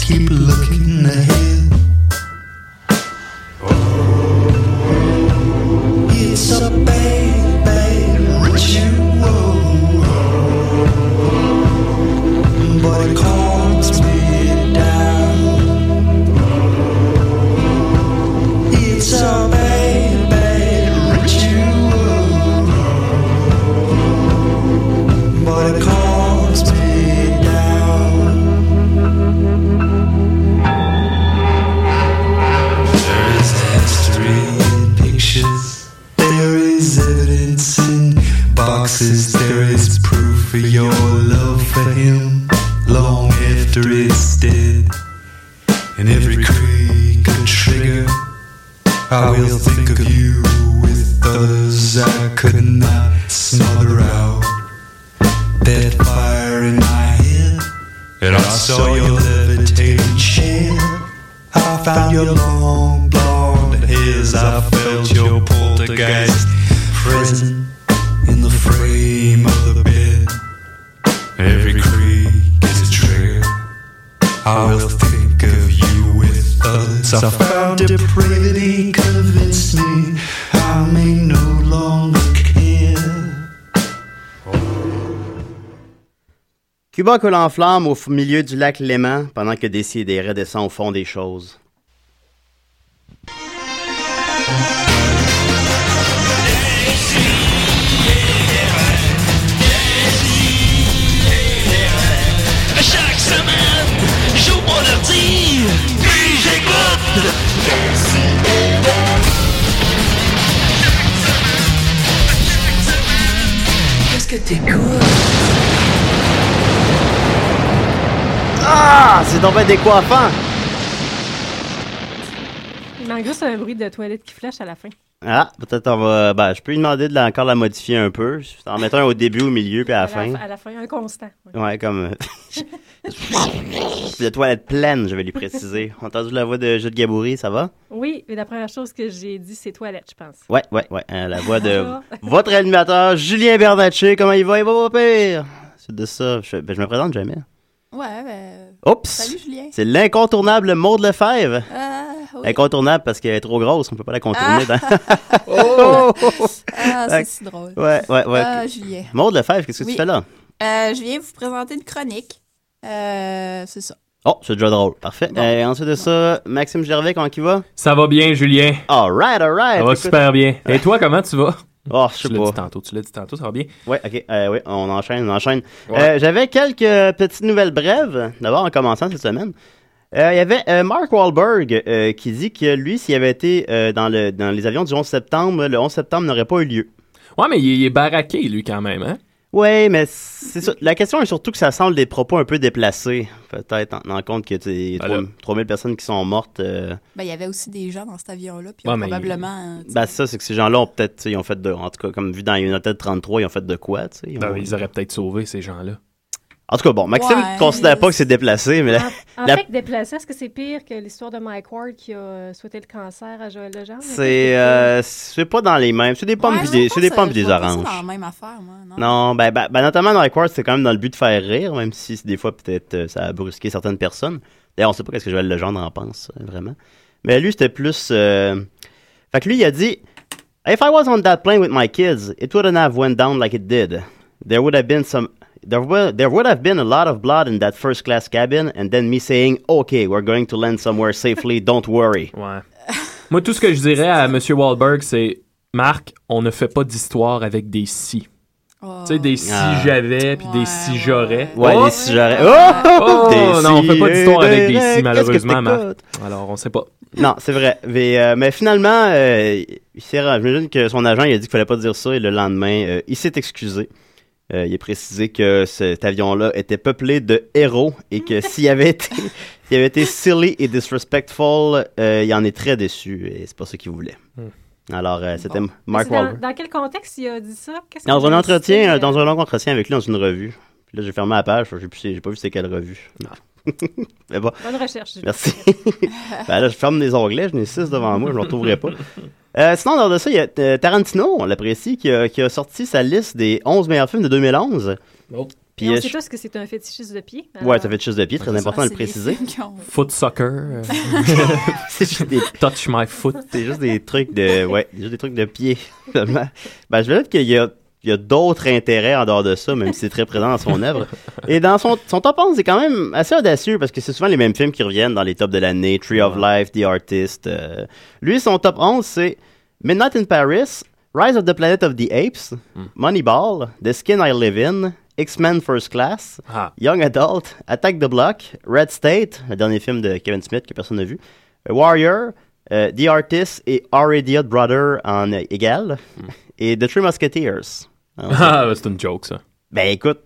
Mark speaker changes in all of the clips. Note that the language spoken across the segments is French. Speaker 1: keep looking ahead. It's a bad, bad ritual, but it calms me down. It's a bad, bad ritual, but it calms me down. There is history in pictures. There is evidence in boxes. There is proof of your love for him long after it's dead. In every creek and trigger, I will think of you with others I could not smother out. That fire in my head, and I saw your levitating chair. I found your long blonde hairs. I felt your poltergeist present in the frame of the bed. Every creak is a trigger. I will think of you with others. I found depravity convinced me I may no longer care.
Speaker 2: Cuba coule en flamme au f- milieu du lac Léman pendant que des redescend au fond des choses.
Speaker 3: Chaque semaine, j'ouvre mon ordi, puis j'écoute. Qu'est-ce que t'écoutes?
Speaker 2: Ah! C'est donc bien décoiffant!
Speaker 4: Il manque juste un bruit de toilette qui flèche à la fin.
Speaker 2: Ah, peut-être on va. Ben, je peux lui demander de la- encore la modifier un peu. Je vais en mettre un au début, au milieu, puis à la fin.
Speaker 4: À la fin, un constant. ouais.
Speaker 2: Ouais, comme. euh, la toilette pleine, je vais lui préciser. On a entendu la voix de Jude Gaboury, ça va?
Speaker 4: Oui, mais la première chose que j'ai dit, c'est toilette, je pense.
Speaker 2: Ouais, ouais, ouais. euh, la voix de votre animateur, Julien Bernatchez. Comment il va? Il va pas pire! C'est de ça. Je, ben, je me présente jamais.
Speaker 5: Ouais, ben.
Speaker 2: Oups!
Speaker 5: Salut Julien.
Speaker 2: C'est l'incontournable Maud Lefebvre.
Speaker 5: Ah, oui.
Speaker 2: Incontournable parce qu'elle est trop grosse, on peut pas la contourner.
Speaker 5: Ah. Oh!
Speaker 2: dans-
Speaker 5: Ah,
Speaker 2: Fait-
Speaker 5: c'est si drôle.
Speaker 2: Ouais, ouais, ouais.
Speaker 5: Ah, Julien.
Speaker 2: Maud Lefebvre, qu'est-ce que
Speaker 5: Oui.
Speaker 2: tu fais là?
Speaker 5: Euh, je viens vous présenter une chronique. Euh, c'est ça.
Speaker 2: Oh, c'est déjà drôle. Parfait. Euh, ensuite de ça, Maxime Gervais, comment il va?
Speaker 6: Ça va bien, Julien.
Speaker 2: All right, all right.
Speaker 6: Ça va
Speaker 2: Écoute-
Speaker 6: super bien. Et toi, comment tu vas?
Speaker 2: Oh, je sais
Speaker 6: Tu l'as
Speaker 2: pas.
Speaker 6: dit tantôt, tu l'as dit tantôt, ça va bien.
Speaker 2: Ouais, ok. Euh, oui, on enchaîne, on enchaîne.
Speaker 6: Ouais.
Speaker 2: Euh, J'avais quelques petites nouvelles brèves. D'abord, en commençant cette semaine. Euh, Il y avait euh, Mark Wahlberg euh, qui dit que lui, s'il avait été euh, dans, le, dans les avions du 11 septembre, le 11 septembre n'aurait pas eu lieu.
Speaker 6: Ouais, mais il, est- il est baraqué, lui, quand même, hein?
Speaker 2: Oui, mais c'est ça. La question est surtout que ça semble des propos un peu déplacés. Peut-être en tenant compte qu'il y a des
Speaker 6: Voilà.
Speaker 2: 3 3000 personnes qui sont mortes. euh,
Speaker 5: Ben, il y avait aussi des gens dans cet avion-là, puis
Speaker 6: Ouais, mais-
Speaker 5: probablement. euh,
Speaker 2: ben, c'est ça, c'est que ces gens-là ont peut-être, tu sais, ils ont fait de. En tout cas, comme vu dans United 33, ils ont fait de quoi, tu sais. ils ont-
Speaker 6: Ben, ils auraient peut-être sauvé ces gens-là.
Speaker 2: En tout cas, bon, Maxime
Speaker 5: Ouais.
Speaker 2: considère pas que c'est déplacé, mais là,
Speaker 4: En
Speaker 2: La-
Speaker 4: fait, déplacer, est-ce que c'est pire que l'histoire de Mike Ward qui a euh, souhaité le cancer à Joël Legendre?
Speaker 2: c'est. euh, c'est pas dans les mêmes. C'est des pommes
Speaker 5: ouais,
Speaker 2: puis
Speaker 5: je
Speaker 2: des-
Speaker 5: pense
Speaker 2: c'est des
Speaker 5: que
Speaker 2: pommes
Speaker 5: je
Speaker 2: puis des
Speaker 5: vois pas ça
Speaker 2: oranges.
Speaker 5: dans la même affaire, moi. Non.
Speaker 2: Non, ben, ben, ben, notamment dans les quartz, c'est quand même dans le but de faire rire, même si c'est- des fois peut-être euh, ça a brusqué certaines personnes. D'ailleurs, on sait pas qu'est-ce que Joël Legendre en pense, euh, vraiment. Mais lui, c'était plus... euh, Fait que lui, il a dit... If I was on that plane with my kids, it wouldn't have went down like it did. There would have been some... There would, there would have been a lot of blood in that first class cabin, and then me saying, okay, we're going to land somewhere safely, don't worry.
Speaker 6: Ouais. Moi, tout ce que je dirais à M. Wahlberg, c'est Marc, on ne fait pas d'histoire avec des si.
Speaker 5: Oh.
Speaker 6: Tu sais, des si
Speaker 2: Ah.
Speaker 6: j'avais, puis
Speaker 5: Ouais,
Speaker 6: des si j'aurais.
Speaker 2: Ouais,
Speaker 6: Oh!
Speaker 2: les si j'aurais- Oh!
Speaker 6: Oh,
Speaker 2: Des
Speaker 6: non, on
Speaker 2: si
Speaker 6: fait pas d'histoire
Speaker 2: et
Speaker 6: avec
Speaker 2: des
Speaker 6: des
Speaker 2: rêves,
Speaker 6: si,
Speaker 2: qu'est-ce
Speaker 6: malheureusement,
Speaker 2: que
Speaker 6: Marc.
Speaker 2: t'écoutes?
Speaker 6: Alors, on sait pas.
Speaker 2: Non, c'est vrai. Mais, euh, mais finalement, euh, il s'est rend- j'imagine que son agent il a dit qu'il fallait pas dire ça et le lendemain, euh, il s'est excusé. Euh, il a précisé que cet avion-là était peuplé de héros et que s'il avait été, s'il avait été silly et disrespectful, euh, il en est très déçu et c'est pas ça qu'il voulait. Alors, euh, c'était
Speaker 4: Hmm. Mais
Speaker 2: Mark
Speaker 4: c'est dans,
Speaker 2: Wahlberg.
Speaker 4: dans quel contexte il a dit ça? Qu'est-ce
Speaker 2: Dans
Speaker 4: que
Speaker 2: un
Speaker 4: vous citez,
Speaker 2: entretien,
Speaker 4: euh,
Speaker 2: euh, dans un long entretien avec lui dans une revue. Puis là, j'ai fermé la page, j'ai plus- j'ai pas vu c'est quelle revue. mais bon,
Speaker 4: Bonne recherche. Julie.
Speaker 2: Merci. ben là, je ferme les onglets, j'en ai six devant moi, je ne retrouverai pas. Euh, sinon, dans de ça, il y a euh, Tarantino, on l'apprécie, qui a, qui a sorti sa liste des 11 meilleurs films de 2011.
Speaker 6: Oh.
Speaker 4: Puis
Speaker 2: Puis,
Speaker 4: on
Speaker 2: euh,
Speaker 4: sait euh,
Speaker 2: je-
Speaker 4: tous que c'est un fétichiste de pied.
Speaker 2: ouais,
Speaker 4: ça
Speaker 2: ça fait de choses de pied, très
Speaker 6: Ouais,
Speaker 2: important
Speaker 5: Ah,
Speaker 2: de
Speaker 5: c'est
Speaker 2: le
Speaker 5: les
Speaker 2: préciser.
Speaker 5: filles qui ont-
Speaker 6: Foot soccer, euh,
Speaker 2: C'est juste des
Speaker 6: touch my foot.
Speaker 2: C'est juste des trucs de. Ouais, juste des trucs de pied. finalement. ben, je veux dire qu'il y a, il y a d'autres intérêts en dehors de ça, même si c'est très présent dans son œuvre. Et dans son, son top 11, c'est quand même assez audacieux parce que c'est souvent les mêmes films qui reviennent dans les tops de l'année Tree of Life, The Artist. euh. Lui, son top 11, c'est Midnight in Paris, Rise of the Planet of the Apes, Moneyball, The Skin I Live In, X-Men First Class,
Speaker 6: Ah.
Speaker 2: Young Adult, Attack the Block, Red State, le dernier film de Kevin Smith que personne n'a vu, euh, Warrior, euh, The Artist et Our Idiot Brother en euh, égal, et The Three Musketeers. Alors,
Speaker 6: Ah, c'est une joke, ça.
Speaker 2: ben écoute,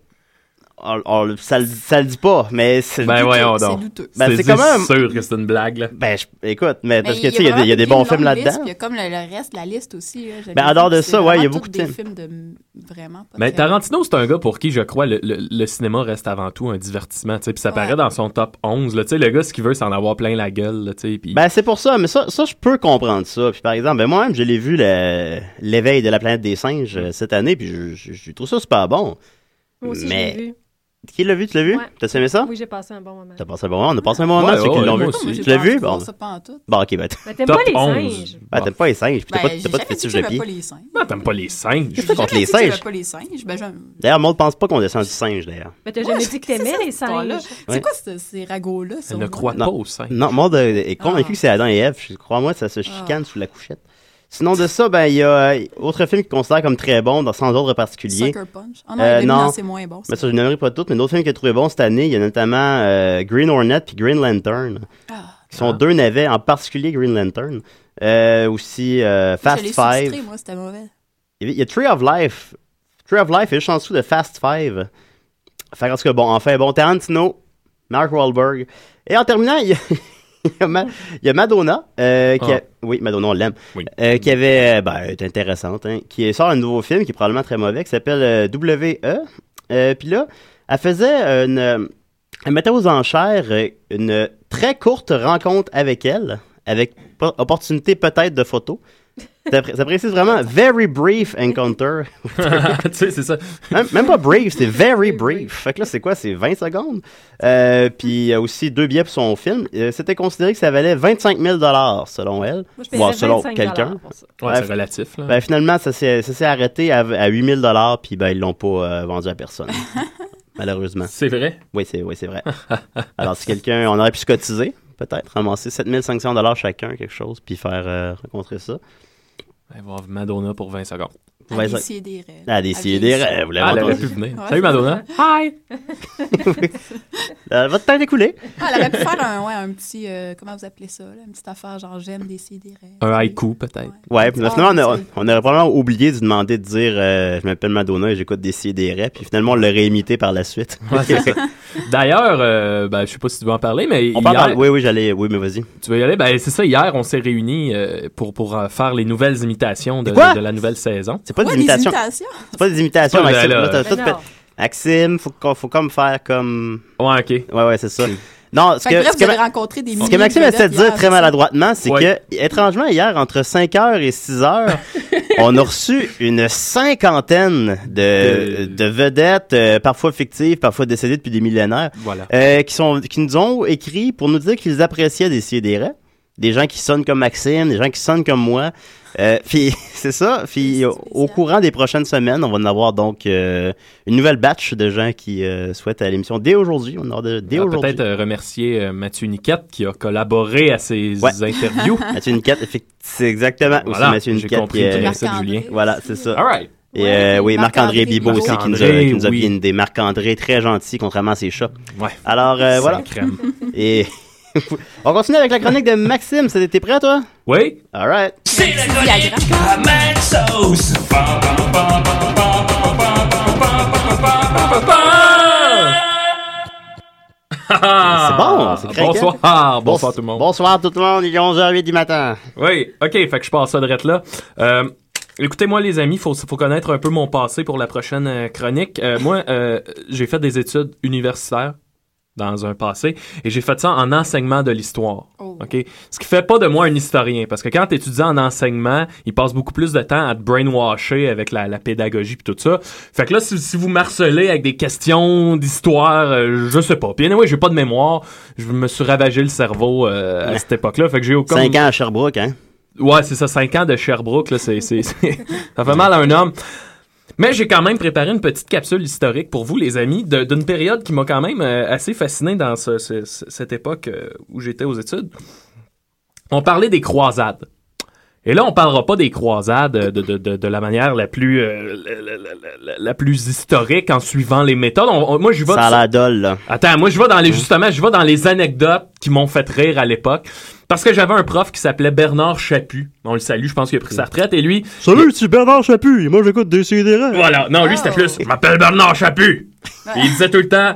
Speaker 2: on- on- ça, le- ça le dit pas, mais c'est.
Speaker 6: Ben voyons
Speaker 5: C'est
Speaker 6: donc.
Speaker 5: douteux.
Speaker 2: Ben, c'est
Speaker 6: c'est
Speaker 2: quand même-
Speaker 6: sûr que c'est une blague, là.
Speaker 2: Ben, je- écoute, mais parce que
Speaker 5: Mais
Speaker 2: tu sais, il y a des- il y a des
Speaker 5: vraiment
Speaker 2: bons
Speaker 5: une
Speaker 2: films
Speaker 5: longue liste,
Speaker 2: là-dedans.
Speaker 5: puis Il y a comme le, le reste de la liste aussi. Là, je
Speaker 2: Ben,
Speaker 5: l'ai
Speaker 2: en dehors
Speaker 5: vu,
Speaker 2: de
Speaker 5: c'est
Speaker 2: ça, ouais, il y a
Speaker 5: vraiment
Speaker 2: beaucoup
Speaker 5: tous
Speaker 2: de
Speaker 5: des
Speaker 2: films.
Speaker 5: films
Speaker 2: Ben,
Speaker 5: de m- vraiment pas très
Speaker 6: Mais
Speaker 5: bons.
Speaker 6: Tarantino, c'est un gars pour qui, je crois, le, le- le cinéma reste avant tout un divertissement. tu sais, Puis ça
Speaker 5: Ouais.
Speaker 6: paraît dans son top 11. là. Tu sais, le gars, ce qu'il veut, c'est en avoir plein la gueule. là, tu sais, puis-
Speaker 2: Ben, c'est pour ça, mais ça, ça je peux comprendre ça. Puis par exemple, ben, moi-même, je l'ai vu le- l'éveil de la planète des singes euh, cette année, puis je, je, je trouve ça super bon.
Speaker 4: Moi aussi,
Speaker 2: Mais-
Speaker 4: je l'ai vu.
Speaker 2: Qui l'a vu? Tu l'as vu?
Speaker 4: Ouais.
Speaker 2: T'as aimé ça?
Speaker 4: Oui, j'ai passé un bon moment.
Speaker 2: T'as passé un bon moment? On a passé un bon moment,
Speaker 6: Ouais,
Speaker 2: ceux qui
Speaker 6: ouais,
Speaker 2: l'ont
Speaker 6: moi
Speaker 2: vu.
Speaker 6: aussi.
Speaker 2: Tu l'as vu?
Speaker 5: Bon.
Speaker 2: Bon,
Speaker 5: Ça, pas en tout.
Speaker 2: bon ok, ben, t-
Speaker 4: Mais t'aimes
Speaker 6: Top
Speaker 4: pas les
Speaker 6: 11.
Speaker 4: singes.
Speaker 2: ben, t'aimes pas les singes, puis t'as
Speaker 5: Ben,
Speaker 2: pas, t'as
Speaker 5: j'ai
Speaker 2: pas de
Speaker 5: jamais dit
Speaker 2: fétiche
Speaker 5: que
Speaker 2: de
Speaker 5: j'aimais
Speaker 2: pied.
Speaker 5: pas les singes.
Speaker 6: Non, t'aimes pas les singes.
Speaker 5: J'ai jamais
Speaker 2: contre les
Speaker 5: dit que j'aimais
Speaker 2: singes.
Speaker 5: pas les singes. Ben, j'aime-
Speaker 2: D'ailleurs, monde pense pas qu'on descend du singe, d'ailleurs.
Speaker 4: Mais t'as
Speaker 5: Ouais,
Speaker 4: jamais dit que
Speaker 5: c'est
Speaker 4: t'aimais
Speaker 5: ça,
Speaker 4: les
Speaker 5: cette histoire-là.
Speaker 4: singes.
Speaker 2: Ouais.
Speaker 5: C'est quoi ce- ces ragots-là?
Speaker 6: Elle
Speaker 5: sur
Speaker 6: ne
Speaker 5: moi?
Speaker 6: croit
Speaker 2: Non.
Speaker 6: pas au sein.
Speaker 2: Non, monde euh, est convaincu
Speaker 5: Ah.
Speaker 2: que c'est Adam et Ève. Je- Crois-moi, ça se chicane sous la couchette. Sinon de ça, ben, il y a euh, autre film qu'il considère comme très bon, dans- sans ordre particulier.
Speaker 5: Sucker Punch. Ah non,
Speaker 2: Euh,
Speaker 5: le
Speaker 2: non.
Speaker 5: non. c'est moins bon.
Speaker 2: Mais
Speaker 5: ça.
Speaker 2: ça, je n'aimerais pas toutes, mais d'autres films que j'ai trouvé bons cette année, il y a notamment euh, Green Hornet puis Green Lantern,
Speaker 5: Ah,
Speaker 2: qui sont deux navets, en particulier Green Lantern. Euh, aussi euh,
Speaker 5: je
Speaker 2: Fast
Speaker 5: l'ai
Speaker 2: Five.
Speaker 5: sous-titré, moi, c'était mauvais.
Speaker 2: Il y a- il y a Tree of Life. Tree of Life est juste en dessous de Fast Five. Fait en tout cas, bon, enfin, bon, Tarantino, Mark Wahlberg. Et en terminant, il y a, il y a Ma- il y a Madonna, euh, qui a-
Speaker 6: Ah.
Speaker 2: oui, Madonna, on l'aime,
Speaker 6: Oui.
Speaker 2: Euh, qui avait, ben, elle est intéressante, hein, qui sort un nouveau film qui est probablement très mauvais, qui s'appelle euh, W.E. Euh, Puis là, elle faisait une, elle mettait aux enchères euh, une très courte rencontre avec elle, avec po- opportunité peut-être de photo. Ça, pré- ça précise vraiment very brief encounter.
Speaker 6: tu sais, c'est ça.
Speaker 2: Même, même pas brief, c'est very brief. Fait que là, c'est quoi? C'est 20 secondes. Euh, puis il y a aussi deux billets pour son film. Euh, C'était considéré que ça valait 25 000 selon elle.
Speaker 4: Moi, je
Speaker 2: Ou
Speaker 4: payais
Speaker 2: selon
Speaker 4: 25
Speaker 2: quelqu'un.
Speaker 4: pour ça.
Speaker 6: Ouais,
Speaker 2: Ouais.
Speaker 6: c'est relatif. Là.
Speaker 2: Ben, finalement, ça s'est ça s'est arrêté à, à 8 000 puis ben, ils l'ont pas euh, vendu à personne. Malheureusement.
Speaker 6: c'est vrai.
Speaker 2: Oui, c'est oui, c'est vrai. Alors, si quelqu'un, on aurait pu se cotiser, peut-être, ramasser 7500 chacun, quelque chose, puis faire euh, rencontrer ça.
Speaker 6: Elle va voir Madonna pour 20 secondes.
Speaker 2: Ouais,
Speaker 5: À
Speaker 2: ça-
Speaker 5: décider des rêves.
Speaker 2: Ah, des
Speaker 5: décider
Speaker 2: des rêves, vous
Speaker 6: Ah,
Speaker 2: l'avez
Speaker 6: elle aurait
Speaker 2: entendu.
Speaker 6: pu venir.
Speaker 5: Ouais,
Speaker 6: Salut
Speaker 5: c'est
Speaker 2: hein?
Speaker 6: Madonna.
Speaker 4: Hi!
Speaker 2: Euh, votre temps est écoulé.
Speaker 5: Ah, elle aurait pu faire un, ouais, un petit, euh, comment vous appelez ça, là, une petite affaire genre j'aime décider des rêves.
Speaker 6: Un haïku, peut-être.
Speaker 2: Ouais, puis finalement, on, a-
Speaker 5: c'est-
Speaker 2: on aurait probablement oublié de demander de dire euh, Je m'appelle Madonna et j'écoute des CDR, puis finalement, on l'aurait imité par la suite.
Speaker 6: Ouais, c'est ça. D'ailleurs, euh, ben, je sais pas si tu veux en parler, mais
Speaker 2: on parle
Speaker 6: hier-
Speaker 2: dans- Oui, oui, j'allais. Oui, mais vas-y.
Speaker 6: tu veux y aller? Ben, c'est ça, hier, on s'est réunis euh, pour, pour euh, faire les nouvelles imitations de,
Speaker 2: Quoi?
Speaker 6: de la nouvelle saison.
Speaker 2: C'est pas
Speaker 5: Ouais,
Speaker 2: des
Speaker 5: des
Speaker 2: imitations.
Speaker 5: imitations.
Speaker 2: C'est pas des imitations,
Speaker 6: C'est pas-
Speaker 2: Maxime.
Speaker 6: ben là,
Speaker 2: Là,
Speaker 6: euh, là.
Speaker 2: t'as-
Speaker 4: Mais
Speaker 2: t'as- t'as-
Speaker 4: Ben non.
Speaker 2: Maxime, faut, qu'on- faut comme faire comme.
Speaker 6: Ouais, OK.
Speaker 2: Ouais, ouais, c'est ça. Non, ce
Speaker 5: Fait que
Speaker 2: que,
Speaker 5: bref,
Speaker 2: ce
Speaker 5: vous
Speaker 2: que,
Speaker 5: avez
Speaker 2: Ma-
Speaker 5: rencontré des
Speaker 2: ce
Speaker 5: milliers
Speaker 2: que Maxime
Speaker 5: de
Speaker 2: essaie
Speaker 5: vedettes
Speaker 2: de dire
Speaker 5: hier,
Speaker 2: très
Speaker 5: c'est ça?
Speaker 2: maladroitement, c'est
Speaker 6: Ouais.
Speaker 2: que, étrangement, hier, entre 5h et 6h, on a reçu une cinquantaine de,
Speaker 6: De-
Speaker 2: de vedettes, euh, parfois fictives, parfois décédées depuis des millénaires.
Speaker 6: Voilà.
Speaker 2: Euh, qui, sont, qui nous ont écrit pour nous dire qu'ils appréciaient des sidérés. Des gens qui sonnent comme Maxime, des gens qui sonnent comme moi. Euh, puis c'est ça. Puis
Speaker 5: C'est
Speaker 2: au, au
Speaker 5: spécial.
Speaker 2: courant des prochaines semaines, on va en avoir donc euh, une nouvelle batch de gens qui euh, souhaitent à l'émission dès aujourd'hui. On aura de- dès
Speaker 6: On va
Speaker 2: aujourd'hui.
Speaker 6: peut-être euh, remercier euh, Mathieu Niquette qui a collaboré à ces
Speaker 2: Ouais.
Speaker 6: interviews.
Speaker 2: Mathieu Niquette, effi- c'est exactement.
Speaker 6: Voilà,
Speaker 2: aussi Mathieu
Speaker 6: j'ai
Speaker 2: Niquette
Speaker 6: compris
Speaker 2: qui, euh,
Speaker 6: que-
Speaker 5: Marc-André
Speaker 6: Marcel Julien.
Speaker 5: aussi.
Speaker 2: Voilà, c'est ça.
Speaker 6: All right.
Speaker 2: Et euh,
Speaker 5: Ouais,
Speaker 2: oui, Marc-André
Speaker 5: Marc-André
Speaker 2: Bibot aussi qui nous a,
Speaker 6: Marc-André,
Speaker 2: qui nous a
Speaker 6: oui.
Speaker 2: blindé. Marc-André, très gentil, contrairement à ses chats.
Speaker 6: Ouais.
Speaker 2: Alors euh,
Speaker 6: Sans
Speaker 2: voilà.
Speaker 6: crème.
Speaker 2: Et on continue avec la chronique de Maxime. C'était- T'es prêt, toi?
Speaker 6: Oui?
Speaker 2: All right.
Speaker 3: C'est la chronique à Maxos.
Speaker 2: C'est bon, c'est craquant.
Speaker 6: Ah, Bonsoir. Bonsoir tout le monde.
Speaker 2: Bonsoir tout le monde, il est 11h08 du matin.
Speaker 6: Oui, ok, fait que je passe ça de là. Euh, Écoutez-moi les amis, faut faut connaître un peu mon passé pour la prochaine euh, chronique. Euh, moi, euh, j'ai fait des études universitaires dans un passé et j'ai fait ça en enseignement de l'histoire.
Speaker 5: Oh,
Speaker 6: OK? Ce qui fait pas de moi un historien, parce que quand tu étudies en enseignement, il passe beaucoup plus de temps à te brainwasher avec la, la pédagogie puis tout ça. Fait que là, si, si vous marcelez avec des questions d'histoire, euh, je sais pas. Puis anyway, j'ai pas de mémoire. Je me suis ravagé le cerveau euh, à
Speaker 2: Ouais.
Speaker 6: cette époque-là. Fait que j'ai aucun...
Speaker 2: 5 ans à Sherbrooke, hein?
Speaker 6: Ouais, c'est ça, 5 ans de Sherbrooke, là, c'est, c'est, c'est- ça fait mal à un homme. Mais j'ai quand même préparé une petite capsule historique pour vous, les amis, de- d'une période qui m'a quand même euh, assez fasciné dans ce- ce- ce- cette époque euh, où j'étais aux études. On parlait des croisades. Et là, on parlera pas des croisades euh, de, de, de, de la manière la plus, euh, la, la- la- la- la plus historique en suivant les méthodes. On- on- moi, je vais
Speaker 2: Ça a l'air dole, là.
Speaker 6: Attends, moi je vais dans les justement, je vais dans les anecdotes qui m'ont fait rire à l'époque parce que j'avais un prof qui s'appelait Bernard Chaput. On le salue, je pense qu'il a pris sa retraite et lui,
Speaker 2: Salut, c'est Bernard Chaput. Moi, j'écoute des
Speaker 6: voilà, non, lui c'était
Speaker 5: Oh.
Speaker 6: plus je m'appelle Bernard Chaput. Et il disait tout le temps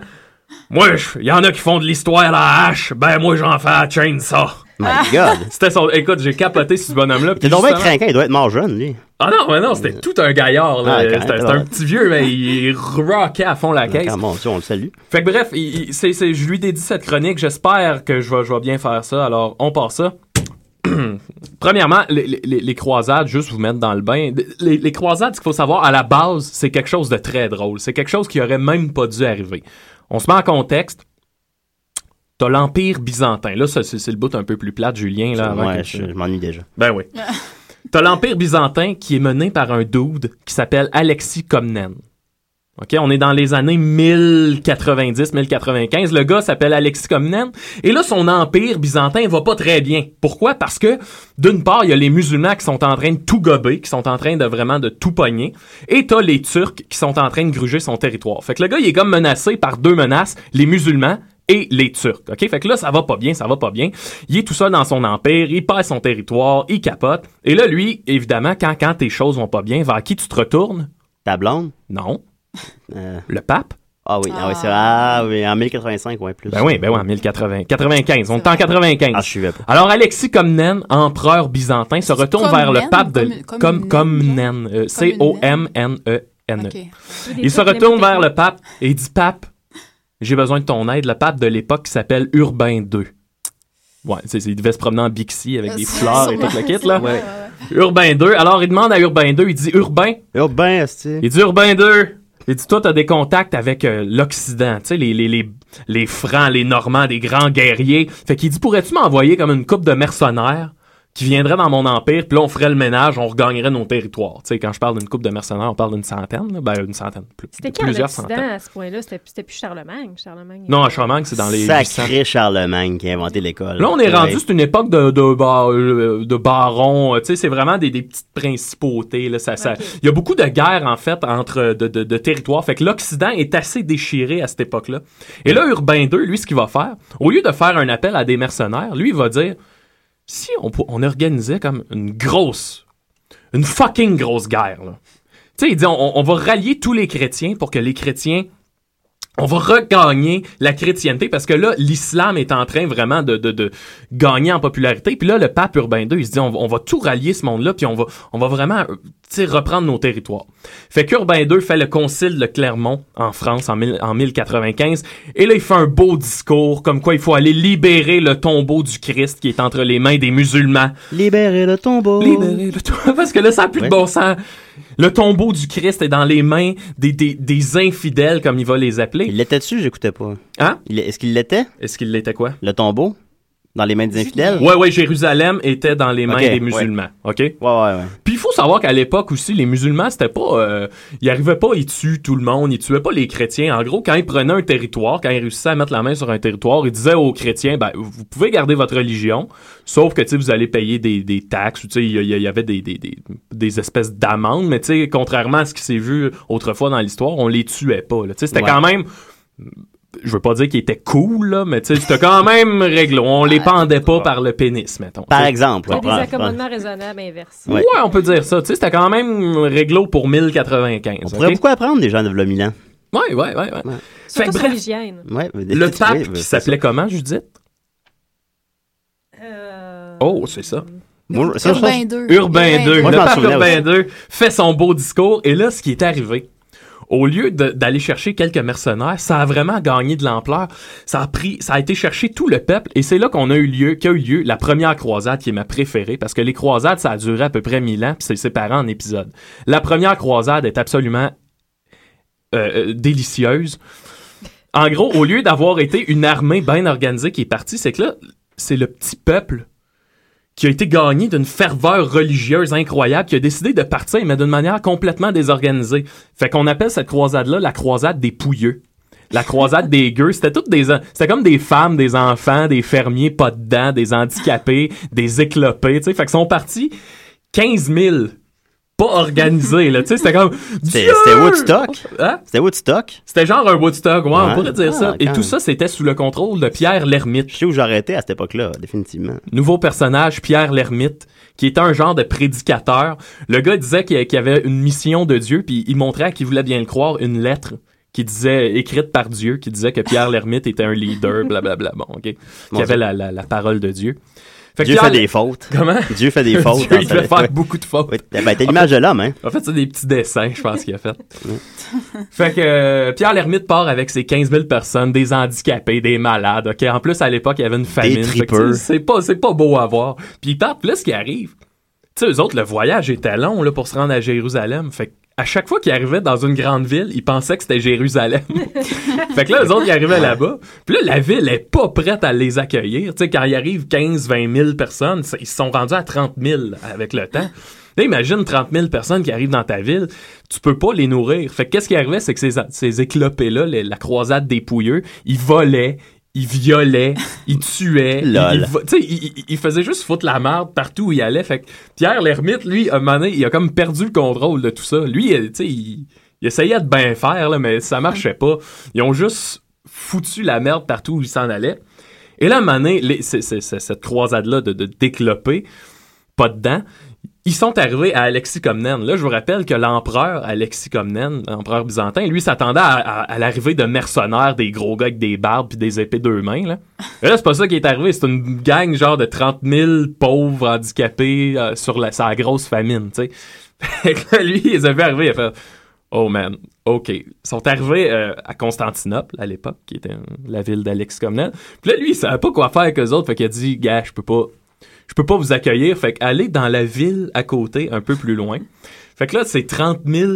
Speaker 6: moi, je- il y en a qui font de l'histoire à la hache, ben moi j'en fais à chaîne ça.
Speaker 2: My God.
Speaker 6: C'était son écoute, j'ai capoté sur ce bonhomme là.
Speaker 2: T'es donc bien craquant, il doit être mort jeune, lui.
Speaker 6: Ah non, mais non, c'était tout un gaillard là,
Speaker 2: Ah, quand même,
Speaker 6: c'était c'était
Speaker 2: ouais.
Speaker 6: un petit vieux mais il rockait à fond la caisse.
Speaker 2: Ah, mon Dieu, on le salue.
Speaker 6: Fait que bref, il- il- c'est- c'est- je lui dédie cette chronique. J'espère que je vais, je vais bien faire ça. Alors, on part ça. Premièrement, les, les- les croisades, juste vous mettre dans le bain. Les, les croisades, ce qu'il faut savoir, à la base, c'est quelque chose de très drôle. C'est quelque chose qui aurait même pas dû arriver. On se met en contexte. T'as l'Empire byzantin. Là, ça, c'est c'est le bout un peu plus plate, Julien. Là, avant
Speaker 2: ouais,
Speaker 6: que-
Speaker 2: je, je m'ennuie déjà.
Speaker 6: ben oui. T'as l'Empire byzantin qui est mené par un dude qui s'appelle Alexis Comnène. OK, on est dans les années 1090-1095. Le gars s'appelle Alexis Comnène. Et là, son empire byzantin va pas très bien. Pourquoi? Parce que, d'une part, il y a les musulmans qui sont en train de tout gober, qui sont en train de vraiment de tout pogner. Et t'as les Turcs qui sont en train de gruger son territoire. Fait que le gars, il est comme menacé par deux menaces, les musulmans et les Turcs. OK? Fait que là, ça va pas bien, ça va pas bien. Il est tout seul dans son empire, il perd son territoire, il capote. Et là, lui, évidemment, quand, quand tes choses vont pas bien, vers qui tu te retournes?
Speaker 2: Ta blonde?
Speaker 6: Non.
Speaker 2: Euh,
Speaker 6: Le pape?
Speaker 2: Ah oui, ah oui, c'est ah oui, en 1085, ouais, plus.
Speaker 6: Ben oui, ben oui, en 1080. 95. On est en
Speaker 2: Ah,
Speaker 6: 95.
Speaker 2: je suivais pas.
Speaker 6: Alors, Alexis Comnène, empereur byzantin, se retourne
Speaker 5: Comnène
Speaker 6: vers le pape de...
Speaker 5: ou
Speaker 6: Comme,
Speaker 5: Comnène?
Speaker 6: Comnène. euh, C-O-M-N-E-N-E.
Speaker 5: OK.
Speaker 6: E Il se retourne vers le pape et il dit Pape, j'ai besoin de ton aide. Le pape de l'époque qui s'appelle Urbain II. Ouais, c'est, c'est- il devait se promener en Bixi avec des
Speaker 5: Euh, C'est-
Speaker 6: fleurs et tout le kit, là.
Speaker 5: Ouais, ouais, ouais.
Speaker 6: Urbain II. Alors, il demande à Urbain II, il dit Urbain,
Speaker 2: Oh, ben, c'est.
Speaker 6: il dit Urbain 2. Il dit toi t'as des contacts avec euh, l'Occident, tu sais les les les les francs, les normands, des grands guerriers. Fait qu'il dit pourrais-tu m'envoyer comme une coupe de mercenaires qui viendraient dans mon empire, puis là on ferait le ménage, on regagnerait nos territoires. Tu sais quand je parle d'une coupe de mercenaires, on parle d'une centaine, là. ben une centaine, plus,
Speaker 4: C'était qui en
Speaker 6: plusieurs
Speaker 4: Occident
Speaker 6: centaines.
Speaker 4: à ce point-là? C'était c'était plus Charlemagne. Charlemagne euh,
Speaker 6: Non, à
Speaker 4: Charlemagne.
Speaker 6: Charlemagne, c'est dans les 800.
Speaker 2: Sacré Charlemagne qui a inventé l'école.
Speaker 6: Là, on est
Speaker 2: Ouais.
Speaker 6: rendu, c'est une époque de, de, bar- euh, de barons. euh, Tu sais, c'est vraiment des, des petites principautés. Là, ça, ça-
Speaker 4: Ok.
Speaker 6: Il y a beaucoup de guerres, en fait, entre euh, de, de, de territoires. Fait que l'Occident est assez déchiré à cette époque-là. Et là, Urbain II, lui, ce qu'il va faire, au lieu de faire un appel à des mercenaires, lui, il va dire si on, pou- on organisait comme une grosse, une fucking grosse guerre, là. Tu sais, il dit on, on va rallier tous les chrétiens pour que les chrétiens on va regagner la chrétienté parce que là, l'islam est en train vraiment de, de, de gagner en popularité. Puis là, le pape Urbain II, il se dit, on va, on va tout rallier ce monde-là, puis on va, on va vraiment euh, tu sais, reprendre nos territoires. Fait qu'Urbain II fait le concile de Clermont en France en, mille- en 1095, et là, il fait un beau discours comme quoi il faut aller libérer le tombeau du Christ qui est entre les mains des musulmans.
Speaker 2: Libérez le tombeau.
Speaker 6: Libérez le tombeau. Parce que là, ça n'a plus
Speaker 2: Ouais.
Speaker 6: de bon sens. Le tombeau du Christ est dans les mains des, des, des infidèles, comme il va les appeler.
Speaker 2: Il l'était-tu? J'écoutais pas.
Speaker 6: Hein?
Speaker 2: Il- Est-ce qu'il l'était?
Speaker 6: Est-ce qu'il l'était quoi?
Speaker 2: Le tombeau? Dans les mains des infidèles?
Speaker 6: Ouais, ouais, Jérusalem était dans les mains
Speaker 2: Ok,
Speaker 6: des
Speaker 2: ouais.
Speaker 6: musulmans. OK?
Speaker 2: Ouais, ouais, ouais.
Speaker 6: Puis il faut savoir qu'à l'époque aussi, les musulmans, c'était pas. euh, ils arrivaient pas, ils tuent tout le monde, ils tuaient pas les chrétiens. En gros, quand ils prenaient un territoire, quand ils réussissaient à mettre la main sur un territoire, ils disaient aux chrétiens, ben, vous pouvez garder votre religion, sauf que, tu sais, vous allez payer des, des taxes, ou tu sais, il y, a- il y avait des, des, des, des espèces d'amendes, mais tu sais, contrairement à ce qui s'est vu autrefois dans l'histoire, on les tuait pas, là. Tu sais, c'était
Speaker 2: Ouais.
Speaker 6: quand même. Je veux pas dire qu'ils étaient cool, là, mais tu sais, c'était quand même réglo. On les pendait pas par le pénis, mettons.
Speaker 2: Par
Speaker 6: Tu sais.
Speaker 2: exemple.
Speaker 4: C'était
Speaker 2: ouais,
Speaker 4: des
Speaker 2: prends-
Speaker 4: accommodements raisonnables inverses.
Speaker 2: Ouais.
Speaker 6: Ouais. on peut dire ça. Tu sais, c'était quand même réglo pour 1095.
Speaker 2: On
Speaker 6: ok?
Speaker 2: pourrait beaucoup apprendre des gens de v'là Milan.
Speaker 6: Ouais, ouais, ouais. ouais.
Speaker 2: Ouais.
Speaker 6: Fait que
Speaker 4: Surtout sur
Speaker 6: bref,
Speaker 4: l'hygiène.
Speaker 2: Ouais,
Speaker 6: le pape
Speaker 2: oui,
Speaker 6: qui
Speaker 2: c'est
Speaker 6: s'appelait comment, Judith?
Speaker 4: Euh,
Speaker 6: Oh, c'est ça.
Speaker 2: Moi, ça, je pense-
Speaker 5: Urbain 2.
Speaker 6: Urbain II.
Speaker 2: Moi,
Speaker 6: le
Speaker 2: je m'en
Speaker 6: pape
Speaker 2: souvenais
Speaker 6: Urbain II fait son beau discours. Et là, ce qui est arrivé, au lieu de- d'aller chercher quelques mercenaires, ça a vraiment gagné de l'ampleur. Ça a pris, ça a été chercher tout le peuple et c'est là qu'on a eu lieu, qu'a eu lieu la première croisade qui est ma préférée parce que les croisades, ça a duré à peu près 1000 ans puis c'est séparé en épisodes. La première croisade est absolument euh, euh, délicieuse. En gros, au lieu d'avoir été une armée bien organisée qui est partie, c'est que là, c'est le petit peuple qui a été gagné d'une ferveur religieuse incroyable, qui a décidé de partir, mais d'une manière complètement désorganisée. Fait qu'on appelle cette croisade-là la croisade des pouilleux. La croisade des gueux, c'était toutes des, en- c'était comme des femmes, des enfants, des fermiers pas dedans, des handicapés, des éclopés, tu sais. Fait que sont partis 15 000 pas organisés, là, tu sais. C'était comme,
Speaker 2: C'était
Speaker 6: Dieu!
Speaker 2: c'était Woodstock.
Speaker 6: Hein?
Speaker 2: C'était Woodstock.
Speaker 6: C'était genre un Woodstock, ouais, on
Speaker 2: Ouais.
Speaker 6: pourrait dire
Speaker 2: Ah,
Speaker 6: ça. Et
Speaker 2: quand
Speaker 6: tout
Speaker 2: même.
Speaker 6: ça, c'était sous le contrôle de Pierre
Speaker 2: Je
Speaker 6: l'Ermite.
Speaker 2: sais où j'arrêtais à cette époque-là, définitivement.
Speaker 6: Nouveau personnage, Pierre l'Ermite, qui était un genre de prédicateur. Le gars disait qu'il qu'il avait une mission de Dieu, puis il montrait à qui voulait bien le croire une lettre qui disait, écrite par Dieu, qui disait que Pierre l'Ermite était un leader, blablabla. Bon, OK.
Speaker 2: Mon
Speaker 6: Qui avait
Speaker 2: Dieu.
Speaker 6: la, la, la parole de Dieu. Fait que
Speaker 2: Dieu
Speaker 6: Pierre-
Speaker 2: fait des fautes.
Speaker 6: Comment?
Speaker 2: Dieu fait des fautes.
Speaker 6: Dieu,
Speaker 2: dans
Speaker 6: il
Speaker 2: sa-
Speaker 6: devait faire
Speaker 2: Ouais.
Speaker 6: beaucoup de fautes.
Speaker 2: Ouais, ben, t'es l'image de l'homme, hein?
Speaker 6: En fait, c'est des petits dessins, je pense qu'il a fait. fait que euh, Pierre Lhermitte part avec ses 15 000 personnes, des handicapés, des malades. OK, en plus à l'époque, il y avait une famine. Fait que,
Speaker 2: tripeux.
Speaker 6: tu sais, C'est pas c'est pas beau à voir. Puis ils partent, puis là ce qui arrive. Tu sais eux autres le voyage était long là pour se rendre à Jérusalem. Fait que à chaque fois qu'ils arrivaient dans une grande ville, ils pensaient que c'était Jérusalem. fait que là, eux autres, ils arrivaient là-bas. Puis là, la ville est pas prête à les accueillir. Tu sais, quand il arrive 15, 20 000 personnes, c'est- ils se sont rendus à 30 000 avec le temps. Là, imagine 30 000 personnes qui arrivent dans ta ville, tu peux pas les nourrir. Fait que qu'est-ce qui arrivait, c'est que ces, ces éclopés-là, les- la croisade des pouilleux, ils volaient, ils violaient, ils tuaient. ils-
Speaker 2: Lol.
Speaker 6: ils vo- Tu sais, ils, ils- ils faisaient juste foutre la merde partout où ils allaient. Fait que Pierre l'ermite, lui, à un moment donné, il a comme perdu le contrôle de tout ça. Lui, il- tu sais, il, il essayait de bien faire, là, mais ça marchait pas. Ils ont juste foutu la merde partout où ils s'en allaient. Et là, à un moment donné, les- c'est- c'est- c'est- cette croisade-là de, de d'éclopés, pas dedans, ils sont arrivés à Alexis Comnène. Là, je vous rappelle que l'empereur Alexis Comnène, l'empereur byzantin, lui s'attendait à, à- à l'arrivée de mercenaires, des gros gars avec des barbes puis des épées deux mains. Là, Et là c'est pas ça qui est arrivé. C'est une gang genre de 30 000 pauvres handicapés euh, sur la, sa grosse famine, tu sais. Fait que là, lui, il les a vu arriver, il a fait « Oh man, OK. » Ils sont arrivés euh, à Constantinople, à l'époque, qui était euh, la ville d'Alexis Comnène. Puis là, lui, il savait pas quoi faire avec eux autres, fait qu'il a dit « Gars, je peux pas je peux pas vous accueillir. Fait que allez dans la ville à côté, un peu plus loin. Fait que là, c'est 30 000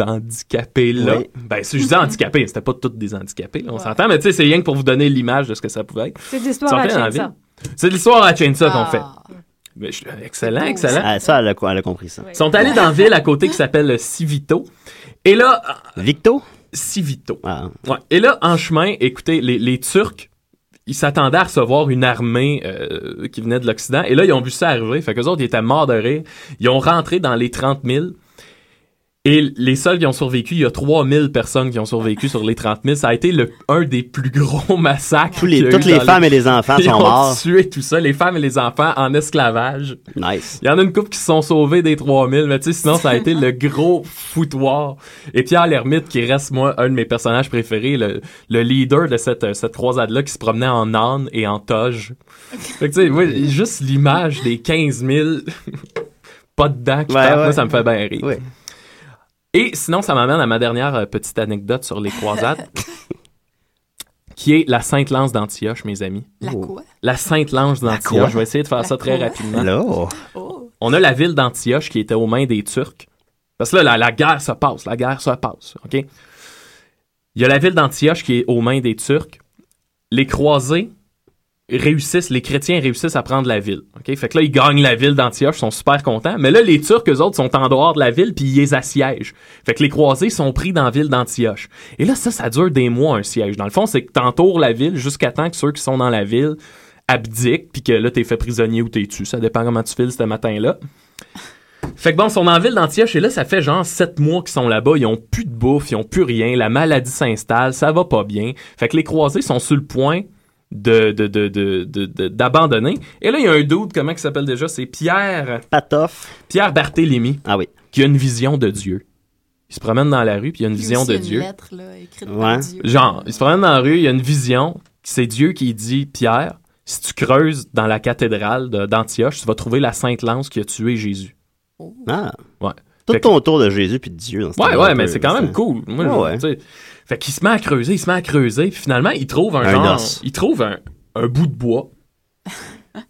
Speaker 6: handicapés-là.
Speaker 2: Oui.
Speaker 6: Ben, si je dis handicapés, c'était pas tous des handicapés, là, on s'entend, mais tu sais, c'est rien que pour vous donner l'image de ce que ça pouvait être.
Speaker 4: C'est de l'histoire à
Speaker 6: Ils sont allés dans la
Speaker 4: Chainsaw.
Speaker 6: C'est de l'histoire à Chainsaw qu'on
Speaker 5: Ah.
Speaker 6: fait. Mais je- excellent,
Speaker 5: C'est beau,
Speaker 6: excellent.
Speaker 2: Ah, ça, elle a, elle a compris ça.
Speaker 6: Ils sont allés dans la ville à côté qui s'appelle euh, Civito. Et là, euh,
Speaker 2: Victo?
Speaker 6: Civito.
Speaker 2: Ah,
Speaker 6: Ouais. Et là, en chemin, écoutez, les, les Turcs, ils s'attendaient à recevoir une armée euh, qui venait de l'Occident. Et là, ils ont vu ça arriver. Fait qu'eux autres, ils étaient morts de rire. Ils ont rentré dans les 30 000. Et les seuls qui ont survécu, il y a 3000 personnes qui ont survécu sur les 30 000. Ça a été le, un des plus gros massacres.
Speaker 2: tous les-
Speaker 6: qu'il y a
Speaker 2: toutes
Speaker 6: eu
Speaker 2: les
Speaker 6: dans
Speaker 2: femmes et les enfants
Speaker 6: Ils
Speaker 2: sont
Speaker 6: ont
Speaker 2: morts.
Speaker 6: tué tout ça, les femmes et les enfants en esclavage.
Speaker 2: Nice.
Speaker 6: Il y en a une couple qui se sont sauvés des 3000, mais tu sais, sinon, ça a été le gros foutoir. Et Pierre l'Ermite, qui reste, moi, un de mes personnages préférés, le, le leader de cette, euh, cette croisade-là, qui se promenait en âne et en toge. Fait que, tu sais, oui, juste l'image des 15 000 pas dedans qui
Speaker 2: Ouais,
Speaker 6: partent,
Speaker 2: ouais.
Speaker 6: moi, ça me fait bien rire.
Speaker 2: Oui.
Speaker 6: Et sinon, ça m'amène à ma dernière euh, petite anecdote sur les croisades, qui est la Sainte-Lance d'Antioche, mes amis.
Speaker 5: La
Speaker 2: Oh.
Speaker 5: quoi?
Speaker 6: La Sainte-Lance
Speaker 2: quoi?
Speaker 6: d'Antioche. Je vais essayer de faire
Speaker 5: La
Speaker 6: ça très
Speaker 5: quoi?
Speaker 6: rapidement.
Speaker 2: Là,
Speaker 5: Oh.
Speaker 6: On a la ville d'Antioche qui était aux mains des Turcs. Parce que là, la, la guerre se passe, la guerre se passe, OK? Il y a la ville d'Antioche qui est aux mains des Turcs. Les croisés réussissent, les chrétiens réussissent à prendre la ville, OK? Fait que là, ils gagnent la ville d'Antioche, ils sont super contents. Mais là, les Turcs, eux autres, sont en dehors de la ville, puis ils les assiègent. Fait que les croisés sont pris dans la ville d'Antioche. Et là, ça, ça dure des mois, un siège. Dans le fond, c'est que t'entoures la ville jusqu'à temps que ceux qui sont dans la ville abdiquent, puis que là, t'es fait prisonnier ou t'es tu. Ça dépend comment tu files ce matin-là. Fait que bon, ils sont en ville d'Antioche et là, ça fait genre sept mois qu'ils sont là-bas. Ils ont plus de bouffe, ils ont plus rien. La maladie s'installe, ça va pas bien. Fait que les croisés sont sur le point de, de, de, de- de- de- d'abandonner. Et là, il y a un doute, comment il s'appelle déjà? C'est Pierre,
Speaker 2: Patoff.
Speaker 6: Pierre Barthélémy,
Speaker 2: Ah oui.
Speaker 6: qui a une vision de Dieu. Il se promène dans la rue, puis il a une
Speaker 5: Puis
Speaker 6: vision
Speaker 5: aussi,
Speaker 6: de
Speaker 5: une
Speaker 6: Dieu.
Speaker 5: lettre, là, écrite
Speaker 2: Ouais.
Speaker 5: par Dieu.
Speaker 6: Genre, il se promène dans la rue, il y a une vision, c'est Dieu qui dit Pierre, si tu creuses dans la cathédrale de- d'Antioche, tu vas trouver la Sainte Lance qui a tué Jésus.
Speaker 2: Ah. Tout
Speaker 6: Fait que-
Speaker 2: ton tour de Jésus puis de Dieu dans ce
Speaker 6: Ouais,
Speaker 2: temps-là, un
Speaker 6: ouais,
Speaker 2: peu,
Speaker 6: mais c'est quand même
Speaker 2: ça.
Speaker 6: cool. Moi,
Speaker 2: Ouais,
Speaker 6: je- tu sais, Fait qu'il se met à creuser, il se met à creuser, puis finalement, il trouve un,
Speaker 2: Un
Speaker 6: genre.
Speaker 2: os.
Speaker 6: Il trouve un, un bout de bois.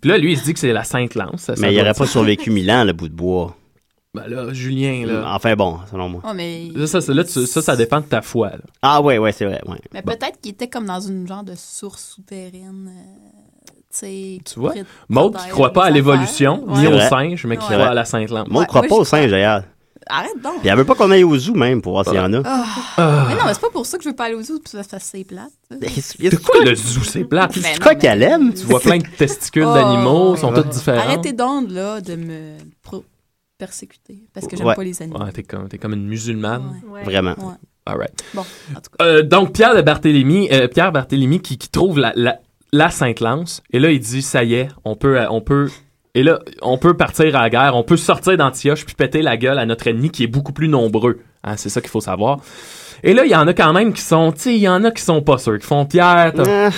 Speaker 6: Puis là, lui, il se dit que c'est la Sainte Lance. ça, ça
Speaker 2: Mais il
Speaker 6: doit
Speaker 2: n'aurait
Speaker 6: être
Speaker 2: pas
Speaker 6: ça.
Speaker 2: survécu mille ans, le bout de bois.
Speaker 6: Ben là, Julien, là.
Speaker 2: Enfin bon, selon moi.
Speaker 5: Ouais, mais
Speaker 6: Là, ça, c'est- là, tu- ça, ça dépend de ta foi. là.
Speaker 2: Ah ouais, ouais, c'est vrai. Ouais.
Speaker 5: mais
Speaker 6: Bon.
Speaker 5: peut-être qu'il était comme dans une genre de source souterraine. euh, tu sais, qui
Speaker 6: Tu vois?
Speaker 5: prête-
Speaker 6: Maud qui croit pas à
Speaker 5: Ouais.
Speaker 6: l'évolution, ni
Speaker 5: Ouais.
Speaker 6: au
Speaker 2: Ouais.
Speaker 6: singe, mais qui
Speaker 5: Ouais.
Speaker 6: croit à la Sainte Lampe.
Speaker 2: Moi, on
Speaker 5: Ouais,
Speaker 2: croit
Speaker 5: moi,
Speaker 2: pas au
Speaker 5: j'y crois.
Speaker 2: singe d'ailleurs.
Speaker 5: Arrête donc! Ah.
Speaker 2: Puis elle veut pas qu'on aille au zoo même pour voir s'il y en a.
Speaker 6: Ah,
Speaker 5: Mais non, mais c'est pas pour ça que je veux pas aller aux autres, parce que ça, c'est plate.
Speaker 2: Mais
Speaker 6: C'est quoi le zoo, c'est plat? Tu
Speaker 5: Mais non,
Speaker 2: crois
Speaker 5: mais-
Speaker 2: qu'elle aime?
Speaker 5: Tu
Speaker 6: vois plein de testicules
Speaker 5: Oh.
Speaker 6: d'animaux, sont toutes différentes.
Speaker 5: Arrêtez donc, là, de me pro- persécuter, parce que j'aime
Speaker 2: Ouais.
Speaker 5: pas les animaux.
Speaker 6: Ouais, t'es comme, t'es comme une musulmane.
Speaker 5: Ouais.
Speaker 4: Ouais.
Speaker 2: Vraiment.
Speaker 5: Ouais.
Speaker 6: Alright.
Speaker 5: Bon, en tout cas.
Speaker 6: Euh, donc Pierre de Barthélemy, euh, Pierre Barthélemy qui, qui trouve la, la, la Sainte Lance et là il dit ça y est, on peut euh, on peut et là on peut partir à la guerre, on peut sortir d'Antioche puis péter la gueule à notre ennemi qui est beaucoup plus nombreux. Hein, c'est ça qu'il faut savoir. Et là il y en a quand même qui sont, tu sais, il y en a qui sont pas sûrs, qui font Pierre, t'as- tu
Speaker 2: Ah,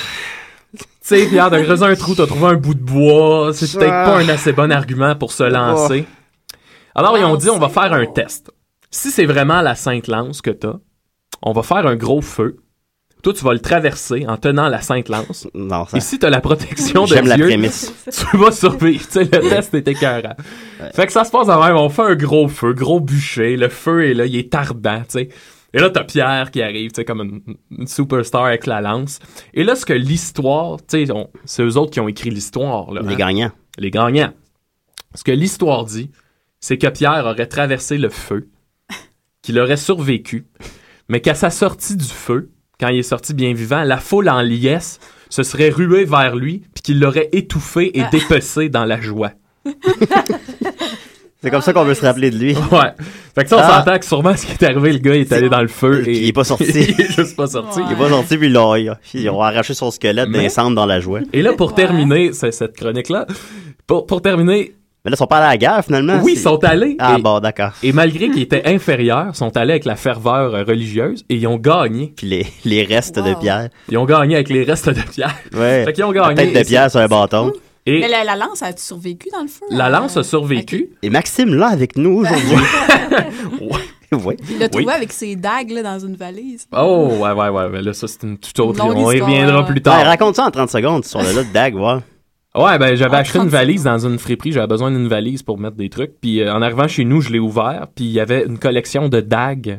Speaker 6: sais Pierre, t'as creusé un trou, t'as trouvé un bout de bois, c'est
Speaker 2: Ça-
Speaker 6: peut-être pas un assez bon argument pour se lancer. Alors ils ont dit on va
Speaker 5: Lancer,
Speaker 6: faire un
Speaker 5: oh.
Speaker 6: test. Si c'est vraiment la Sainte Lance que t'as, on va faire un gros feu. Toi, tu vas le traverser en tenant la Sainte Lance.
Speaker 2: non, ça.
Speaker 6: Et ben, si t'as la protection de
Speaker 2: J'aime la
Speaker 6: Dieu,
Speaker 2: prémisse.
Speaker 6: tu vas survivre. Tu sais, le test est écœurant. Fait que ça se passe en même. On fait un gros feu, gros bûcher. Le feu est là, il est ardent, tu sais. Et là, t'as Pierre qui arrive, tu sais, comme une, une superstar avec la lance. Et là, ce que l'histoire, tu sais, on- c'est eux autres qui ont écrit l'histoire, là.
Speaker 2: Les
Speaker 6: hein
Speaker 2: gagnants.
Speaker 6: les gagnants. Ce que l'histoire dit, c'est que Pierre aurait traversé le feu, qu'il aurait survécu, mais qu'à sa sortie du feu, quand il est sorti bien vivant, la foule en liesse se serait ruée vers lui, puis qu'il l'aurait étouffé et dépecé dans la joie.
Speaker 2: C'est comme ça qu'on veut se rappeler de lui.
Speaker 6: Ouais. Fait que ça, on
Speaker 2: Ah.
Speaker 6: s'entend que sûrement ce qui est arrivé, le gars est allé dans le feu et
Speaker 2: Puis il est pas sorti.
Speaker 6: il est juste pas sorti.
Speaker 2: Il est pas sorti, puis ils l'ont- ils ont- ils ont arraché son squelette
Speaker 6: Mais-
Speaker 2: d'un centre dans la joie.
Speaker 6: Et là, pour
Speaker 5: Ouais.
Speaker 6: terminer ce- cette chronique-là, pour, pour terminer,
Speaker 2: Mais là, ils sont pas allés à la guerre, finalement.
Speaker 6: oui, ils
Speaker 2: C'est-
Speaker 6: sont allés.
Speaker 2: Ah
Speaker 6: et-
Speaker 2: bon, d'accord.
Speaker 6: Et malgré qu'ils étaient inférieurs, sont allés avec la ferveur euh, religieuse et ils ont gagné.
Speaker 2: Puis les, les restes
Speaker 5: Wow.
Speaker 2: de pierre.
Speaker 6: Ils ont gagné avec les restes de pierre.
Speaker 2: Ouais.
Speaker 6: Fait qu'ils ont
Speaker 2: La
Speaker 6: gagné.
Speaker 2: tête de pierre sur un bâton.
Speaker 6: Et
Speaker 5: Mais la, la lance, a survécu dans le feu?
Speaker 6: la
Speaker 5: Euh,
Speaker 6: lance a survécu.
Speaker 2: Et Maxime, là, avec nous aujourd'hui.
Speaker 6: Ouais.
Speaker 2: oui.
Speaker 5: Il l'a
Speaker 6: Oui.
Speaker 5: trouvé avec ses dagues là, dans une valise.
Speaker 6: Oh, ouais, ouais, ouais. mais Là, ça, c'est une toute autre.
Speaker 5: Longue
Speaker 6: On y
Speaker 5: histoire,
Speaker 6: reviendra
Speaker 5: ouais.
Speaker 6: plus
Speaker 2: Ouais,
Speaker 6: tard.
Speaker 2: raconte ça en 30 secondes sur le lot de Dag, voir.
Speaker 6: Ouais, ben, j'avais
Speaker 5: En
Speaker 6: acheté une
Speaker 5: 30
Speaker 6: valise dans une friperie. J'avais besoin d'une valise pour mettre des trucs. Puis euh, en arrivant chez nous, je l'ai ouvert. Puis il y avait une collection de dagues.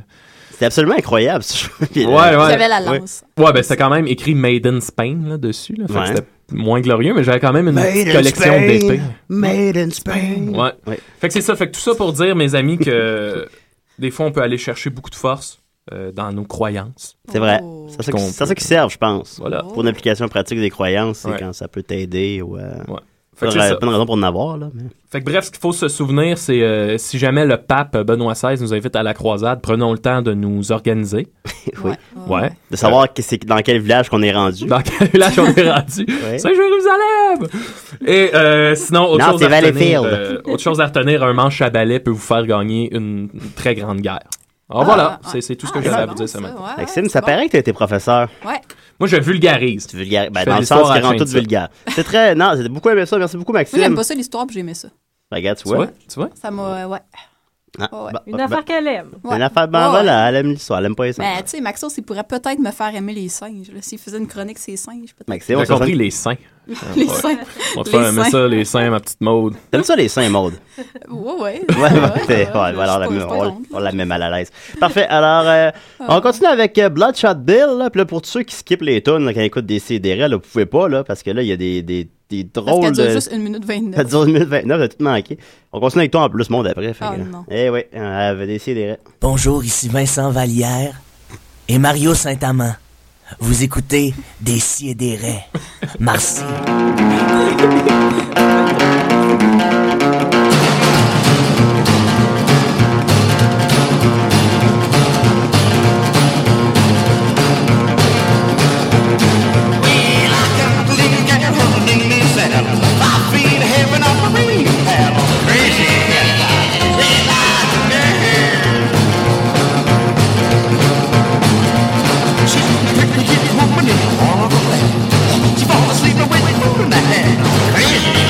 Speaker 2: C'était absolument incroyable. ce jeu. Puis,
Speaker 6: Ouais,
Speaker 2: euh,
Speaker 5: Il y
Speaker 6: ouais.
Speaker 5: avait la
Speaker 2: oui.
Speaker 5: lance.
Speaker 6: Ouais, ben, c'était quand même écrit Made in Spain, là, dessus. Là. Fait que
Speaker 2: Ouais.
Speaker 6: c'était moins glorieux, mais j'avais quand même une
Speaker 1: Made
Speaker 6: petite
Speaker 1: in
Speaker 6: collection
Speaker 1: Spain.
Speaker 6: d'épées.
Speaker 1: Made in Spain.
Speaker 6: Ouais.
Speaker 2: Ouais.
Speaker 6: Fait que c'est ça. Fait que tout ça pour dire, mes amis, que des fois, on peut aller chercher beaucoup de force euh, dans nos croyances.
Speaker 2: C'est vrai.
Speaker 5: Oh.
Speaker 2: C'est à ça qui- c'est à ça qui servent, je pense.
Speaker 6: Voilà.
Speaker 5: Oh.
Speaker 2: Pour une application pratique des croyances, c'est
Speaker 6: Ouais.
Speaker 2: quand ça peut t'aider ou. euh, Pas
Speaker 6: Fait que,
Speaker 2: de
Speaker 6: c'est
Speaker 2: ra-
Speaker 6: ça.
Speaker 2: pas de raison pour en avoir, là. mais-
Speaker 6: Fait que bref, ce qu'il faut se souvenir, c'est euh, si jamais le pape Benoît XVI nous invite à la croisade, prenons le temps de nous organiser.
Speaker 2: Oui.
Speaker 6: Ouais.
Speaker 2: De savoir que c'est dans quel village qu'on est rendu.
Speaker 6: Dans quel village on est rendu?
Speaker 2: Ouais.
Speaker 6: Bah, C'est Jérusalem! Et euh, sinon, autre,
Speaker 2: Non,
Speaker 6: chose
Speaker 2: c'est
Speaker 6: à retenir,
Speaker 2: Valleyfield.
Speaker 6: euh, autre chose à retenir, un manche à balai peut vous faire gagner une très grande guerre. Alors voilà,
Speaker 5: Ah,
Speaker 6: c'est- c'est tout ce que j'avais à vous dire ce matin.
Speaker 2: Maxime, ça paraît que t'as été professeur.
Speaker 5: Ouais.
Speaker 6: Moi, je vulgarise.
Speaker 2: Tu vulgaire. Ben,
Speaker 6: fais
Speaker 2: dans le
Speaker 6: l'histoire
Speaker 2: sens
Speaker 6: à
Speaker 2: qui
Speaker 6: la
Speaker 2: rend
Speaker 6: fin
Speaker 2: tout
Speaker 6: de ça.
Speaker 2: vulgaire. C'est très. Non, j'ai beaucoup aimé ça. Merci beaucoup, Maxime.
Speaker 5: Moi, j'aime pas ça l'histoire, puis j'aimais ça.
Speaker 2: Ben, regarde, tu
Speaker 6: Tu vois?
Speaker 2: vois.
Speaker 6: Tu vois?
Speaker 5: Ça m'a. Ouais.
Speaker 2: Ah,
Speaker 5: Ouais, ouais.
Speaker 2: bah,
Speaker 4: Une
Speaker 2: bah,
Speaker 4: affaire qu'elle aime.
Speaker 2: Une
Speaker 5: Ouais.
Speaker 2: affaire. Ben,
Speaker 5: Ouais, Ben,
Speaker 2: voilà, elle aime l'histoire. Elle aime pas ça.
Speaker 5: Mais tu sais, Maxos, il pourrait peut-être me faire aimer les singes. là. S'il faisait une chronique, ses singes, peut-être.
Speaker 2: Maxime, on
Speaker 6: T'as
Speaker 2: se
Speaker 6: compris
Speaker 2: sent-
Speaker 6: les seins.
Speaker 5: Les singes.
Speaker 6: On te
Speaker 5: Les
Speaker 6: fait aimer
Speaker 5: seins.
Speaker 6: ça, les seins, ma petite Maude.
Speaker 2: T'aimes ça, les seins, Maude?
Speaker 5: Ouais, ouais.
Speaker 2: Ouais, ouais, t'es- ouais,
Speaker 5: ouais,
Speaker 2: voilà, on
Speaker 5: c'est
Speaker 2: la
Speaker 5: pas-
Speaker 2: met-
Speaker 5: c'est pas
Speaker 2: on,
Speaker 5: contre.
Speaker 2: on la met mal à l'aise. Parfait, alors, euh,
Speaker 5: Ah.
Speaker 2: on continue avec euh, Bloodshot Bill. Là, Puis là, pour tous ceux qui skippent les tunes, là, quand ils écoutent des CDR, là, vous pouvez pas, là, parce que là, il y a des, des, des
Speaker 5: Parce
Speaker 2: drôles
Speaker 5: qu'elle dure
Speaker 2: de...
Speaker 5: juste 1 minute 29.
Speaker 2: Ça dure 2029, t'as tout manqué. On continue avec toi en plus, monde, après. fait
Speaker 5: Ah,
Speaker 2: que, là.
Speaker 5: non.
Speaker 2: Eh oui, on avait des CDR.
Speaker 7: Bonjour, ici Vincent Vallière et Mario Saint-Amand. Vous écoutez Des si et des raies. Merci.
Speaker 8: She falls asleep with food in her hand. Crazy.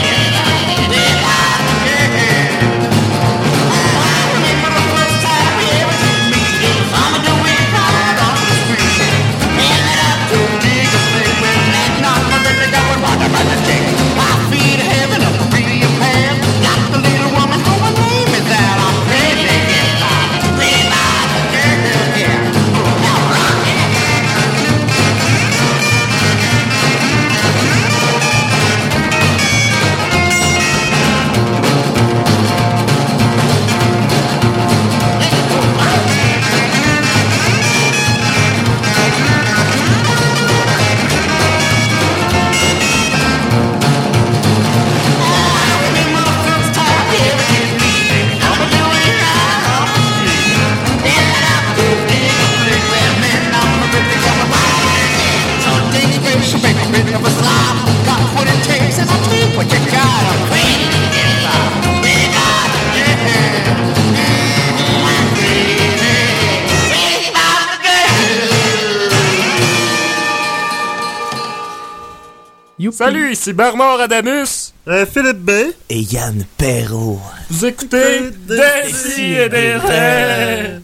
Speaker 8: Salut, ici Bernard Adamus. Philippe B.
Speaker 7: Et Yann Perrault.
Speaker 8: Vous écoutez Desi et des rêves.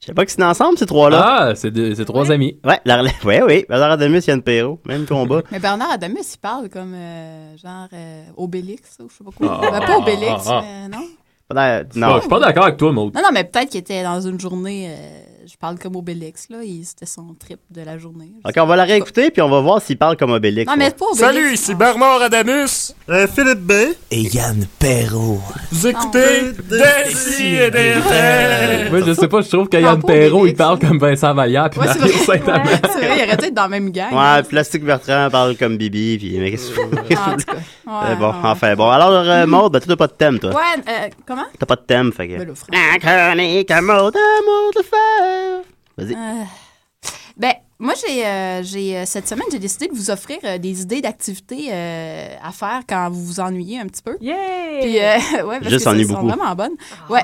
Speaker 2: Je sais pas que c'est ensemble, ces trois-là.
Speaker 6: Ah, c'est deux- c'est trois amis.
Speaker 2: Ouais, la relève. Ouais, oui. Bazar Adamus, Yann Perrault. Même combat.
Speaker 5: Mais Bernard Adamus, il parle comme euh, genre euh, Obélix, ou je sais pas quoi. Ben, pas Obélix,
Speaker 6: ah, ah.
Speaker 5: mais non.
Speaker 2: Pas d'air-
Speaker 6: Ah,
Speaker 2: Non.
Speaker 6: je suis pas d'accord avec toi, Maud.
Speaker 5: Non, non, mais peut-être qu'il était dans une journée, euh, je parle comme Obélix, là, et c'était son trip de la journée. je
Speaker 2: Ok,
Speaker 5: sais
Speaker 2: on va la réécouter, puis on va voir s'il parle comme
Speaker 5: pas.
Speaker 2: Obélix.
Speaker 5: Non, mais pas Obélix.
Speaker 8: Salut, ici Bernard Adamus. Philippe B.
Speaker 7: Et Yann Perrault.
Speaker 8: Vous écoutez Desi et des rêves.
Speaker 6: Moi, je sais pas, je trouve que
Speaker 5: Non,
Speaker 6: Yann
Speaker 5: pas
Speaker 6: Perrault, il
Speaker 5: Obélix,
Speaker 6: parle
Speaker 5: là.
Speaker 6: comme Vincent Vallière, puis
Speaker 5: Ouais, c'est
Speaker 6: Mario
Speaker 5: vrai.
Speaker 6: Saint-Amand.
Speaker 5: Ouais, c'est vrai, il aurait dû être dans la même gang.
Speaker 2: Ouais, Plastique Bertrand parle comme Bibi, puis mais qu'est-ce que tu
Speaker 5: Ah, en tout cas.
Speaker 2: Euh,
Speaker 5: Ouais,
Speaker 2: bon,
Speaker 5: ouais.
Speaker 2: enfin, bon. Alors, euh, Maud, ben, toi, t'as pas de thème, toi.
Speaker 5: Ouais, euh, comment?
Speaker 2: T'as pas de thème, fait que.
Speaker 5: Ben, là, franchement.
Speaker 2: La chronique à Maud, à Maud le faire. Vas-y.
Speaker 5: Euh, ben, moi, j'ai, euh, j'ai, euh, cette semaine, j'ai décidé de vous offrir euh, des idées d'activités euh, à faire quand vous vous ennuyez un petit peu.
Speaker 4: Yeah!
Speaker 5: Puis, euh, ouais, parce
Speaker 2: Je
Speaker 5: que ça,
Speaker 2: s'ennuie
Speaker 5: elles sont
Speaker 2: beaucoup.
Speaker 5: vraiment bonnes. Ouais.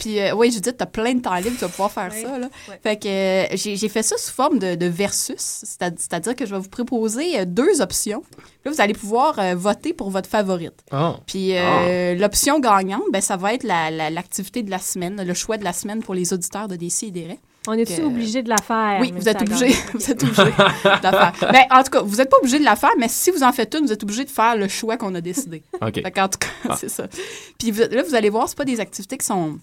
Speaker 5: Puis, euh, oui, Judith, t'as plein de temps libre, tu vas pouvoir faire
Speaker 4: Ah. Ouais.
Speaker 5: ça. Là.
Speaker 4: Ouais.
Speaker 5: Fait que euh, j'ai j'ai fait ça sous forme de, de versus, c'est-à- c'est-à-dire que je vais vous proposer euh, deux options. Puis là, vous allez pouvoir euh, voter pour votre favorite.
Speaker 6: Ah.
Speaker 5: Puis euh, l'option gagnante, ben, ça va être la- la- l'activité de la semaine, le choix de la semaine pour les auditeurs de Décideret.
Speaker 4: On est-tu
Speaker 5: que-
Speaker 4: obligé de la faire?
Speaker 5: Oui,
Speaker 4: même
Speaker 5: vous
Speaker 4: si
Speaker 5: êtes
Speaker 4: ça
Speaker 5: obligé.
Speaker 4: gagne?
Speaker 5: vous êtes obligé de la faire. Ben, en tout cas, vous n'êtes pas obligé de la faire, mais si vous en faites une, vous êtes obligé de faire le choix qu'on a décidé.
Speaker 6: OK.
Speaker 5: Fait qu'en tout cas, c'est ça. Puis vous- là, vous allez voir, c'est pas des activités qui sont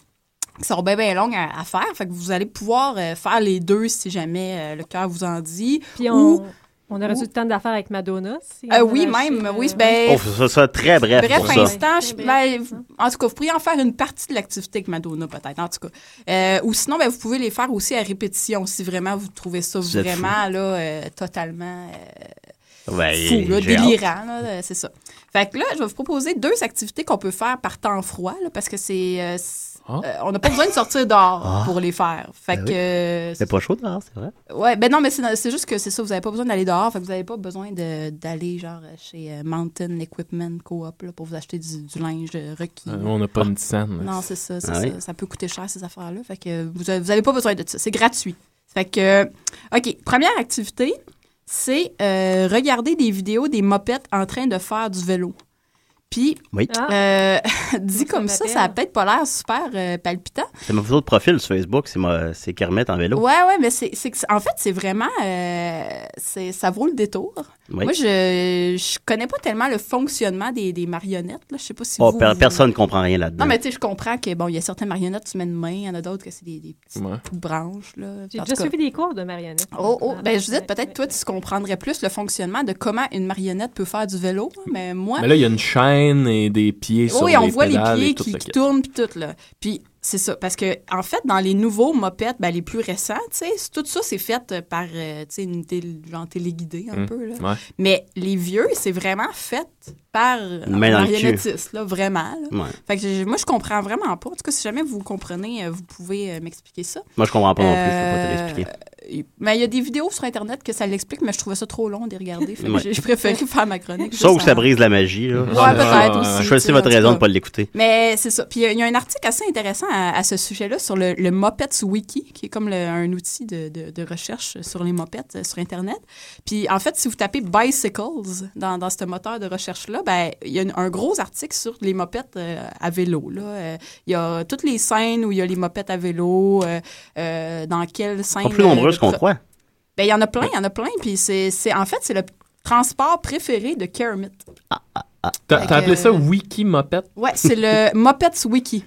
Speaker 5: qui sont bien, bien longues à, à faire. Fait que vous allez pouvoir euh, faire les deux si jamais euh, le cœur vous en dit.
Speaker 4: Puis
Speaker 5: Ou-
Speaker 4: on, on aurait dû
Speaker 5: ou-
Speaker 4: le temps de la faire avec Madonna. si
Speaker 5: Euh,
Speaker 4: on
Speaker 5: oui,
Speaker 4: avait
Speaker 5: même.
Speaker 4: acheté,
Speaker 5: oui,
Speaker 4: euh,
Speaker 5: ben,
Speaker 2: Oh, ça sera très bref,
Speaker 5: Bref,
Speaker 2: pour
Speaker 5: à
Speaker 2: ça.
Speaker 5: l'instant,
Speaker 4: Très
Speaker 5: je-
Speaker 4: bref.
Speaker 5: ben, vous- en tout cas, vous pourriez en faire une partie de l'activité avec Madonna, peut-être, en tout cas. Euh, ou sinon, ben, vous pouvez les faire aussi à répétition, si vraiment vous trouvez ça
Speaker 2: Vous êtes
Speaker 5: vraiment, là, euh, totalement euh,
Speaker 2: Ouais,
Speaker 5: fou, là,
Speaker 2: j'ai hâte.
Speaker 5: délirant, là, euh, c'est ça. Fait que là, je vais vous proposer deux activités qu'on peut faire par temps froid, là, parce que c'est... euh, c'est-
Speaker 6: Ah.
Speaker 5: euh, on n'a pas besoin de sortir dehors pour les faire. Fait
Speaker 2: Ah. Ben
Speaker 5: que... euh,
Speaker 2: C'est pas chaud dehors, c'est vrai.
Speaker 5: Ouais, ben non, mais c'est c'est juste que c'est ça, vous n'avez pas besoin d'aller dehors, fait que vous n'avez pas besoin de- d'aller genre chez euh, Mountain Equipment Co-op là, pour vous acheter du, du linge euh, requis.
Speaker 6: Euh, on n'a pas une scène.
Speaker 5: non, c'est ça, c'est
Speaker 2: Ah
Speaker 5: ça.
Speaker 2: oui.
Speaker 5: Ça peut coûter cher ces affaires-là, fait que vous n'avez pas besoin de ça, c'est gratuit. Fait que, euh, ok, première activité, c'est euh, regarder des vidéos des mopettes en train de faire du vélo. Puis,
Speaker 4: Ah,
Speaker 5: euh, dit
Speaker 4: Ça
Speaker 5: comme ça,
Speaker 4: m'appelle.
Speaker 5: ça a peut-être pas l'air super euh, palpitant.
Speaker 2: C'est ma photo de profil sur Facebook, c'est ma- c'est Kermit en vélo.
Speaker 5: Ouais, ouais, mais c'est, c'est que c'est- en fait, c'est vraiment. euh, c'est, ça vaut le détour.
Speaker 2: Oui.
Speaker 5: Moi, je, je connais pas tellement le fonctionnement des, des marionnettes. Là. Je sais pas si.
Speaker 2: Oh,
Speaker 5: vous,
Speaker 2: per-
Speaker 5: vous-
Speaker 2: personne comprend rien là-dedans.
Speaker 5: Non, mais tu sais, je comprends que, bon, il y a certaines marionnettes, tu mets une main, il y en a d'autres que c'est des, des petites
Speaker 6: Ouais.
Speaker 5: branches, là.
Speaker 4: J'ai
Speaker 5: En tout
Speaker 4: déjà
Speaker 5: cas.
Speaker 4: suivi des cours de marionnette.
Speaker 5: Oh, oh, ben, je disais,
Speaker 4: Ouais,
Speaker 5: peut-être,
Speaker 4: ouais,
Speaker 5: toi, tu comprendrais plus le fonctionnement de comment une marionnette peut faire du vélo, hein, mais moi.
Speaker 6: Mais là, il y a une chaîne et des pieds sur
Speaker 5: Oui,
Speaker 6: les
Speaker 5: on voit les
Speaker 6: pédales et
Speaker 5: pieds
Speaker 6: tout
Speaker 5: qui,
Speaker 6: le
Speaker 5: qui
Speaker 6: kit.
Speaker 5: tournent puis tout là. Puis c'est ça parce que en fait dans les nouveaux mopettes ben, les plus récents, tu sais, c'est- tout ça c'est fait euh, par euh, tu sais une télé, genre téléguidée un
Speaker 2: Mmh.
Speaker 6: Mm.
Speaker 5: peu là.
Speaker 6: Ouais.
Speaker 5: Mais les vieux, c'est vraiment fait par un
Speaker 2: Une main dans le cul.
Speaker 5: marionnettiste là, vraiment. là.
Speaker 2: Ouais.
Speaker 5: Fait que j'ai- moi je comprends vraiment pas. En tout cas, si jamais vous comprenez, euh, vous pouvez euh, m'expliquer ça.
Speaker 2: Moi, je comprends pas non plus, je peux pas te
Speaker 5: Euh,
Speaker 2: l'expliquer.
Speaker 5: Et- Mais il y a des vidéos sur internet que ça l'explique, mais je trouvais ça trop long de regarder. Fait que
Speaker 2: Ouais.
Speaker 5: j'ai- je préférais faire ma chronique.
Speaker 2: Ça ou
Speaker 5: juste
Speaker 2: ça
Speaker 5: avant.
Speaker 2: brise la magie, là.
Speaker 5: Ouais, peut-être
Speaker 6: Ah,
Speaker 5: aussi. tu
Speaker 2: Choisissez
Speaker 5: sais,
Speaker 2: votre
Speaker 5: en tout
Speaker 2: raison de
Speaker 5: cas.
Speaker 2: pas l'écouter.
Speaker 5: Mais c'est ça. Puis euh, il y a- il y, a un article assez intéressant à, à ce sujet-là sur le, le Mopeds Wiki, qui est comme le- un outil de, de- de recherche sur les mopettes euh, sur Internet. Puis en fait, si vous tapez bicycles dans, dans ce moteur de recherche-là, ben il y a une- un gros article sur les mopettes euh, à vélo. Là. Euh, Il y a toutes les scènes où il y a les mopettes à vélo, euh, euh, dans quelles scènes.
Speaker 2: Pas plus
Speaker 5: euh,
Speaker 2: nombreuses qu'on croit.
Speaker 5: Ben, il y en a plein, il y en a plein. Puis c'est, c'est- en fait, c'est le transport préféré de Kermit.
Speaker 6: T'as t'as
Speaker 5: Fait
Speaker 6: appelé
Speaker 5: que- euh,
Speaker 6: ça Wiki Mopette,
Speaker 5: Ouais, c'est le Mopeds Wiki.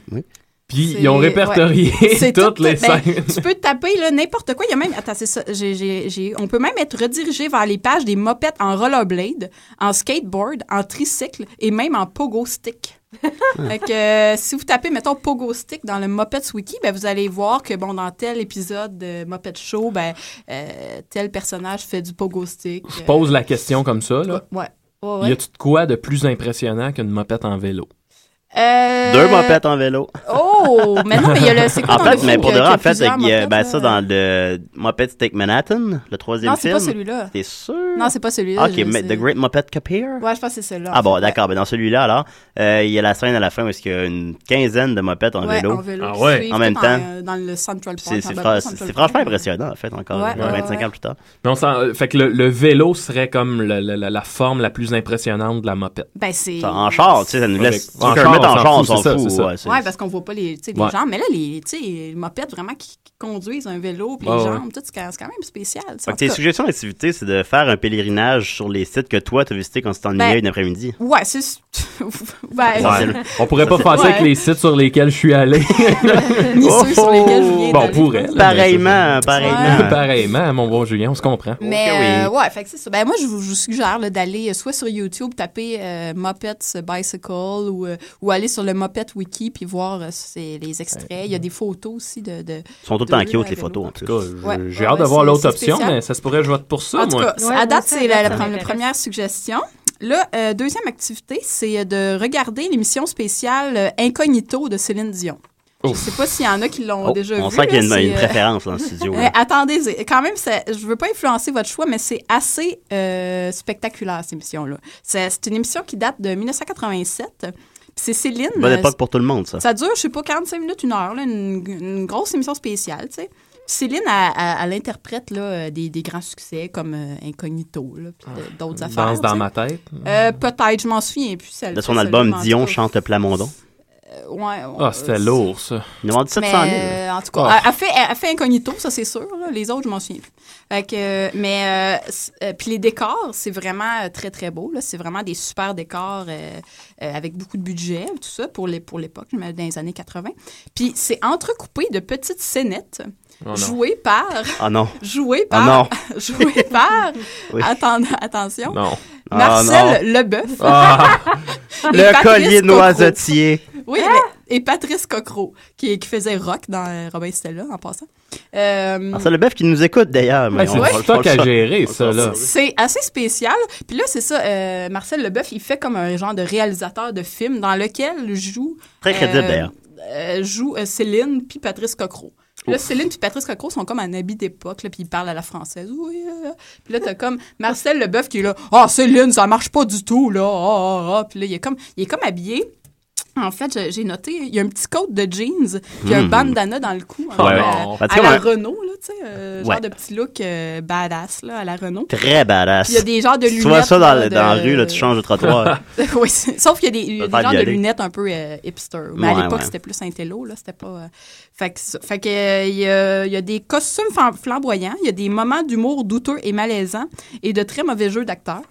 Speaker 6: puis
Speaker 5: C'est-
Speaker 6: ils ont répertorié
Speaker 5: C'est
Speaker 6: toutes
Speaker 5: tout-
Speaker 6: les
Speaker 5: ben,
Speaker 6: scènes.
Speaker 5: tu peux taper là, n'importe quoi. Il y a même. Attends, c'est ça. J'ai- j'ai- j'ai- on peut même être redirigé vers les pages des mopettes en rollerblade, en skateboard, en tricycle et même en pogo stick. Fait que, euh, si vous tapez, mettons, Pogo Stick dans le Muppets Wiki, ben, vous allez voir que, bon, dans tel épisode de Muppet Show, ben, euh, tel personnage fait du Pogo Stick.
Speaker 6: Je pose la question comme ça,
Speaker 5: Euh,
Speaker 6: là.
Speaker 5: ouais. ouais, ouais.
Speaker 6: Y a-tu de quoi de plus impressionnant qu'une mopette en vélo?
Speaker 5: Euh,
Speaker 2: Deux mopettes en vélo.
Speaker 5: Oh, mais non, mais il y a le. C'est quoi
Speaker 2: En
Speaker 5: dans le
Speaker 2: fait,
Speaker 5: film
Speaker 2: mais pour
Speaker 5: qu'il
Speaker 2: de
Speaker 5: y a-
Speaker 2: vrai, en
Speaker 5: qu'il y a
Speaker 2: fait, il y a,
Speaker 5: plusieurs
Speaker 2: ben,
Speaker 5: mopettes,
Speaker 2: ça
Speaker 5: là?
Speaker 2: dans le Muppet Take Manhattan, le troisième
Speaker 5: euh, Non, c'est
Speaker 2: film.
Speaker 5: pas celui-là.
Speaker 2: T'es sûr?
Speaker 5: Non, c'est pas celui-là.
Speaker 2: Hmm. Ok,
Speaker 5: je-
Speaker 2: mais
Speaker 5: c'est-
Speaker 2: The Great Muppet Capir?
Speaker 5: Ouais, je pense que c'est celui-là.
Speaker 2: Ah bon, d'accord. Ben dans celui-là, alors, euh, il y a la scène à la fin où il y a une quinzaine de mopettes en
Speaker 5: Ouais,
Speaker 2: vélo.
Speaker 5: en vélo.
Speaker 6: Ah
Speaker 5: qui
Speaker 6: ouais.
Speaker 5: suivent
Speaker 2: En même
Speaker 5: tout
Speaker 2: temps.
Speaker 5: euh, Dans le Central Park.
Speaker 2: C'est
Speaker 5: Ah,
Speaker 2: c'est
Speaker 5: ben,
Speaker 2: fra-
Speaker 5: pas
Speaker 2: c'est-
Speaker 5: Central
Speaker 2: c'est
Speaker 5: Park,
Speaker 2: franchement
Speaker 5: mais-
Speaker 2: impressionnant, en fait, encore
Speaker 5: Ouais,
Speaker 2: euh,
Speaker 5: ouais,
Speaker 2: 25
Speaker 5: ouais.
Speaker 2: ans plus tard.
Speaker 6: Mais on s'en- fait que le, le vélo serait comme la, la- la- la forme la plus impressionnante de la mopette.
Speaker 5: Ben, c'est.
Speaker 2: Ça, En char, tu sais, ça nous
Speaker 6: Avec-
Speaker 2: laisse.
Speaker 6: en
Speaker 2: En
Speaker 6: char,
Speaker 2: char, en
Speaker 6: on s'en
Speaker 2: char, on
Speaker 6: fout,
Speaker 2: s'en
Speaker 6: c'est ça,
Speaker 2: fout.
Speaker 6: c'est ça.
Speaker 2: ouais, c'est-
Speaker 5: Ouais, parce qu'on voit pas les, tu sais, les
Speaker 6: Ouais.
Speaker 5: jambes. Mais là, les, tu sais, les mopettes vraiment qui, qui conduisent un vélo, puis les
Speaker 6: Ouais, ouais.
Speaker 5: jambes, tout, c'est quand c'est quand même spécial. tu sais,
Speaker 2: Fait
Speaker 5: en
Speaker 2: que tes
Speaker 5: tout cas.
Speaker 2: suggestions d'activité, c'est de faire un pèlerinage sur les sites que toi, tu as visités quand tu t'ennuyais
Speaker 5: Ben,
Speaker 2: une après-midi.
Speaker 5: Ouais, c'est. ben,
Speaker 2: Ouais.
Speaker 6: Ouais. On pourrait pas penser
Speaker 5: Ouais.
Speaker 6: avec les sites sur lesquels je suis allé.
Speaker 5: ni ceux
Speaker 2: Oh!
Speaker 5: sur lesquels je viens
Speaker 6: Bon,
Speaker 5: d'aller.
Speaker 6: pour elle.
Speaker 2: Pareillement,
Speaker 5: Ouais.
Speaker 2: pareillement.
Speaker 6: Pareillement, mon bon Julien, on se comprend.
Speaker 5: Mais
Speaker 2: Ok, oui.
Speaker 5: euh, ouais, fait que c'est ça. Ben moi, je vous, je vous suggère là, d'aller euh, soit sur YouTube, taper euh, Muppets Bicycle ou, euh, ou aller sur le Muppet Wiki puis voir euh, c'est- les extraits. Il y a des photos aussi de. de...
Speaker 2: Ils sont tout le temps
Speaker 5: Deux
Speaker 2: cute,
Speaker 5: à
Speaker 2: les
Speaker 5: vélo.
Speaker 2: photos, en
Speaker 6: En
Speaker 2: plus.
Speaker 6: tout cas, je-
Speaker 5: Ouais,
Speaker 6: j'ai
Speaker 5: ouais,
Speaker 6: hâte de
Speaker 5: ouais,
Speaker 6: voir
Speaker 5: c'est-
Speaker 6: l'autre
Speaker 5: c'est
Speaker 6: option,
Speaker 5: spécial.
Speaker 6: mais ça se pourrait que je vote pour ça,
Speaker 5: En tout
Speaker 6: moi.
Speaker 5: cas,
Speaker 4: Ouais,
Speaker 5: à date,
Speaker 4: ça,
Speaker 5: c'est la, la
Speaker 4: ça
Speaker 5: première,
Speaker 4: m'intéresse.
Speaker 5: première suggestion. Là, euh, deuxième activité, c'est euh, de regarder l'émission spéciale euh, Incognito de Céline Dion.
Speaker 6: Ouf.
Speaker 5: Je sais pas s'il y en a qui l'ont
Speaker 2: Oh,
Speaker 5: déjà vu.
Speaker 2: on sent qu'il y a une,
Speaker 5: là,
Speaker 2: une
Speaker 5: c'est, euh,
Speaker 2: préférence dans le studio.
Speaker 5: Euh,
Speaker 2: là.
Speaker 5: attendez, c'est- quand même, ça- je veux pas influencer votre choix, mais c'est assez euh, spectaculaire, cette émission-là. C'est c'est une émission qui date de 1987. Puis C'est Céline.
Speaker 2: Bonne
Speaker 5: euh,
Speaker 2: époque pour tout le monde, ça.
Speaker 5: ça dure, je sais pas, 45 minutes, une heure, là, une, une grosse émission spéciale, tu sais. Puis Céline, elle, elle- elle interprète là, euh, des, des grands succès comme euh, Incognito, là, puis de- d'autres affaires.
Speaker 6: Ah, Danse
Speaker 5: tu
Speaker 6: dans
Speaker 5: sais.
Speaker 6: ma tête.
Speaker 5: Euh, Peut-être, je m'en souviens plus. celle-
Speaker 2: De son
Speaker 5: celle-là,
Speaker 2: album
Speaker 5: en tout
Speaker 2: Dion
Speaker 5: cas.
Speaker 2: chante Plamondon.
Speaker 5: Euh, ouais, ouais,
Speaker 6: Ah, c'était lourd, ça.
Speaker 2: Il nous demande 700
Speaker 5: Mais, euh,
Speaker 2: 000.
Speaker 5: en tout cas,
Speaker 6: Oh.
Speaker 5: elle- elle, fait, elle- elle fait incognito, ça c'est sûr. là. Les autres, je m'en souviens plus. Fait que, euh, mais euh, c- euh, puis les décors, c'est vraiment euh, très très beau. là. C'est vraiment des super décors euh, euh, avec beaucoup de budget, tout ça pour les pour l'époque, je me- dans les années 80. Puis c'est entrecoupé de petites scénettes
Speaker 6: Oh, non.
Speaker 5: jouées par
Speaker 2: Ah non.
Speaker 5: jouées
Speaker 2: Ah
Speaker 5: par
Speaker 2: non.
Speaker 5: jouées par
Speaker 2: Oui.
Speaker 5: atten- attention
Speaker 6: Non.
Speaker 2: Ah
Speaker 5: Marcel Leboeuf
Speaker 6: Ah,
Speaker 5: et
Speaker 2: Le
Speaker 5: Patrice
Speaker 2: collier
Speaker 5: Cocro.
Speaker 2: noisetier.
Speaker 5: Oui, mais- et Patrice Cocro, qui, qui faisait rock dans euh, Robin Stella, en passant. Euh,
Speaker 2: Ah, c'est le bœuf qui nous écoute d'ailleurs. mais
Speaker 6: Hey, Ah, c'est
Speaker 2: on-
Speaker 6: du
Speaker 2: on le- on
Speaker 6: stock
Speaker 2: le-
Speaker 6: à gérer, ça, là.
Speaker 5: c'est assez spécial. Puis là, c'est ça, euh, Marcel Leboeuf, il fait comme un genre de réalisateur de film dans lequel joue...
Speaker 2: Très crédible
Speaker 5: euh,
Speaker 2: d'ailleurs.
Speaker 5: euh, joue euh, Céline puis Patrice Cocro. Puis Là, Céline puis Patrice Cocro sont comme en habit d'époque, là, puis ils parlent à la française. Oui, euh, euh. Puis là, t'as comme Marcel Leboeuf qui est là. Ah, Céline, ça marche pas du tout, là. Ah, ah, ah. Puis là, il est comme, il est comme habillé. En fait, je- j'ai noté, il y a un petit coat de jeans, puis un
Speaker 2: Mhm.
Speaker 5: bandana dans le cou. hein,
Speaker 6: Ouais,
Speaker 5: euh,
Speaker 6: ouais.
Speaker 2: Parce que
Speaker 5: à la
Speaker 2: moi-
Speaker 5: Renault, là, tu sais, euh, genre
Speaker 2: Ouais.
Speaker 5: de petit look euh, badass, là, à la Renault.
Speaker 2: Très badass.
Speaker 5: Puis il y a des genres de
Speaker 2: tu
Speaker 5: lunettes.
Speaker 2: vois ça dans,
Speaker 5: là,
Speaker 2: le-
Speaker 5: de-
Speaker 2: dans la rue, là, tu changes de trottoir.
Speaker 5: oui, c'est- sauf qu'il y a des, il y a
Speaker 2: Faut faire
Speaker 5: des genres de
Speaker 2: violer.
Speaker 5: lunettes un peu euh, hipster. Mais
Speaker 2: Ouais,
Speaker 5: à l'époque,
Speaker 2: ouais.
Speaker 5: c'était plus intello, là, c'était pas... euh, Fait que, ça- fait que, euh, il y, a, il y a des costumes flam- flamboyants, il y a des moments d'humour douteux et malaisants, et de très mauvais jeux d'acteurs.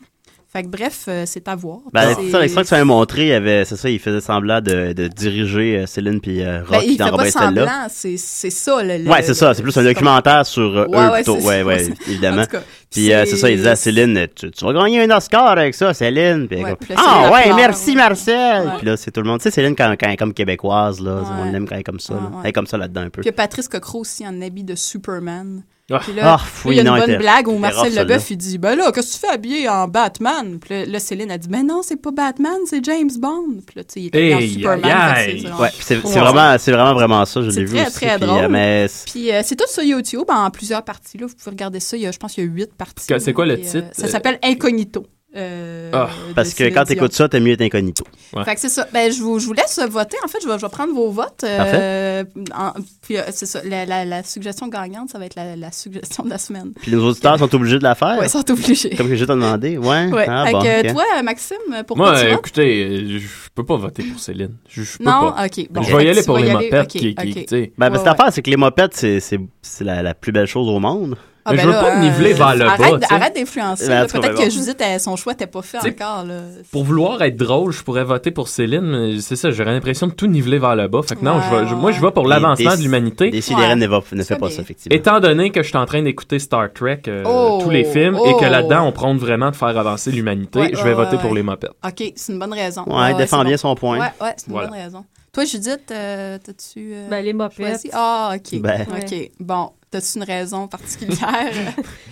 Speaker 5: Fait que bref, euh, c'est à voir.
Speaker 2: ben,
Speaker 5: Puis
Speaker 2: c'est
Speaker 5: c'est-
Speaker 2: ça, l'extrait que tu m'avais montré, il y avait- c'est ça, il faisait semblant de, de diriger euh, Céline puis euh,
Speaker 5: Ben,
Speaker 2: Rock
Speaker 5: il
Speaker 2: dans
Speaker 5: fait
Speaker 2: Robin
Speaker 5: pas
Speaker 2: Stella.
Speaker 5: semblant, c'est c'est ça. Le, le-
Speaker 2: Ouais, c'est ça, c'est plus un
Speaker 5: comme-
Speaker 2: documentaire sur euh,
Speaker 5: Ouais,
Speaker 2: eux
Speaker 5: ouais,
Speaker 2: plutôt.
Speaker 5: c'est
Speaker 2: Ouais,
Speaker 5: ça,
Speaker 2: ouais,
Speaker 5: c'est- En
Speaker 2: évidemment.
Speaker 5: tout cas,
Speaker 2: Puis euh, c'est ça, il disait à Céline, tu, tu vas gagner un Oscar avec ça, Céline. Puis elle
Speaker 5: Ouais,
Speaker 2: comme,
Speaker 5: puis là, Céline,
Speaker 2: ah
Speaker 5: elle
Speaker 2: ouais,
Speaker 5: pleure.
Speaker 2: merci Marcel.
Speaker 5: Ouais.
Speaker 2: Puis là, c'est tout le monde. Tu sais, Céline, quand, quand elle est comme québécoise, là,
Speaker 5: Ouais.
Speaker 2: on l'aime quand elle est comme ça. là.
Speaker 5: Ouais, ouais.
Speaker 2: Elle est comme ça là-dedans un
Speaker 5: Puis
Speaker 2: peu.
Speaker 5: il y a Patrice Cocro aussi en habit de Superman.
Speaker 6: Ah.
Speaker 5: Puis là,
Speaker 2: Ah, fou,
Speaker 5: là, il y a
Speaker 2: non,
Speaker 5: une
Speaker 2: elle
Speaker 5: bonne
Speaker 2: était-
Speaker 5: blague où
Speaker 2: était
Speaker 5: Marcel
Speaker 2: rough,
Speaker 5: Leboeuf, il dit Ben là, qu'est-ce que tu fais habillé en Batman Puis là, là, Céline a dit Ben non, c'est pas Batman, c'est James Bond. Puis là, tu sais, il était
Speaker 6: Hey,
Speaker 5: dans Superman. fait
Speaker 6: aïe,
Speaker 5: que
Speaker 6: aïe.
Speaker 5: c'est vraiment-
Speaker 2: Ouais, puis c'est c'est
Speaker 5: Ouais.
Speaker 2: vraiment, c'est vraiment, vraiment ça, je
Speaker 5: C'est
Speaker 2: l'ai vu
Speaker 5: très,
Speaker 2: aussi.
Speaker 5: très
Speaker 2: puis,
Speaker 5: drôle.
Speaker 2: euh, mais c'est-
Speaker 5: Puis euh, c'est tout sur YouTube en plusieurs parties. Là. Vous pouvez regarder ça. Il y a, je pense qu'il y a huit parties.
Speaker 6: Que- c'est
Speaker 5: là,
Speaker 6: quoi le
Speaker 5: puis, euh,
Speaker 6: titre?
Speaker 5: ça s'appelle Incognito. euh,
Speaker 6: Ah,
Speaker 5: de
Speaker 2: parce que
Speaker 5: Céline
Speaker 2: quand
Speaker 5: Dion.
Speaker 2: t'écoutes ça, t'es mieux être incognito.
Speaker 5: Fait que c'est ça. Ben, je vous, je vous laisse voter. En fait, je vais, je vais prendre vos votes. Euh, en- puis, euh, c'est ça. La, la- la suggestion gagnante, ça va être la, la suggestion de la semaine.
Speaker 2: Puis nos auditeurs sont obligés de la faire.
Speaker 5: Ouais, sont obligés.
Speaker 2: Comme que je t'ai demandé, ouais.
Speaker 5: Ouais.
Speaker 2: Ah,
Speaker 5: Fait
Speaker 2: bon,
Speaker 5: que
Speaker 2: ok.
Speaker 5: toi, Maxime, pourquoi
Speaker 6: Moi,
Speaker 5: tu votes?
Speaker 6: écoutez, euh, je peux pas voter pour Céline. Je, je peux
Speaker 5: Non,
Speaker 6: pas.
Speaker 5: ok. bon.
Speaker 6: je vais
Speaker 5: Fait
Speaker 6: y
Speaker 5: que
Speaker 6: aller
Speaker 5: tu
Speaker 6: pour
Speaker 5: vas
Speaker 6: les
Speaker 5: y aller,
Speaker 6: mopettes
Speaker 5: ok,
Speaker 6: qui, qui-
Speaker 5: ok.
Speaker 6: tu sais.
Speaker 2: Ben, parce
Speaker 5: Ouais,
Speaker 2: que l'affaire, c'est que les mopettes, c'est- c'est c'est la, la plus belle chose au monde.
Speaker 5: Ah,
Speaker 6: Mais je veux pas
Speaker 5: hein,
Speaker 6: niveler vers le
Speaker 5: arrête,
Speaker 6: bas, tu sais.
Speaker 5: Arrête d'influencer.
Speaker 2: Ben,
Speaker 5: là.
Speaker 2: en tout cas,
Speaker 5: Peut-être
Speaker 2: ben,
Speaker 5: que
Speaker 2: bon.
Speaker 5: Judith, elle- son choix n'était pas fait
Speaker 6: Tu sais,
Speaker 5: encore. Là.
Speaker 6: Pour vouloir être drôle, je pourrais voter pour Céline, mais c'est ça, j'aurais l'impression de tout niveler vers le bas. Fait que non,
Speaker 5: Ouais,
Speaker 6: je vais- je- moi,
Speaker 5: ouais.
Speaker 6: je vais pour
Speaker 2: Et
Speaker 6: l'avancement
Speaker 2: des-
Speaker 6: de l'humanité.
Speaker 2: Décidéré
Speaker 5: Ouais.
Speaker 2: ne, va- ne
Speaker 5: Ça,
Speaker 2: fait pas
Speaker 5: mais-
Speaker 2: ça, effectivement.
Speaker 6: Étant donné que je suis en train d'écouter Star Trek, euh,
Speaker 5: Oh,
Speaker 6: tous les films, et
Speaker 5: oh.
Speaker 6: que là-dedans, on prône vraiment de faire avancer l'humanité,
Speaker 5: Ouais,
Speaker 6: je vais
Speaker 5: ouais,
Speaker 6: voter pour
Speaker 5: ouais.
Speaker 6: les mopettes.
Speaker 5: OK, c'est une bonne raison.
Speaker 2: Ouais, défend
Speaker 5: c'est
Speaker 2: bien
Speaker 5: bon.
Speaker 2: son point.
Speaker 5: Ouais, ouais, c'est une
Speaker 6: Voilà.
Speaker 5: bonne raison. Toi, Judith, euh, t'as-tu. euh,
Speaker 4: Ben, les mopettes.
Speaker 5: choisi? Ah, OK.
Speaker 2: Ben.
Speaker 5: OK. Bon, t'as-tu une raison particulière?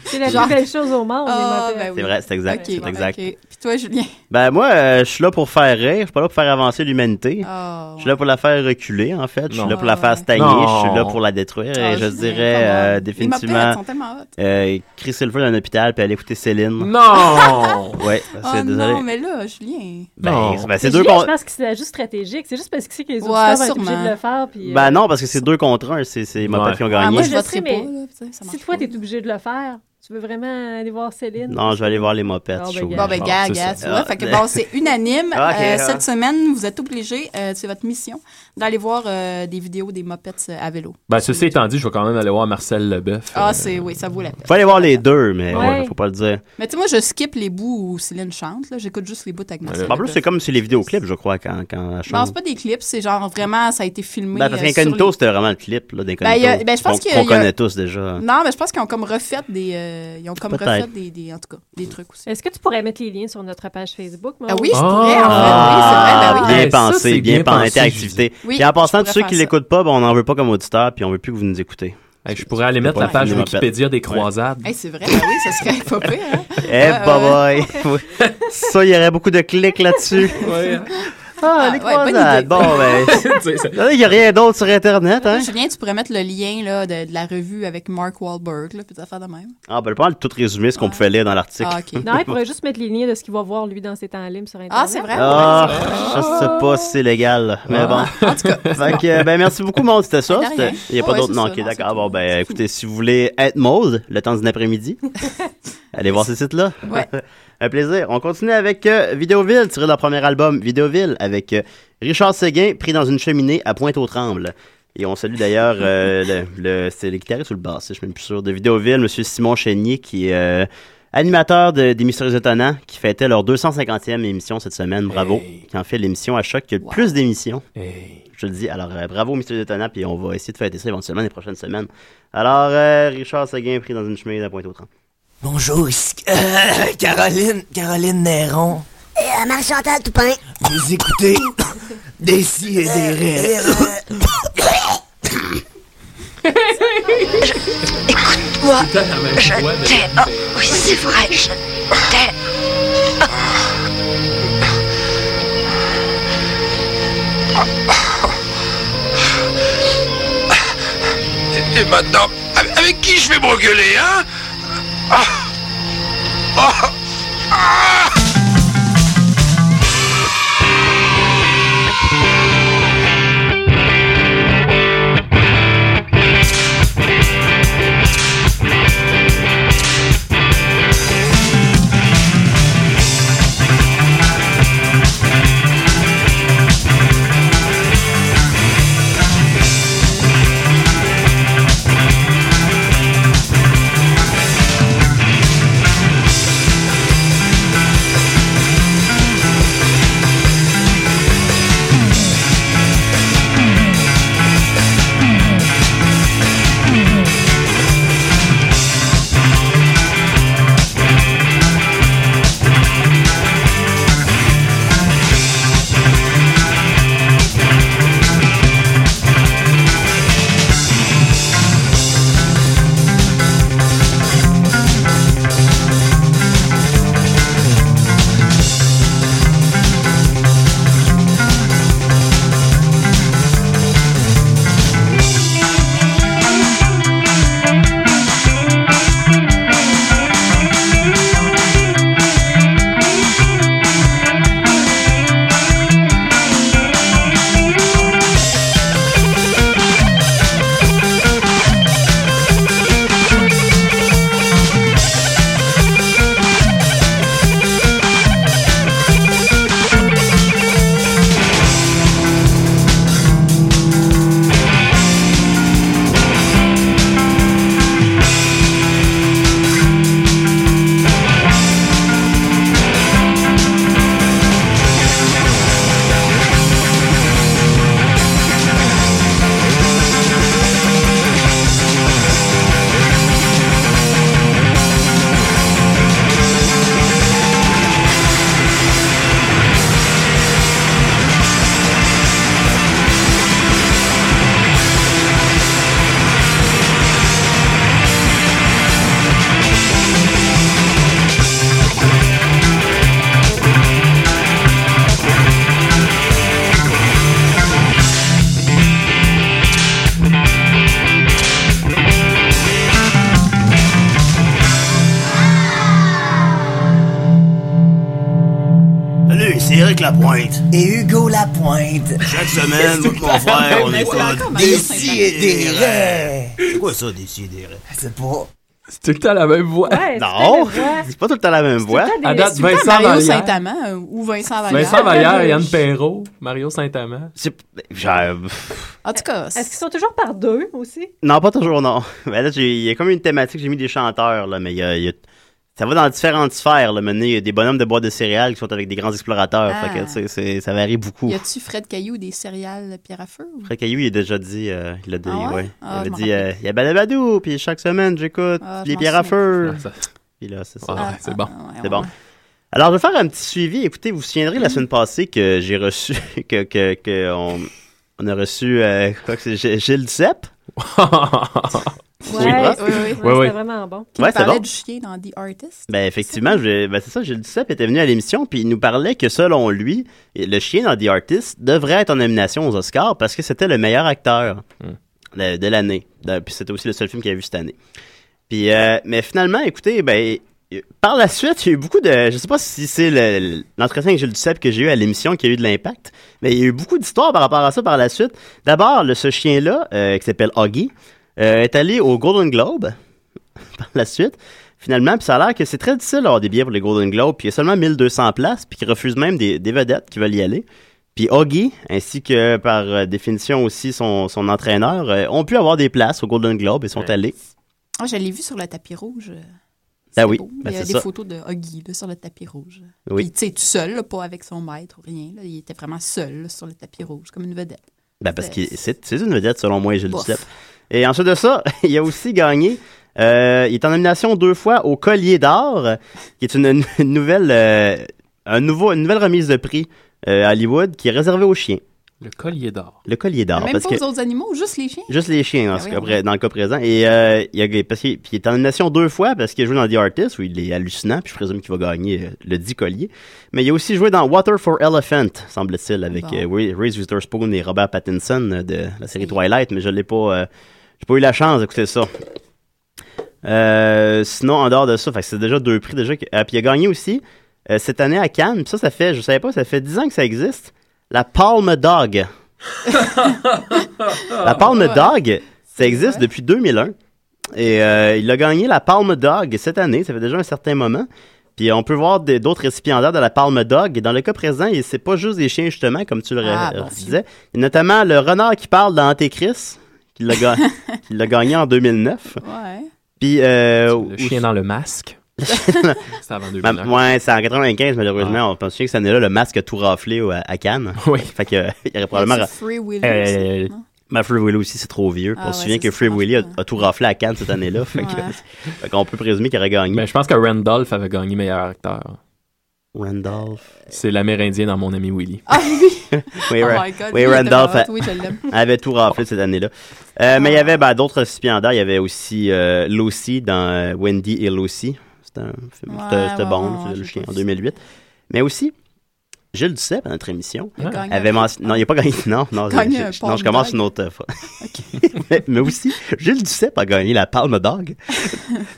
Speaker 4: C'est la
Speaker 5: Genre-
Speaker 4: plus belle chose au monde, les
Speaker 5: Ah,
Speaker 4: mopettes.
Speaker 5: ben oui.
Speaker 2: C'est vrai, c'est exact.
Speaker 5: Ok,
Speaker 2: c'est exact.
Speaker 5: ok. Puis Toi, Julien.
Speaker 2: Ben moi, euh, je suis là pour faire rire, je suis pas là pour faire avancer l'humanité.
Speaker 5: Oh,
Speaker 2: Je suis là pour la faire reculer, en fait. Je suis
Speaker 6: Non.
Speaker 2: là pour la
Speaker 5: Ah,
Speaker 2: faire
Speaker 5: ouais.
Speaker 2: stagner, je suis là
Speaker 6: Non.
Speaker 2: pour la détruire.
Speaker 5: Ah,
Speaker 2: et je
Speaker 5: Julien,
Speaker 2: dirais
Speaker 5: comment-
Speaker 2: euh,
Speaker 5: Les mopettes
Speaker 2: définitivement,
Speaker 5: sont tellement hot.
Speaker 2: euh, crisser le feu dans un hôpital puis aller écouter Céline.
Speaker 6: Non!
Speaker 2: Ouais, c'est
Speaker 5: Oh
Speaker 2: désolé.
Speaker 5: non, mais là, Julien.
Speaker 2: Ben,
Speaker 6: Non.
Speaker 2: c'est- ben, c'est
Speaker 4: C'est
Speaker 2: deux
Speaker 4: Julien,
Speaker 2: con-
Speaker 4: je pense que c'est juste stratégique. C'est juste parce que c'est que les
Speaker 5: Ouais,
Speaker 4: auditeurs vont être
Speaker 5: sûrement.
Speaker 4: obligés de le faire. Puis, euh,
Speaker 2: Ben non, parce que c'est deux contre un, c'est c'est les mopettes
Speaker 6: Ouais.
Speaker 2: qui ont
Speaker 5: Ah,
Speaker 2: gagné.
Speaker 5: moi,
Speaker 4: je
Speaker 5: je
Speaker 4: le
Speaker 5: voterai
Speaker 4: sais,
Speaker 5: pas.
Speaker 4: mais
Speaker 5: là, tu sais, ça
Speaker 4: Si
Speaker 5: marche
Speaker 4: toi,
Speaker 5: pas.
Speaker 4: t'es obligé de le faire, tu veux vraiment aller voir Céline?
Speaker 2: Non, je vais aller voir les mopettes.
Speaker 4: Ah, ben,
Speaker 2: chaud.
Speaker 5: Bon, ben,
Speaker 6: Bon,
Speaker 5: gars,
Speaker 6: c'est
Speaker 5: gars,
Speaker 6: ça.
Speaker 5: tu vois.
Speaker 2: Ah,
Speaker 5: fait que
Speaker 2: mais-
Speaker 5: bon, c'est unanime.
Speaker 2: Ah, ok,
Speaker 5: Euh,
Speaker 2: ah.
Speaker 5: cette semaine, vous êtes obligés, euh, c'est votre mission, d'aller voir euh, des vidéos des mopettes euh, à vélo.
Speaker 6: Ben, ceci étant dit, je vais quand même aller voir Marcel Leboeuf.
Speaker 5: Ah,
Speaker 6: Euh,
Speaker 5: c'est, oui, ça vaut la peine.
Speaker 2: Faut aller voir les deux, mais
Speaker 4: Ouais.
Speaker 2: faut pas le dire.
Speaker 5: Mais tu sais, moi, je skip les bouts où Céline chante, là. J'écoute juste les bouts avec Marcel.
Speaker 2: En plus, c'est
Speaker 5: Leboeuf.
Speaker 2: comme si les vidéoclips, je crois, quand, quand elle
Speaker 5: Non, Ben, c'est
Speaker 2: chante.
Speaker 5: pas des clips, c'est genre vraiment, ça a été filmé.
Speaker 2: Ben, parce
Speaker 5: euh, sur
Speaker 2: qu'Incognito,
Speaker 5: les-
Speaker 2: c'était vraiment le clip là,
Speaker 5: Ben, il y a-
Speaker 2: d'Incognito.
Speaker 5: ben, je pense
Speaker 2: qu'on-
Speaker 5: qu'il y a-
Speaker 2: qu'on connaît tous déjà.
Speaker 5: Non, mais je pense qu'ils ont comme refait des. euh, ils ont comme
Speaker 2: Peut-être.
Speaker 5: refait des, des- En tout cas, des trucs aussi.
Speaker 4: Est-ce que tu pourrais mettre les liens sur notre page Facebook? Maude?
Speaker 5: Ah oui, je
Speaker 6: Ah.
Speaker 5: pourrais, en fait. Oui, c'est vrai, ben oui.
Speaker 2: Ah, Bien
Speaker 6: Eh, ça,
Speaker 2: pensé,
Speaker 6: c'est
Speaker 2: bien,
Speaker 6: bien
Speaker 2: pensé,
Speaker 6: pensé,
Speaker 2: activité.
Speaker 5: Oui,
Speaker 2: Puis en passant,
Speaker 5: je
Speaker 2: tous ceux
Speaker 5: pourrais
Speaker 2: qui
Speaker 5: faire
Speaker 2: l'écoutent pas, ben, on n'en veut pas comme auditeur, puis on veut plus que vous nous écoutez.
Speaker 6: hey, je pourrais aller
Speaker 2: C'est
Speaker 6: mettre
Speaker 2: pas
Speaker 6: la page
Speaker 2: mal.
Speaker 6: Wikipédia des croisades.
Speaker 5: Hey, c'est vrai, ben oui, ça serait pas pire. Hein?
Speaker 2: Eh, bye bye! Ça, il y aurait beaucoup de clics là-dessus.
Speaker 6: Ouais.
Speaker 2: Ah,
Speaker 5: Ah,
Speaker 2: les
Speaker 5: ouais, bonne
Speaker 2: croisades!
Speaker 5: idée.
Speaker 2: Bon, ben. là, Il n'y a rien d'autre sur Internet, hein?
Speaker 5: Julien, tu pourrais mettre le lien là, de, de la revue avec Mark Wahlberg, là, puis des affaires de même.
Speaker 2: Ah, ben, je pense tout résumer ce qu'on
Speaker 5: Ouais.
Speaker 2: pouvait lire dans l'article.
Speaker 5: Ah, ok.
Speaker 4: Non, il pourrait juste mettre les liens de ce qu'il va voir, lui, dans ses temps libres sur Internet.
Speaker 5: Ah, c'est vrai?
Speaker 2: Ah, je sais pas si c'est légal, là, mais bon.
Speaker 5: Ah. En tout cas,
Speaker 2: Fait que, euh, ben, merci beaucoup, Maude. C'était ça.
Speaker 5: De rien.
Speaker 2: c'était- Il n'y a
Speaker 5: Ah
Speaker 2: pas
Speaker 5: ouais,
Speaker 2: d'autres.
Speaker 5: c'est
Speaker 2: Non,
Speaker 5: ça,
Speaker 2: ok,
Speaker 5: non,
Speaker 2: d'accord.
Speaker 5: c'est
Speaker 2: Bon,
Speaker 5: tout.
Speaker 2: ben,
Speaker 5: C'est
Speaker 2: écoutez, si vous voulez être Maude le temps d'un après-midi, allez voir ce site-là.
Speaker 5: Ouais.
Speaker 2: Un plaisir. On continue avec euh, Vidéoville, tiré de leur premier album, Vidéoville, avec euh, Richard Séguin, pris dans une cheminée à Pointe-aux-Trembles. Et on salue d'ailleurs euh, le, le- c'est le guitariste ou le bassiste, je suis même plus sûr, de Vidéoville, M. Simon Chénier, qui est euh, animateur de- des Mystérieux Étonnants, qui fêtait leur 250e émission cette semaine. Bravo.
Speaker 6: Hey.
Speaker 2: Qui en fait l'émission à choc qui a le
Speaker 5: Wow.
Speaker 2: plus d'émissions
Speaker 6: Hey.
Speaker 2: je le dis. Alors, euh, bravo, Mystère Détonnant, puis on va essayer de fêter ça éventuellement les prochaines semaines. Alors, euh, Richard Seguin pris dans une chemise à pointe au 30.
Speaker 7: Bonjour, ici euh, Caroline, Caroline Néron.
Speaker 9: Euh, Marie-Chantal Toupin.
Speaker 7: Vous écoutez des si et des rêves.
Speaker 9: Moi,
Speaker 6: Putain, la même
Speaker 9: je
Speaker 6: voix de-
Speaker 9: t'ai... Oh, oui, c'est vrai, je t'ai...
Speaker 8: Et, et maintenant, avec- avec qui je vais m'engueuler, hein Ah. Ah. Ah.
Speaker 9: Marie-Chantal
Speaker 10: Salut, c'est Eric Lapointe.
Speaker 7: Et Hugo Lapointe.
Speaker 10: Chaque semaine, moi et mon frère, on est sur
Speaker 7: Décidérez.
Speaker 10: C'est quoi ça, décidérez?
Speaker 7: Ah, C'est pas.
Speaker 6: C'est tout le temps la même voix.
Speaker 4: Ouais,
Speaker 2: Non,
Speaker 4: c'est pas des voix.
Speaker 2: c'est pas tout le temps la même voix.
Speaker 4: C'est tout le temps
Speaker 6: À
Speaker 4: des-
Speaker 6: date,
Speaker 4: c'est-
Speaker 5: Vincent
Speaker 6: Vincent
Speaker 5: Mario
Speaker 6: Vallière.
Speaker 5: Saint-Amand euh, ou Vincent Vallière.
Speaker 6: Vincent Vallière,
Speaker 4: je-
Speaker 6: Yann Perrault, Mario Saint-Amand.
Speaker 2: C'est- j'ai- pff,
Speaker 5: En tout cas,
Speaker 4: Est-ce
Speaker 5: c'est-
Speaker 4: qu'ils sont toujours par deux aussi?
Speaker 2: Non, pas toujours, non. Mais là, j'ai- il y a comme une thématique, j'ai mis des chanteurs, là, mais il y a- il y a- ça va dans différentes sphères. Là, maintenant, il y a des bonhommes de boîte de céréales qui sont avec des grands explorateurs.
Speaker 5: Ah.
Speaker 2: Fait que, tu sais, c'est- ça varie beaucoup.
Speaker 5: y a-tu Fred Caillou des céréales Pierre à feu? ou-
Speaker 2: Après Caillou, il a déjà dit, euh, il a dit,
Speaker 5: Ah ouais?
Speaker 2: ouais.
Speaker 5: Ah,
Speaker 2: il
Speaker 5: je
Speaker 2: avait
Speaker 5: m'en
Speaker 2: dit,
Speaker 5: rappelle.
Speaker 2: euh, il y a Badabadou, puis chaque semaine, j'écoute
Speaker 5: Ah, je
Speaker 2: les
Speaker 5: m'en
Speaker 2: pierres à
Speaker 5: souviens.
Speaker 2: feu.
Speaker 6: Ah, ça-
Speaker 2: Puis là, c'est ça.
Speaker 6: Ah,
Speaker 5: Ah,
Speaker 6: c'est
Speaker 5: ah,
Speaker 6: bon.
Speaker 5: ah, ouais,
Speaker 2: C'est
Speaker 5: ouais,
Speaker 2: bon.
Speaker 5: ouais.
Speaker 2: Alors, je vais faire un petit suivi. Écoutez, vous vous souviendrez
Speaker 5: Mm.
Speaker 2: la semaine passée que j'ai reçu, que, que, que on, on a reçu, euh, quoi que c'est, G- Gilles Duceppe.
Speaker 5: Ouais,
Speaker 2: hein?
Speaker 5: oui, oui.
Speaker 6: Ouais, ouais.
Speaker 4: C'était vraiment bon.
Speaker 5: Qui
Speaker 2: Ouais,
Speaker 5: nous
Speaker 2: c'est
Speaker 5: parlait
Speaker 2: bon.
Speaker 5: du chien dans The Artist.
Speaker 2: Ben, effectivement, je, ben, c'est ça, Gilles Duceppe était venu à l'émission, puis il nous parlait que selon lui, le chien dans The Artist devrait être en nomination aux Oscars parce que c'était le meilleur acteur de, de l'année. De- Puis c'était aussi le seul film qu'il a vu cette année. Puis, euh, mais finalement, écoutez, ben, euh, par la suite, il y a eu beaucoup de. Je sais pas si c'est le- l'entretien avec Gilles Duceppe que j'ai eu à l'émission qui a eu de l'impact, mais il y a eu beaucoup d'histoires par rapport à ça par la suite. D'abord, le- ce chien-là, euh, qui s'appelle Huggy, euh, est allé au Golden Globe par la suite. Finalement, puis ça a l'air que c'est très difficile d'avoir des billets pour les Golden Globes, puis il y a seulement 1200 places, puis qu'ils refusent même des, des vedettes qui veulent y aller. Puis Huggy, ainsi que par euh, définition aussi son, son entraîneur, euh, ont pu avoir des places au Golden Globe et sont
Speaker 6: Ouais.
Speaker 2: allés.
Speaker 5: Ah, je l'ai vu sur le tapis rouge. euh,
Speaker 2: Ah
Speaker 5: c'est
Speaker 2: oui,
Speaker 5: beau.
Speaker 2: ben,
Speaker 5: Il y a
Speaker 2: c'est
Speaker 5: des
Speaker 2: ça.
Speaker 5: photos de Huggy là, sur le tapis rouge.
Speaker 2: Oui.
Speaker 5: Puis, tu sais, tout seul, là, pas avec son maître ou rien. là. Il était vraiment seul là, sur le tapis rouge, comme une vedette.
Speaker 2: Ben parce que
Speaker 5: C'est-
Speaker 2: c'est c'est une vedette, selon moi, et je le
Speaker 5: Bof.
Speaker 2: sais. Et ensuite de ça, il a aussi gagné. euh, il est en nomination deux fois au Collier d'Or, euh, qui est une, une nouvelle, euh, un nouveau, une nouvelle remise de prix euh, à Hollywood qui est réservée aux chiens.
Speaker 6: Le collier d'or.
Speaker 2: Le Collier d'Or.
Speaker 5: Même
Speaker 2: parce
Speaker 5: pas
Speaker 2: que
Speaker 5: aux autres animaux, juste les chiens.
Speaker 2: Juste les chiens, en
Speaker 5: Ben
Speaker 2: ce
Speaker 5: oui,
Speaker 2: cas,
Speaker 5: on-
Speaker 2: pré- dans le cas présent. Et euh, il, a, parce qu'il- puis il est en nomination deux fois parce qu'il a joué dans The Artist, où il est hallucinant, puis je présume qu'il va gagner euh, le 10 collier. Mais il a aussi joué dans Water for Elephant, semble-t-il, avec
Speaker 5: Bon.
Speaker 2: euh, Ray- Reese Witherspoon et Robert Pattinson euh, de la série Twilight, mais je l'ai pas, euh, j'ai pas eu la chance d'écouter ça. Euh, sinon, en dehors de ça, fait que c'est déjà deux prix. déjà. que- ah, puis il a gagné aussi euh, cette année à Cannes. Puis ça, ça fait, je savais pas, ça fait 10 ans que ça existe. La Palme Dog. la Palme Dog, ça existe depuis 2001. Et euh, il a gagné la Palme Dog cette année. Ça fait déjà un certain moment. Puis on peut voir des- d'autres récipiendaires de la Palme Dog. Et dans le cas présent, et c'est pas juste des chiens, justement, comme tu le
Speaker 5: Ah,
Speaker 2: re-
Speaker 5: bon
Speaker 2: disais. Et notamment le renard qui parle dans Antéchrist, qui l'a ga- qui l'a gagné en 2009.
Speaker 5: Ouais.
Speaker 2: Puis, euh,
Speaker 6: le
Speaker 2: aussi-
Speaker 6: chien dans le masque. C'était avant
Speaker 2: Ma-
Speaker 6: 2001.
Speaker 2: ouais, c'est en 95, malheureusement. On pense que cette année-là, le masque a tout raflé au- à Cannes.
Speaker 6: Oui.
Speaker 2: Fait que, euh, il y aurait probablement.
Speaker 5: C'est
Speaker 2: ra-
Speaker 5: Free Willy.
Speaker 6: Euh,
Speaker 5: aussi, non?
Speaker 2: Ma Free Willy aussi, c'est trop vieux.
Speaker 5: Ah
Speaker 2: on
Speaker 5: ouais,
Speaker 2: se souvient
Speaker 5: c'est
Speaker 2: que
Speaker 5: ça,
Speaker 2: Free Willy a,
Speaker 5: franchement.
Speaker 2: a tout raflé à Cannes cette année-là. Fait que-
Speaker 5: Ouais.
Speaker 2: fait qu'on peut présumer qu'il aurait gagné.
Speaker 6: Ben, je pense que Randolph avait gagné meilleur acteur.
Speaker 2: Randolph.
Speaker 6: C'est l'Amérindien dans Mon ami Willy.
Speaker 5: Ah oui!
Speaker 2: Oui,
Speaker 5: oh
Speaker 2: Ra-
Speaker 5: my God.
Speaker 2: oui,
Speaker 5: il était
Speaker 2: Randolph
Speaker 5: hot. Ah.
Speaker 2: a-
Speaker 5: Oui, je l'aime.
Speaker 2: avait tout raflé cette année-là. Euh, mais il y avait ben, d'autres récipiendaires. Il y avait aussi euh, Lucy dans euh, Wendy et Lucy. C'était un film. C'était
Speaker 5: Ouais,
Speaker 2: c'était
Speaker 5: ouais,
Speaker 2: bon,
Speaker 5: ouais,
Speaker 2: c'était
Speaker 5: ouais,
Speaker 2: le
Speaker 5: j'ai
Speaker 2: chien,
Speaker 5: pas
Speaker 2: en
Speaker 5: vu
Speaker 2: 2008. Mais aussi, Gilles Duceppe, à notre émission,
Speaker 5: Il a gagné
Speaker 2: avait
Speaker 5: un-
Speaker 2: mention- Non, il n'a pas gagné. Non, non, je,
Speaker 5: Gagné
Speaker 2: je-
Speaker 5: un
Speaker 2: je-
Speaker 5: Palme
Speaker 2: non, je commence
Speaker 5: Dog.
Speaker 2: une autre fois. mais, mais aussi, Gilles Duceppe a gagné la Palme Dog.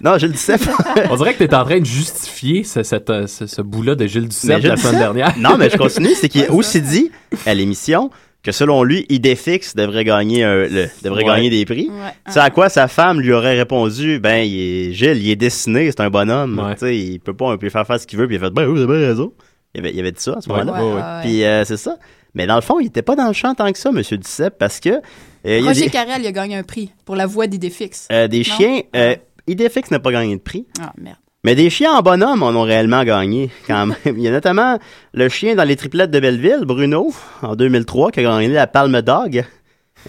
Speaker 2: non, Gilles Duceppe.
Speaker 6: On dirait que t'es en train de justifier ce, cette, euh, ce, ce bout-là de Gilles
Speaker 2: Mais
Speaker 6: Duceppe
Speaker 2: Gilles
Speaker 6: la semaine dernière.
Speaker 2: non, mais je continue. C'est qu'il a aussi dit à l'émission que selon lui, IDFX devrait gagner, un- le- devrait
Speaker 6: Ouais.
Speaker 2: gagner des prix.
Speaker 5: Ouais.
Speaker 2: C'est à quoi sa femme lui aurait répondu Ben, il est, Gilles, il est dessiné, c'est un bonhomme.
Speaker 6: Ouais.
Speaker 2: Tu sais, il peut pas un peu faire faire ce qu'il veut, puis il a fait Ben, vous avez bien raison. Il avait, il avait dit ça à ce
Speaker 6: Ouais,
Speaker 2: moment-là.
Speaker 5: Ouais,
Speaker 6: ouais, ouais.
Speaker 5: ouais.
Speaker 2: Puis euh, c'est ça. Mais dans le fond, il était pas dans le champ tant que ça, M. Duceppe, parce que. euh, il y a
Speaker 5: Roger
Speaker 2: des,
Speaker 5: Carrel, il a gagné un prix pour la voix d'Idéfix.
Speaker 2: euh, des
Speaker 5: Non.
Speaker 2: chiens. euh, IDFX n'a pas gagné de prix,
Speaker 5: Ah, merde.
Speaker 2: mais des chiens en bonhomme en ont réellement gagné quand même. Il y a notamment le chien dans les triplettes de Belleville, Bruno, en 2003, qui a gagné la Palme Dog,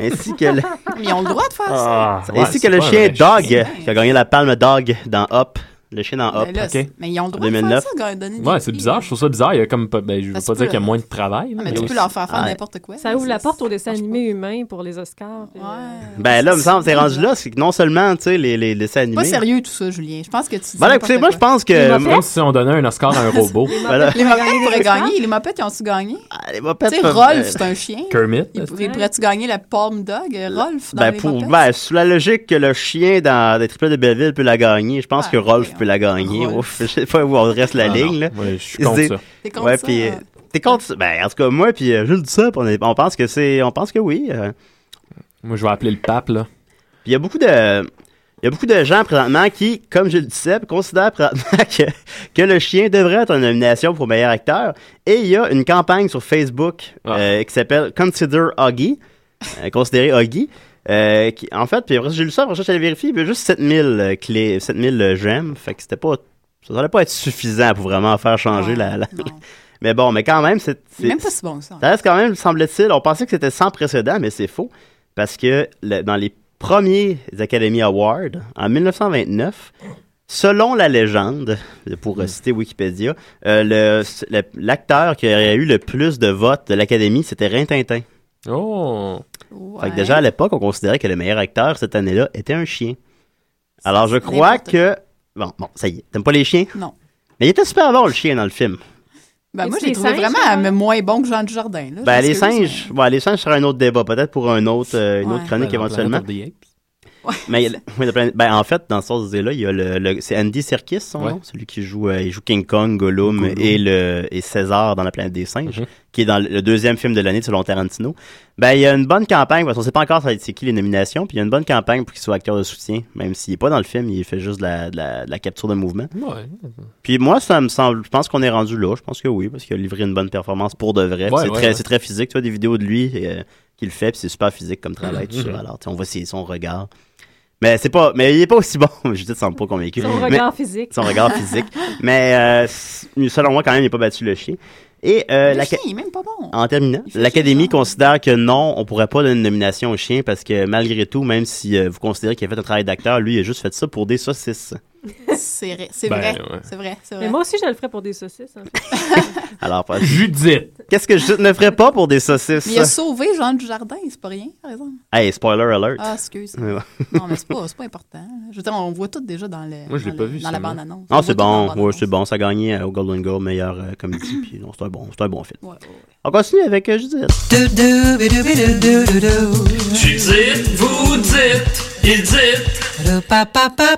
Speaker 2: ainsi que le,
Speaker 5: Ils ont le droit de faire ça.
Speaker 6: Ah, ouais,
Speaker 2: ainsi
Speaker 6: c'est
Speaker 2: que le
Speaker 6: pas un
Speaker 2: chien
Speaker 6: vrai
Speaker 2: Dog,
Speaker 5: chien.
Speaker 2: qui a gagné la Palme Dog dans Hop. Le chien dans Hop.
Speaker 5: mais, Ben là,
Speaker 6: ok.
Speaker 5: c'est- mais ils ont le droit de
Speaker 2: 2009.
Speaker 5: faire ça, donner des
Speaker 6: Ouais, c'est
Speaker 5: prix.
Speaker 6: bizarre. Je trouve ça bizarre. Il y a comme, pas- ben, je veux
Speaker 5: Parce
Speaker 6: pas
Speaker 5: que
Speaker 6: dire
Speaker 5: tu
Speaker 6: qu'il y a
Speaker 5: peux-
Speaker 6: moins de travail. là,
Speaker 5: Ah, mais
Speaker 6: mais
Speaker 5: tu
Speaker 6: aussi-
Speaker 5: peux leur faire faire
Speaker 2: Ah,
Speaker 5: n'importe quoi.
Speaker 4: Ça ouvre la porte aux dessins
Speaker 5: marche pas.
Speaker 4: animés humains pour les Oscars. puis, euh,
Speaker 5: Ouais.
Speaker 2: Ben là, il me semble, c'est rendu là, c'est que non seulement, tu sais, les, les, les dessins
Speaker 5: Pas
Speaker 2: animés.
Speaker 5: sérieux tout ça, Julien. Je pense que tu dis.
Speaker 2: Voilà,
Speaker 5: n'importe
Speaker 2: Ben écoutez, moi,
Speaker 5: quoi.
Speaker 2: je pense que.
Speaker 4: Les
Speaker 6: Comme si on donnait un Oscar à un robot.
Speaker 2: Voilà.
Speaker 5: Les mopettes pourraient
Speaker 4: des
Speaker 5: gagner. Les mopettes, ils ont-tu gagné?
Speaker 2: Ah, les mopettes
Speaker 5: Tu sais,
Speaker 2: peuvent-
Speaker 5: Rolf, c'est un chien.
Speaker 6: Kermit.
Speaker 5: Il,
Speaker 6: est-ce que-
Speaker 5: il pourrait-tu gagner la Palme Dog, euh, Rolf, dans
Speaker 2: Ben,
Speaker 5: les
Speaker 2: pour,
Speaker 5: Muppets?
Speaker 2: ben, sous la logique que le chien dans les triplets de Belleville peut la gagner, je pense
Speaker 5: Ah,
Speaker 2: que Rolf
Speaker 5: voyons.
Speaker 2: peut la gagner.
Speaker 5: Rolf.
Speaker 2: Ouf, je sais pas où on reste la
Speaker 6: Ah, non.
Speaker 2: ligne, là.
Speaker 6: Ouais, je suis
Speaker 2: Il se
Speaker 6: contre
Speaker 2: dit-
Speaker 6: ça.
Speaker 5: T'es contre
Speaker 2: Ouais,
Speaker 5: ça?
Speaker 2: puis euh, T'es contre ça? Ben, en tout cas, moi, puis euh, Jules dit ça, puis on, est- on pense que c'est. On pense que oui. euh.
Speaker 6: Moi, je vais appeler le pape, là.
Speaker 2: Puis il y a beaucoup de. Il y a beaucoup de gens présentement qui, comme je le disais, considèrent présentement que, que le chien devrait être en nomination pour meilleur acteur. Et il y a une campagne sur Facebook euh, qui s'appelle Consider Huggy, euh, considérer Huggy. euh, qui, en fait, puis après ça, j'ai lu ça, après ça, j'allais vérifier, il y avait juste 7000 euh, clés, 7000 euh, j'aime. Fait que c'était pas. Ça allait pas être suffisant pour vraiment faire changer la. la- mais bon, mais quand même, c'est.
Speaker 5: C'est
Speaker 2: c'est-
Speaker 5: Ah. même pas si bon, ça.
Speaker 2: ça reste quand même, semble-t-il, on pensait que c'était sans précédent, mais c'est faux. Parce que le- dans les premiers Academy Awards, en 1929, selon la légende, pour
Speaker 5: Hmm.
Speaker 2: euh, citer Wikipédia, euh, le- le- l'acteur qui aurait eu le plus de votes de l'Académie, c'était Rintintin.
Speaker 6: Oh!
Speaker 2: Fait que déjà à l'époque, on considérait que le meilleur acteur cette année-là était un chien. Alors je crois
Speaker 5: n'importe
Speaker 2: que. Bon, bon, ça y est. T'aimes pas les chiens?
Speaker 5: Non.
Speaker 2: Mais il était super bon, le chien, dans le film.
Speaker 5: Ben,
Speaker 4: Et
Speaker 5: moi,
Speaker 4: c'est
Speaker 5: j'ai trouvé
Speaker 4: singes,
Speaker 5: vraiment
Speaker 4: quand même.
Speaker 5: euh, moins bon que Jean Dujardin. Là,
Speaker 2: Ben,
Speaker 5: Je
Speaker 2: les
Speaker 5: m'excuse, mais-
Speaker 2: singes, ouais, les singes sera un autre débat, peut-être pour un autre, euh, une
Speaker 5: Ouais.
Speaker 2: autre chronique
Speaker 6: Ben, dans
Speaker 2: éventuellement.
Speaker 6: Planet of the Apes.
Speaker 2: Mais il y a le- oui, la planète- ben, en fait, dans ce sens là il y a le, le- c'est Andy Serkis, son
Speaker 6: Ouais.
Speaker 2: nom, celui qui joue, euh, il joue King Kong, Gollum,
Speaker 6: Gollum.
Speaker 2: Et, le, et César dans La planète des singes,
Speaker 6: Mhm.
Speaker 2: qui est dans le, le deuxième film de l'année selon Tarantino. Ben, il y a une bonne campagne, parce qu'on sait pas encore ça va être- c'est qui les nominations, puis il y a une bonne campagne pour qu'il soit acteur de soutien, même s'il est pas dans le film, il fait juste de la, de la- de la capture de mouvement.
Speaker 6: Ouais.
Speaker 2: Puis moi, ça me semble, je pense qu'on est rendu là, je pense que oui, parce qu'il a livré une bonne performance pour de vrai.
Speaker 6: Ouais,
Speaker 2: c'est
Speaker 6: ouais,
Speaker 2: très,
Speaker 6: ouais.
Speaker 2: c'est très physique, tu vois, des vidéos de lui euh, qu'il fait, puis c'est super physique comme travail, tout
Speaker 6: Mhm.
Speaker 2: ça. Alors, tu sais, on voit ses- son regard. Mais c'est pas, mais il est pas aussi bon. Je dis, ça me pas convaincu.
Speaker 4: Son
Speaker 2: Mais-
Speaker 4: regard physique.
Speaker 2: son regard physique. mais euh, c- selon moi, quand même, il n'a pas battu le chien. Et euh,
Speaker 5: Le
Speaker 2: la, Ah.
Speaker 5: chien, il est même pas bon.
Speaker 2: en terminant,
Speaker 5: Il fait
Speaker 2: l'Académie
Speaker 5: chier, hein. ça.
Speaker 2: considère que non, on pourrait pas donner une nomination au chien parce que malgré tout, même si euh, vous considérez qu'il a fait un travail d'acteur, lui, il a juste fait ça pour des saucisses.
Speaker 5: C'est vrai, c'est
Speaker 6: Ben,
Speaker 5: vrai,
Speaker 6: ouais.
Speaker 5: c'est vrai, c'est vrai.
Speaker 4: Mais moi aussi, je le ferais pour des saucisses. hein.
Speaker 2: Alors, pas-
Speaker 6: Judith!
Speaker 2: qu'est-ce que je ne ferais pas pour des saucisses?
Speaker 5: Mais il a sauvé Jean Dujardin, c'est pas rien, par exemple.
Speaker 2: Hey, spoiler alert.
Speaker 5: Ah, excuse.
Speaker 2: Mais bon.
Speaker 5: Non, mais c'est pas, c'est pas important. là. Je veux dire, on voit tout déjà dans, le,
Speaker 6: Moi, je l'ai
Speaker 5: dans
Speaker 6: pas
Speaker 5: le-
Speaker 6: vu,
Speaker 5: dans la
Speaker 6: celle-là.
Speaker 5: bande-annonce.
Speaker 2: Ah,
Speaker 5: On
Speaker 2: c'est
Speaker 5: voit tout dans la
Speaker 2: bon. Ouais, c'est
Speaker 5: bande-annonce.
Speaker 2: bon. Ça a gagné euh, au Golden Girl, meilleur euh, comédie. Puis non, c'est un bon, c'est un bon film.
Speaker 5: Ouais, ouais, ouais.
Speaker 2: On continue avec euh, Judith.
Speaker 3: Tu dites, vous dites, ils dites.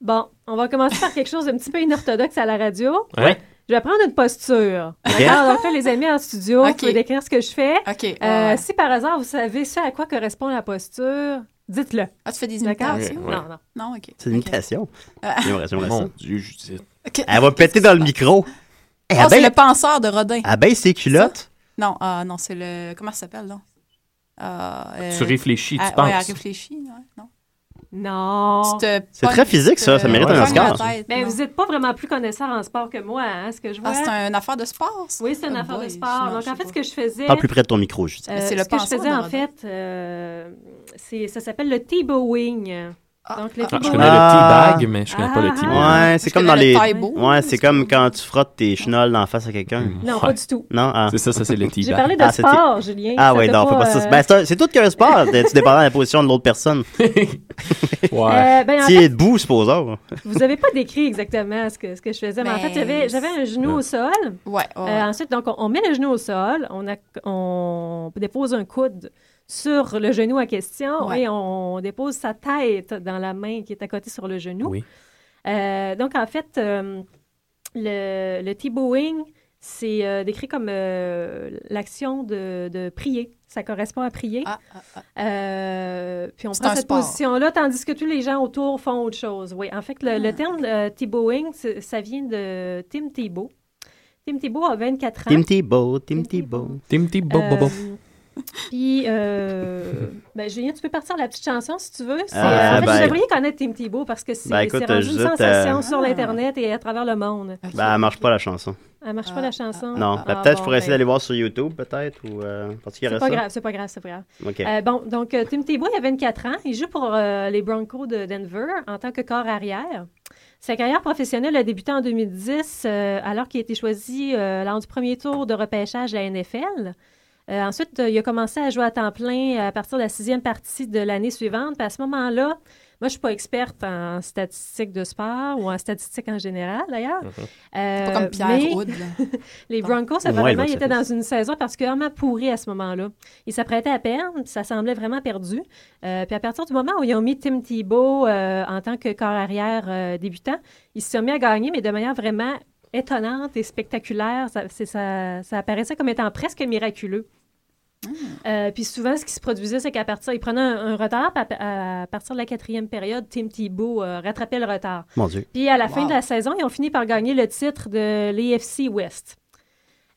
Speaker 4: Bon, on va commencer par quelque chose d'un petit peu inorthodoxe à la radio.
Speaker 6: Ouais.
Speaker 4: Je vais prendre une posture. D'accord? Donc là, les amis en studio,
Speaker 5: Ok.
Speaker 4: vous pouvez décrire ce que je fais.
Speaker 5: OK. ouais,
Speaker 4: Euh,
Speaker 5: ouais.
Speaker 4: Si par hasard, vous savez ce à quoi correspond la posture, dites-le.
Speaker 5: Ah, tu fais des
Speaker 4: D'accord?
Speaker 5: imitations?
Speaker 6: ouais.
Speaker 4: Non, non.
Speaker 5: Non, OK.
Speaker 2: C'est une imitation.
Speaker 5: Ah.
Speaker 2: J'aimerais- j'aimerais ça.
Speaker 6: Mon Dieu, Judith.
Speaker 5: OK.
Speaker 2: Elle va péter dans le Eh ben micro. Elle
Speaker 5: Ah, c'est
Speaker 2: abaisse,
Speaker 5: le penseur de Rodin.
Speaker 2: abaisse ses culottes.
Speaker 5: Non, ah, non, c'est le... Comment ça s'appelle, là? Ah, euh,
Speaker 6: Tu réfléchis, tu
Speaker 5: ah, Ouais, elle
Speaker 6: penses.
Speaker 5: réfléchit, ouais, non?
Speaker 4: Non.
Speaker 5: Tu te
Speaker 2: C'est
Speaker 5: pognes-
Speaker 2: très physique, ça.
Speaker 5: te-
Speaker 2: Ça mérite
Speaker 5: te
Speaker 2: un
Speaker 5: pognes la
Speaker 2: Oscar.
Speaker 5: tête,
Speaker 4: Mais
Speaker 5: non.
Speaker 4: Ben, vous n'êtes pas vraiment plus connaisseur en sport que moi, hein, ce que je vois.
Speaker 5: Ah, c'est un- une affaire de sport, ça?
Speaker 4: Oui, c'est une
Speaker 5: Ah,
Speaker 4: affaire
Speaker 5: boy,
Speaker 4: de sport.
Speaker 5: non,
Speaker 4: Donc,
Speaker 5: je
Speaker 4: en
Speaker 5: sais
Speaker 4: fait, ce que je faisais.
Speaker 2: Parle Ah, plus près de ton micro, Judith.
Speaker 4: euh,
Speaker 5: Mais c'est
Speaker 4: ce
Speaker 5: le
Speaker 4: que je
Speaker 5: pinceau
Speaker 4: faisais,
Speaker 5: de
Speaker 4: en
Speaker 5: Rodin.
Speaker 4: fait, euh, c'est, ça s'appelle le T-bowing.
Speaker 5: pas.
Speaker 4: Donc, le
Speaker 5: Ah,
Speaker 6: Ah, je
Speaker 4: Ah.
Speaker 6: connais le teabag, mais je connais pas le
Speaker 4: Ah.
Speaker 6: teabag.
Speaker 2: Ouais,
Speaker 5: je
Speaker 2: c'est comme
Speaker 5: connais
Speaker 2: dans
Speaker 5: le
Speaker 2: les.
Speaker 5: thigh bone,
Speaker 2: Ouais, c'est comme quand tu frottes tes chenolles en face à quelqu'un.
Speaker 4: Non,
Speaker 6: Ouais.
Speaker 4: pas du tout.
Speaker 2: Non? Ah,
Speaker 6: C'est ça, ça, c'est le teabag.
Speaker 4: J'ai parlé de
Speaker 2: Ah, c'était-
Speaker 4: sport, Julien.
Speaker 2: ah
Speaker 4: Ça
Speaker 2: ouais,
Speaker 4: fait
Speaker 2: non, faut pas
Speaker 4: euh,
Speaker 2: ça. Ben, c'est un- c'est tout qu'un sport. T'es- Tu dépends de la position de l'autre personne.
Speaker 6: Ouais.
Speaker 4: euh, ben, en
Speaker 2: Si
Speaker 4: fait,
Speaker 2: elle est debout, supposons.
Speaker 4: vous n'avez pas décrit exactement ce que, ce que je faisais, mais, en
Speaker 5: Mais
Speaker 4: fait, j'avais, j'avais un genou au sol.
Speaker 5: Ouais, ouais,
Speaker 4: Euh,
Speaker 5: ouais.
Speaker 4: ensuite, donc, on, on met le genou au sol, on, a- on dépose un coude sur le genou à question
Speaker 5: Ouais.
Speaker 4: et on dépose sa tête dans la main qui est à côté sur le genou.
Speaker 6: Oui.
Speaker 4: Euh, donc, en fait, euh, le, le T-bowing, c'est euh, décrit comme euh, l'action de, de prier. Ça correspond à prier.
Speaker 5: Ah, ah, ah.
Speaker 4: Euh, puis on
Speaker 5: C'est
Speaker 4: prend
Speaker 5: un
Speaker 4: cette
Speaker 5: sport.
Speaker 4: position-là, tandis que tous les gens autour font autre chose. Oui, en fait, le,
Speaker 5: Ah.
Speaker 4: le terme euh, T-bowing, c'est- ça vient de Tim Tebow. Tim Tebow a 24 ans.
Speaker 2: Tim Tebow, Tim Tebow.
Speaker 6: Tim Tim Bob Bob.
Speaker 4: Euh, Puis, euh, ben, Julien, tu peux partir la petite chanson si tu veux. C'est,
Speaker 2: Ah,
Speaker 4: en fait,
Speaker 2: ben-
Speaker 4: vous devriez connaître Tim Tebow parce que c'est,
Speaker 2: Ben, écoute,
Speaker 4: c'est rendu
Speaker 2: je
Speaker 4: une
Speaker 2: doute, euh,
Speaker 4: sensation sur
Speaker 5: Ah.
Speaker 4: l'Internet et à travers le monde.
Speaker 5: OK.
Speaker 2: Ben, elle marche pas la chanson.
Speaker 4: Elle marche pas
Speaker 5: Ah,
Speaker 4: la chanson.
Speaker 2: Non.
Speaker 4: Ah,
Speaker 2: Ben, peut-être
Speaker 4: bon,
Speaker 2: je pourrais essayer
Speaker 4: ben,
Speaker 2: d'aller voir sur YouTube, peut-être, ou. euh, Parce qu'il y
Speaker 4: C'est
Speaker 2: aurait
Speaker 4: pas
Speaker 2: ça.
Speaker 4: grave, c'est pas grave, c'est pas grave.
Speaker 2: Ok.
Speaker 4: Euh, bon, donc euh, Tim Tebow, il a 24 ans. Il joue pour euh, les Broncos de Denver en tant que corps arrière. Sa carrière professionnelle a débuté en 2010 euh, alors qu'il a été choisi euh, lors du premier tour de repêchage de la NFL. Euh, ensuite, euh, il a commencé à jouer à temps plein à partir de la sixième partie de l'année suivante. Puis à ce moment-là, moi, je suis pas experte en statistiques de sport ou en statistiques en général, d'ailleurs.
Speaker 5: Pas
Speaker 4: Euh,
Speaker 5: comme Pierre
Speaker 4: mais-
Speaker 5: Houd, là.
Speaker 4: les
Speaker 5: Bon.
Speaker 4: Broncos,
Speaker 2: Au moins,
Speaker 4: apparemment,
Speaker 2: ils
Speaker 4: ils
Speaker 2: vont
Speaker 4: étaient
Speaker 2: se
Speaker 4: dans une saison particulièrement pourrie à ce moment-là. Ils s'apprêtaient à perdre, puis ça semblait vraiment perdu. Euh, puis à partir du moment où ils ont mis Tim Thibault euh, en tant que corps arrière euh, débutant, ils se sont mis à gagner, mais de manière vraiment étonnante et spectaculaire. Ça, c'est- ça, ça apparaissait comme étant presque miraculeux. Euh, puis souvent, ce qui se produisait, c'est qu'à partir, il prenait un, un retard, puis à, à partir de la quatrième période, Tim Thibault euh, rattrapait le retard.
Speaker 2: Mon Dieu.
Speaker 4: Puis à la fin
Speaker 2: Wow.
Speaker 4: de la saison, ils ont fini par gagner le titre de l'AFC West.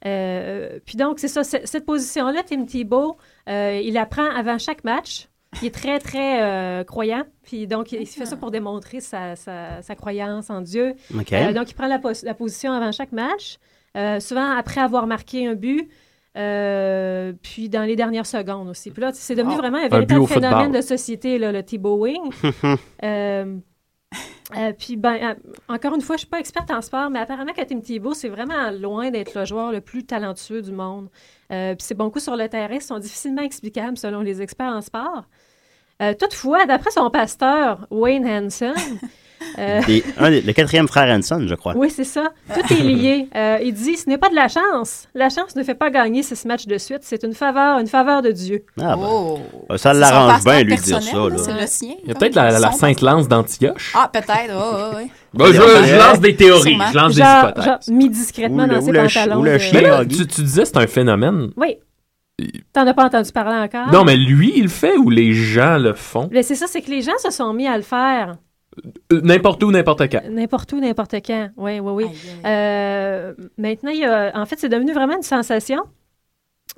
Speaker 4: Euh, puis donc, c'est ça, c- cette position-là, Tim Thibault, euh, il apprend avant chaque match. Il est très, très euh, croyant. Puis donc, il il fait ça pour démontrer sa, sa- sa croyance en Dieu.
Speaker 2: OK.
Speaker 4: Euh, donc, il prend la, pos- la position avant chaque match, euh, souvent après avoir marqué un but. euh, puis dans les dernières secondes aussi. Puis là, c'est devenu
Speaker 5: Oh.
Speaker 4: vraiment un
Speaker 5: Un
Speaker 6: Ah, but
Speaker 4: véritable
Speaker 6: au
Speaker 4: phénomène
Speaker 6: football.
Speaker 4: de société, là, le Thibault-wing. Euh, euh, puis, ben, euh, encore une fois, je suis pas experte en sport, mais apparemment que Tim Thibault, c'est vraiment loin d'être le joueur le plus talentueux du monde. Euh, puis ses bons coups sur le terrain sont difficilement explicables selon les experts en sport. Euh, toutefois, d'après son pasteur, Wayne Hanson, euh,
Speaker 2: Des- un des- le quatrième frère Hanson, je crois.
Speaker 4: oui, c'est ça. Tout est lié. Euh, il dit ce n'est pas de la chance. La chance ne fait pas gagner six matchs de suite. C'est une faveur, une faveur de Dieu.
Speaker 2: Ah, ben.
Speaker 5: Oh.
Speaker 2: Euh, Ça
Speaker 5: C'est son
Speaker 2: l'arrange
Speaker 5: pasteur
Speaker 2: bien, lui, de dire
Speaker 5: personnel,
Speaker 2: ça.
Speaker 5: là,
Speaker 2: Là.
Speaker 5: C'est le sien.
Speaker 6: Il y a peut-être la, la
Speaker 5: Son-
Speaker 6: Sainte Lance d'Antioche.
Speaker 5: Ah, peut-être. Oh, oui, oui.
Speaker 6: Ben, je,
Speaker 2: Sûrement.
Speaker 6: je lance des théories,
Speaker 5: Sûrement.
Speaker 6: je lance des
Speaker 4: Genre,
Speaker 6: hypothèses.
Speaker 4: genre, mis discrètement
Speaker 2: Ou le-
Speaker 4: dans ses
Speaker 2: ou le ch-
Speaker 4: pantalons.
Speaker 2: ou le
Speaker 4: de-
Speaker 2: chien.
Speaker 6: Mais là,
Speaker 2: Yogi.
Speaker 6: tu, tu disais c'est un phénomène.
Speaker 4: Oui. T'en as pas entendu parler encore?
Speaker 6: Non, mais lui, il le fait ou les gens le font?
Speaker 4: Mais c'est ça, c'est que les gens se sont mis à le faire
Speaker 6: Euh, N'importe où, n'importe quand.
Speaker 4: n'importe où, n'importe quand. Oui, oui, oui.
Speaker 5: Aïe, aïe.
Speaker 4: Euh, maintenant, il y a- en fait, c'est devenu vraiment une sensation.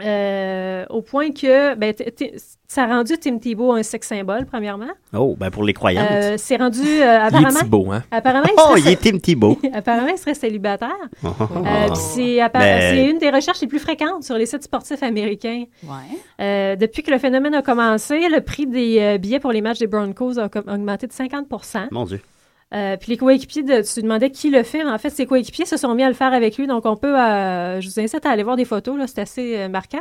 Speaker 4: euh, au point que ben, t- t- ça a rendu Tim Thibault un sex symbole, premièrement.
Speaker 2: Oh, ben pour les croyantes.
Speaker 4: Euh, c'est rendu. euh,
Speaker 6: Il est
Speaker 4: apparemment,
Speaker 6: Thibault, hein?
Speaker 4: apparemment, il
Speaker 2: oh,
Speaker 4: serait-
Speaker 2: il est Tim Thibault.
Speaker 4: apparemment, il serait célibataire.
Speaker 2: Oh, oh, oh.
Speaker 4: Euh, puis c'est appa-
Speaker 2: Mais-
Speaker 4: c'est une des recherches les plus fréquentes sur les sites sportifs américains.
Speaker 5: Ouais.
Speaker 4: Euh, depuis que le phénomène a commencé, le prix des euh, billets pour les matchs des Broncos a com- augmenté de 50
Speaker 2: Mon Dieu.
Speaker 4: Euh, puis les coéquipiers, de, tu demandais qui le fait, mais en fait, ses coéquipiers se sont mis à le faire avec lui. Donc, on peut, euh, je vous incite à aller voir des photos, là, c'est assez euh, marquant.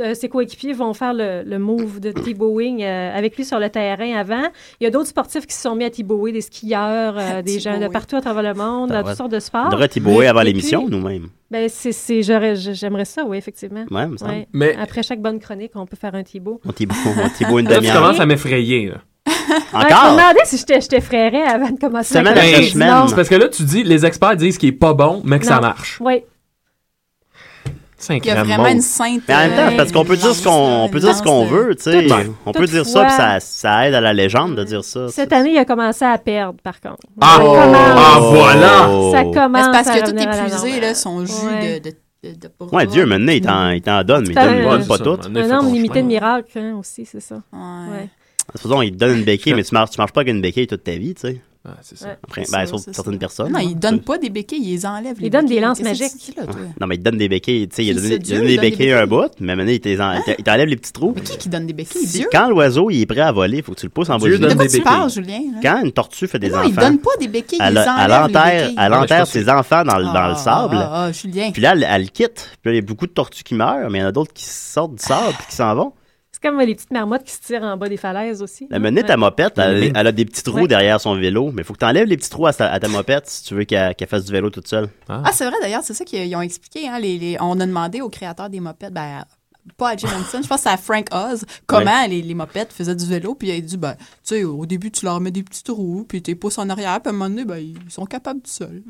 Speaker 4: Euh, ses coéquipiers vont faire le, le move de T-Bowing avec lui sur le terrain avant. Il y a d'autres sportifs qui se sont mis à T-Bower, des skieurs, euh, des gens de
Speaker 5: T-Bower.
Speaker 4: partout à travers le monde, dans
Speaker 2: Tabarouette.
Speaker 4: toutes sortes de
Speaker 2: On
Speaker 4: sports.
Speaker 2: devrait Thibault avant
Speaker 4: Et
Speaker 2: l'émission,
Speaker 4: Ah, puis-
Speaker 2: nous-mêmes.
Speaker 4: Ben, c'est, c'est- j'aurais- j'aimerais ça, oui, effectivement.
Speaker 2: Ouais, il Mm, me semble.
Speaker 4: Ouais.
Speaker 6: Mais
Speaker 4: Après chaque bonne chronique, on peut faire un Thibaut.
Speaker 2: On Thibault, on Thibault une
Speaker 6: là, tu
Speaker 2: demi-heure.
Speaker 6: commences à m'effrayer. là.
Speaker 4: je me
Speaker 2: Encore?
Speaker 4: demandais si je te- je t'effraierais avant de commencer.
Speaker 2: Semaine
Speaker 4: la
Speaker 6: après
Speaker 4: chronique.
Speaker 2: semaine.
Speaker 4: Non.
Speaker 6: Ben, C'est parce que là, tu dis, les experts disent qu'il est pas bon, mais que ça
Speaker 4: Non.
Speaker 6: marche.
Speaker 4: Oui,
Speaker 6: C'est
Speaker 5: Il y a
Speaker 6: incroyable.
Speaker 5: vraiment une sainte.
Speaker 2: Mais en même temps,
Speaker 5: euh,
Speaker 2: c'est parce qu'on peut dire ce qu'on on peut dire ce qu'on
Speaker 5: lance, euh,
Speaker 2: veut, tu sais.
Speaker 6: Tout à fait.
Speaker 2: On peut dire ça,
Speaker 4: Toutefois-
Speaker 2: puis ça, ça aide à la légende de dire ça.
Speaker 4: cette
Speaker 2: Ça-
Speaker 4: année, il a commencé à perdre, par contre.
Speaker 6: Ah,
Speaker 4: ça commence,
Speaker 6: ah, voilà!
Speaker 2: Oh.
Speaker 4: ça commence
Speaker 5: C'est parce
Speaker 4: à
Speaker 5: que tout
Speaker 4: revenir à la
Speaker 5: épuisé,
Speaker 4: normale.
Speaker 5: là, son jus
Speaker 4: Ouais.
Speaker 5: de, de, de, de bourgeois.
Speaker 2: Ouais, Dieu, maintenant, il t'en, il t'en donne, mais il
Speaker 4: C'est
Speaker 2: donne
Speaker 4: un-
Speaker 2: Euh, pas-
Speaker 4: Ouais,
Speaker 2: pas tout.
Speaker 4: Un nombre limité de miracles hein, aussi, c'est ça.
Speaker 5: Ouais.
Speaker 4: Ouais.
Speaker 2: De toute façon, il te donne une béquille, mais tu marches, tu marches pas avec une béquille toute ta vie, tu sais.
Speaker 6: Ah, c'est ça.
Speaker 4: Ouais.
Speaker 2: Après,
Speaker 5: C'est
Speaker 2: ben,
Speaker 5: ça,
Speaker 2: sauf
Speaker 5: c'est
Speaker 2: certaines
Speaker 5: ça.
Speaker 2: personnes.
Speaker 5: Non,
Speaker 2: hein.
Speaker 5: il donne pas des béquilles, il les enlève.
Speaker 4: Il
Speaker 5: les
Speaker 4: donne des
Speaker 5: béquilles.
Speaker 4: lances
Speaker 5: Qu'est-ce que
Speaker 4: magiques.
Speaker 5: c'est, là, toi?
Speaker 2: Non, mais il te donne des béquilles, tu sais, il a
Speaker 5: Puis
Speaker 2: donné,
Speaker 5: c'est
Speaker 2: il a
Speaker 5: Dieu,
Speaker 2: donné
Speaker 5: il
Speaker 2: des
Speaker 5: donne des
Speaker 2: béquilles un
Speaker 5: béquilles.
Speaker 2: bout, mais maintenant, il t'es en- il t'enlève les petits trous.
Speaker 5: Mais qui qui donne des béquilles?
Speaker 2: Si-
Speaker 5: Dieu?
Speaker 2: Quand l'oiseau, il est prêt à voler, faut que tu le pousses en bas du
Speaker 6: Dieu
Speaker 5: De
Speaker 6: donne
Speaker 5: quoi
Speaker 6: des
Speaker 5: tu
Speaker 6: béquilles.
Speaker 5: parles, Julien? là?
Speaker 2: Quand une tortue fait des
Speaker 5: Non,
Speaker 2: enfants,
Speaker 5: il donne pas des béquilles, il
Speaker 2: elle,
Speaker 5: les
Speaker 2: a- elle
Speaker 5: enlève. les
Speaker 2: enterre,
Speaker 5: béquilles.
Speaker 2: elle
Speaker 6: Ah, mais je
Speaker 2: enterre
Speaker 6: suis pas
Speaker 2: ses enfants dans, le- dans
Speaker 5: Ah,
Speaker 2: le sable.
Speaker 5: Ah, ah, Julien.
Speaker 2: Puis là, elle, elle quitte. Puis là, il y a beaucoup de tortues qui meurent, mais il y en a d'autres qui sortent du sable puis qui s'en vont.
Speaker 4: C'est comme euh, les petites marmottes qui se tirent en bas des falaises aussi.
Speaker 2: La
Speaker 4: hein.
Speaker 2: menette à
Speaker 4: Ouais.
Speaker 2: mopette, elle, elle a des petits trous
Speaker 4: Ouais.
Speaker 2: derrière son vélo, mais il faut que tu enlèves les petits trous à, sa- à ta mopette si tu veux qu'elle qu'elle fasse du vélo toute seule.
Speaker 5: Ah, c'est vrai d'ailleurs, c'est ça qu'ils ont expliqué. Hein, les, les- on a demandé au créateur des mopettes, ben, à- pas à Jim Henson, je pense à Frank Oz, comment les, les mopettes faisaient du vélo. Puis il a dit, ben, tu sais, au début, tu leur mets des petits trous, puis tu les pousses en arrière, puis à un moment donné, ben, ils sont capables du sol.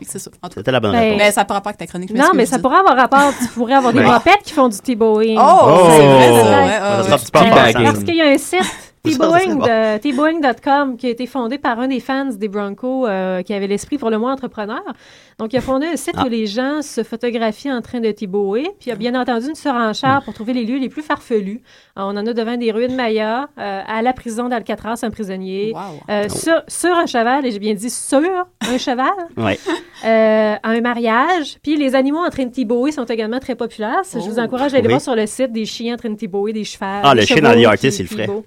Speaker 5: C'est ça. En tout cas.
Speaker 2: C'était la bonne
Speaker 4: Ben,
Speaker 2: réponse.
Speaker 5: Mais ça ne prend pas que ta chronique. je
Speaker 4: Non,
Speaker 5: m'excuse,
Speaker 4: mais
Speaker 5: je
Speaker 4: ça
Speaker 5: dis-
Speaker 4: pourrait avoir rapport. Tu pourrais avoir des
Speaker 2: Ouais.
Speaker 4: mopettes qui font du T-Boeing.
Speaker 5: Oh, c'est vrai, ça.
Speaker 6: Oh!
Speaker 5: ouais, ouais,
Speaker 2: Ça sera
Speaker 5: ouais.
Speaker 2: un petit peu en
Speaker 6: Teabagging.
Speaker 2: passant.
Speaker 4: Parce qu'il y a un site, T-Boeing,
Speaker 2: bon.
Speaker 4: de- T-Boeing.com, qui a été fondé par un des fans des Broncos euh, qui avait l'esprit pour le moins entrepreneur. Donc, il a fondé un site
Speaker 2: Ah.
Speaker 4: où les gens se photographient en train de T-Boer. Puis, il y a bien entendu une surenchère pour trouver les lieux les plus farfelus. Euh, on en a devant des ruines Maya, euh, à la prison d'Alcatraz, un prisonnier.
Speaker 5: Wow.
Speaker 4: euh, sur, sur un cheval, et j'ai bien dit sur un cheval,
Speaker 2: Ouais.
Speaker 4: euh, à un mariage. Puis les animaux en train de T-Boer sont également très populaires. Je vous
Speaker 5: Oh.
Speaker 4: encourage à aller
Speaker 2: Oui.
Speaker 4: voir sur le site des chiens en train de T-Boer, des chevaux.
Speaker 2: Ah, le
Speaker 4: des
Speaker 2: chien
Speaker 4: chevaux
Speaker 2: dans The
Speaker 4: qui-
Speaker 2: Artist, il le
Speaker 4: qui
Speaker 2: ferait.
Speaker 4: bourrent.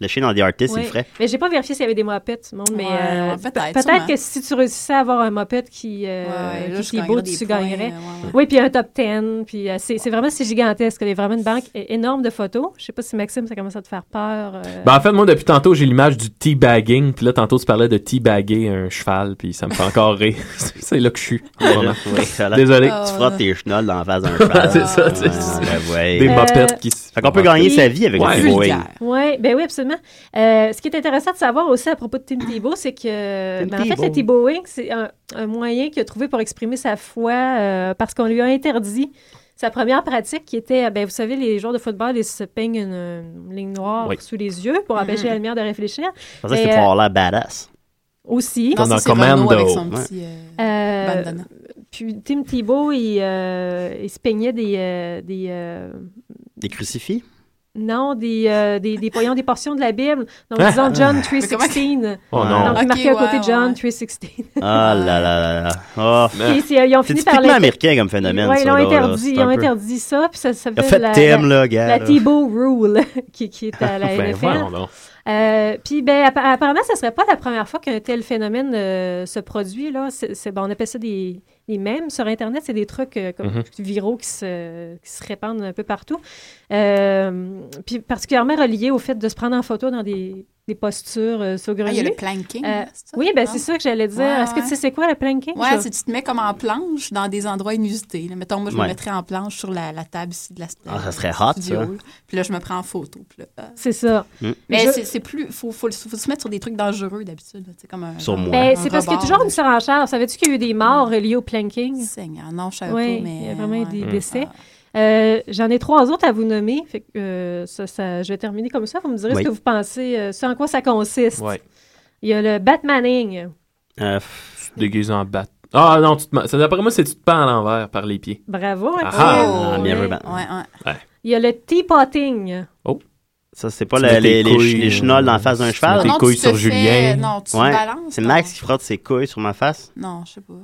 Speaker 2: Le chien dans The Artist, il
Speaker 4: Ouais.
Speaker 2: le ferait.
Speaker 4: Mais j'ai pas vérifié s'il y avait des mopettes, tout le monde. Mais
Speaker 5: Ouais,
Speaker 4: euh,
Speaker 5: ouais, peut-être,
Speaker 4: peut-être
Speaker 5: sûrement.
Speaker 4: que si tu réussissais à avoir un mopette qui, euh,
Speaker 5: Ouais, ouais, là,
Speaker 4: qui
Speaker 5: je
Speaker 4: t'est
Speaker 5: gagnerais
Speaker 4: beau,
Speaker 5: des
Speaker 4: tu
Speaker 5: points, hein.
Speaker 4: gagnerais.
Speaker 5: ouais, ouais.
Speaker 4: Oui, puis un top 10. Puis euh, c'est c'est vraiment c'est gigantesque. Il y a vraiment une banque é- énorme de photos. Je sais pas si Maxime, ça commence à te faire peur. euh.
Speaker 6: Ben, en fait, moi, depuis tantôt, j'ai l'image du teabagging. Puis là, tantôt, tu parlais de teabagger un cheval. Puis ça me fait encore rire. c'est là que je suis. en ce moment.
Speaker 2: Ouais, voilà.
Speaker 6: Désolé.
Speaker 5: Ah,
Speaker 2: Tu frottes tes chenolles dans la face d'un cheval.
Speaker 6: C'est ça, c'est
Speaker 2: Ouais,
Speaker 6: ça.
Speaker 2: ben ouais.
Speaker 6: Des
Speaker 4: Euh,
Speaker 6: mopettes qui se.
Speaker 2: Fait qu'on peut gagner sa vie avec
Speaker 6: Ouais.
Speaker 2: le T-Boeing.
Speaker 5: Vulgaire.
Speaker 4: Oui, ben oui, absolument. Euh, ce qui est intéressant de savoir aussi à propos de Tim Thibault, c'est que
Speaker 2: Tim
Speaker 4: ben, en fait,
Speaker 2: Tebow.
Speaker 4: le Thibault Inc., c'est un, un moyen qu'il a trouvé pour exprimer sa foi euh, parce qu'on lui a interdit sa première pratique qui était, euh, ben, vous savez, les joueurs de football, ils se peignent une, une ligne noire
Speaker 2: Oui.
Speaker 4: sous les yeux pour empêcher la lumière de réfléchir.
Speaker 2: Je pensais que c'était
Speaker 4: Mais,
Speaker 2: pour
Speaker 4: euh,
Speaker 2: avoir l'air badass.
Speaker 4: Aussi.
Speaker 2: Dans un commando. Ouais.
Speaker 4: Euh,
Speaker 5: bandana.
Speaker 4: puis Tim Thibault, il, euh, il se peignait des, euh, des euh,
Speaker 2: Des crucifix.
Speaker 4: non, des, euh, des, des, voyons, des portions de la Bible. Donc,
Speaker 2: Ah.
Speaker 4: disons John
Speaker 5: comment-
Speaker 4: 316.
Speaker 2: Oh non.
Speaker 4: Donc,
Speaker 5: Ok,
Speaker 4: il marquait à côté
Speaker 5: ouais,
Speaker 4: John
Speaker 5: ouais.
Speaker 4: 316.
Speaker 2: Ah là là là là. Oh.
Speaker 4: Puis, c'est- ils ont
Speaker 2: C'est
Speaker 4: fini par
Speaker 2: typiquement
Speaker 4: l'inter-
Speaker 2: américain comme phénomène.
Speaker 4: Ouais,
Speaker 2: ça,
Speaker 4: ils l'ont
Speaker 2: là, là.
Speaker 4: interdit,
Speaker 2: C'est
Speaker 4: ils ont
Speaker 2: un peu-
Speaker 4: interdit ça, puis ça, ça
Speaker 2: Il a
Speaker 4: fait,
Speaker 2: fait
Speaker 4: la,
Speaker 2: Tim, là,
Speaker 4: la,
Speaker 2: gars.
Speaker 4: la
Speaker 2: là.
Speaker 4: Thibault Rule qui, qui est à la
Speaker 6: Ben,
Speaker 4: NFL.
Speaker 6: voyons donc.
Speaker 4: Euh, puis ben, appa- apparemment, ce serait pas la première fois qu'un tel phénomène euh, se produit. Là. C'est, c'est- ben, on appelle ça des, des mèmes. Sur Internet, c'est des trucs euh, comme
Speaker 6: Mhm.
Speaker 4: viraux qui se, qui se répandent un peu partout. Euh, puis particulièrement relié au fait de se prendre en photo dans des, des postures euh,
Speaker 5: Ah, il y a le
Speaker 4: saugrenues.
Speaker 5: planking.
Speaker 4: Euh,
Speaker 5: là, c'est ça?
Speaker 4: oui, ben,
Speaker 5: Ah.
Speaker 4: c'est ça que j'allais dire.
Speaker 5: Ouais,
Speaker 4: Est-ce que tu
Speaker 5: ouais.
Speaker 4: sais c'est quoi le planking?
Speaker 5: Ouais,
Speaker 4: ça?
Speaker 5: c'est tu te mets comme en planche dans des endroits inusités. là. Mettons, moi, je
Speaker 2: Ouais.
Speaker 5: me mettrais en planche sur la, la table ici de la
Speaker 2: Ah, ça
Speaker 5: euh,
Speaker 2: serait hot,
Speaker 5: studio,
Speaker 2: ça.
Speaker 5: là. Puis là, je me prends en photo. puis là, ah.
Speaker 4: C'est ça.
Speaker 2: Mm.
Speaker 5: Mais
Speaker 4: Je-
Speaker 5: c'est- c'est plus. Faut, faut, le- faut se mettre sur des trucs dangereux d'habitude. là, tu sais, comme un-
Speaker 2: Sur
Speaker 5: un-
Speaker 2: moi.
Speaker 4: Ben,
Speaker 5: un
Speaker 4: c'est parce qu'il y a
Speaker 5: rebord,
Speaker 4: toujours une
Speaker 5: là.
Speaker 4: surenchère. Savais-tu qu'il y a eu des morts reliées au planking?
Speaker 5: Seigneur, non, je savais
Speaker 4: Oui,
Speaker 5: pas, mais. euh,
Speaker 4: il y a vraiment eu des
Speaker 5: ouais.
Speaker 4: décès.
Speaker 5: Ah.
Speaker 4: Euh, J'en ai trois autres à vous nommer. Fait que, euh, ça, ça- je vais terminer comme ça. Vous me direz
Speaker 2: Oui.
Speaker 4: ce que vous pensez, euh, ce en quoi ça consiste.
Speaker 6: Ouais.
Speaker 4: Il y a le Batmaning.
Speaker 2: Euh, pff,
Speaker 6: Tu te déguises en bat. Ah non, tu te... ma- ça, d'après moi, c'est tu te pends à l'envers par les pieds.
Speaker 4: Bravo. hein,
Speaker 6: Ah,
Speaker 4: Pierre.
Speaker 2: ah, bien
Speaker 4: Ouais.
Speaker 2: joué, Ben.
Speaker 5: Ouais, ouais.
Speaker 4: Il y a le Teapotting.
Speaker 2: Ça, c'est pas
Speaker 6: Tu
Speaker 2: la-
Speaker 6: mets tes
Speaker 2: les, les,
Speaker 6: couilles,
Speaker 2: les chenolles d'en face
Speaker 6: euh,
Speaker 2: d'un
Speaker 6: tu
Speaker 2: cheval.
Speaker 6: mets Des
Speaker 5: Ah, tu
Speaker 6: couilles
Speaker 5: te
Speaker 6: sur
Speaker 5: fais-
Speaker 6: Julien.
Speaker 5: Non, tu
Speaker 2: Ouais.
Speaker 5: te balances.
Speaker 2: C'est
Speaker 5: non.
Speaker 2: Max qui frotte ses couilles sur ma face.
Speaker 5: Non, je sais pas.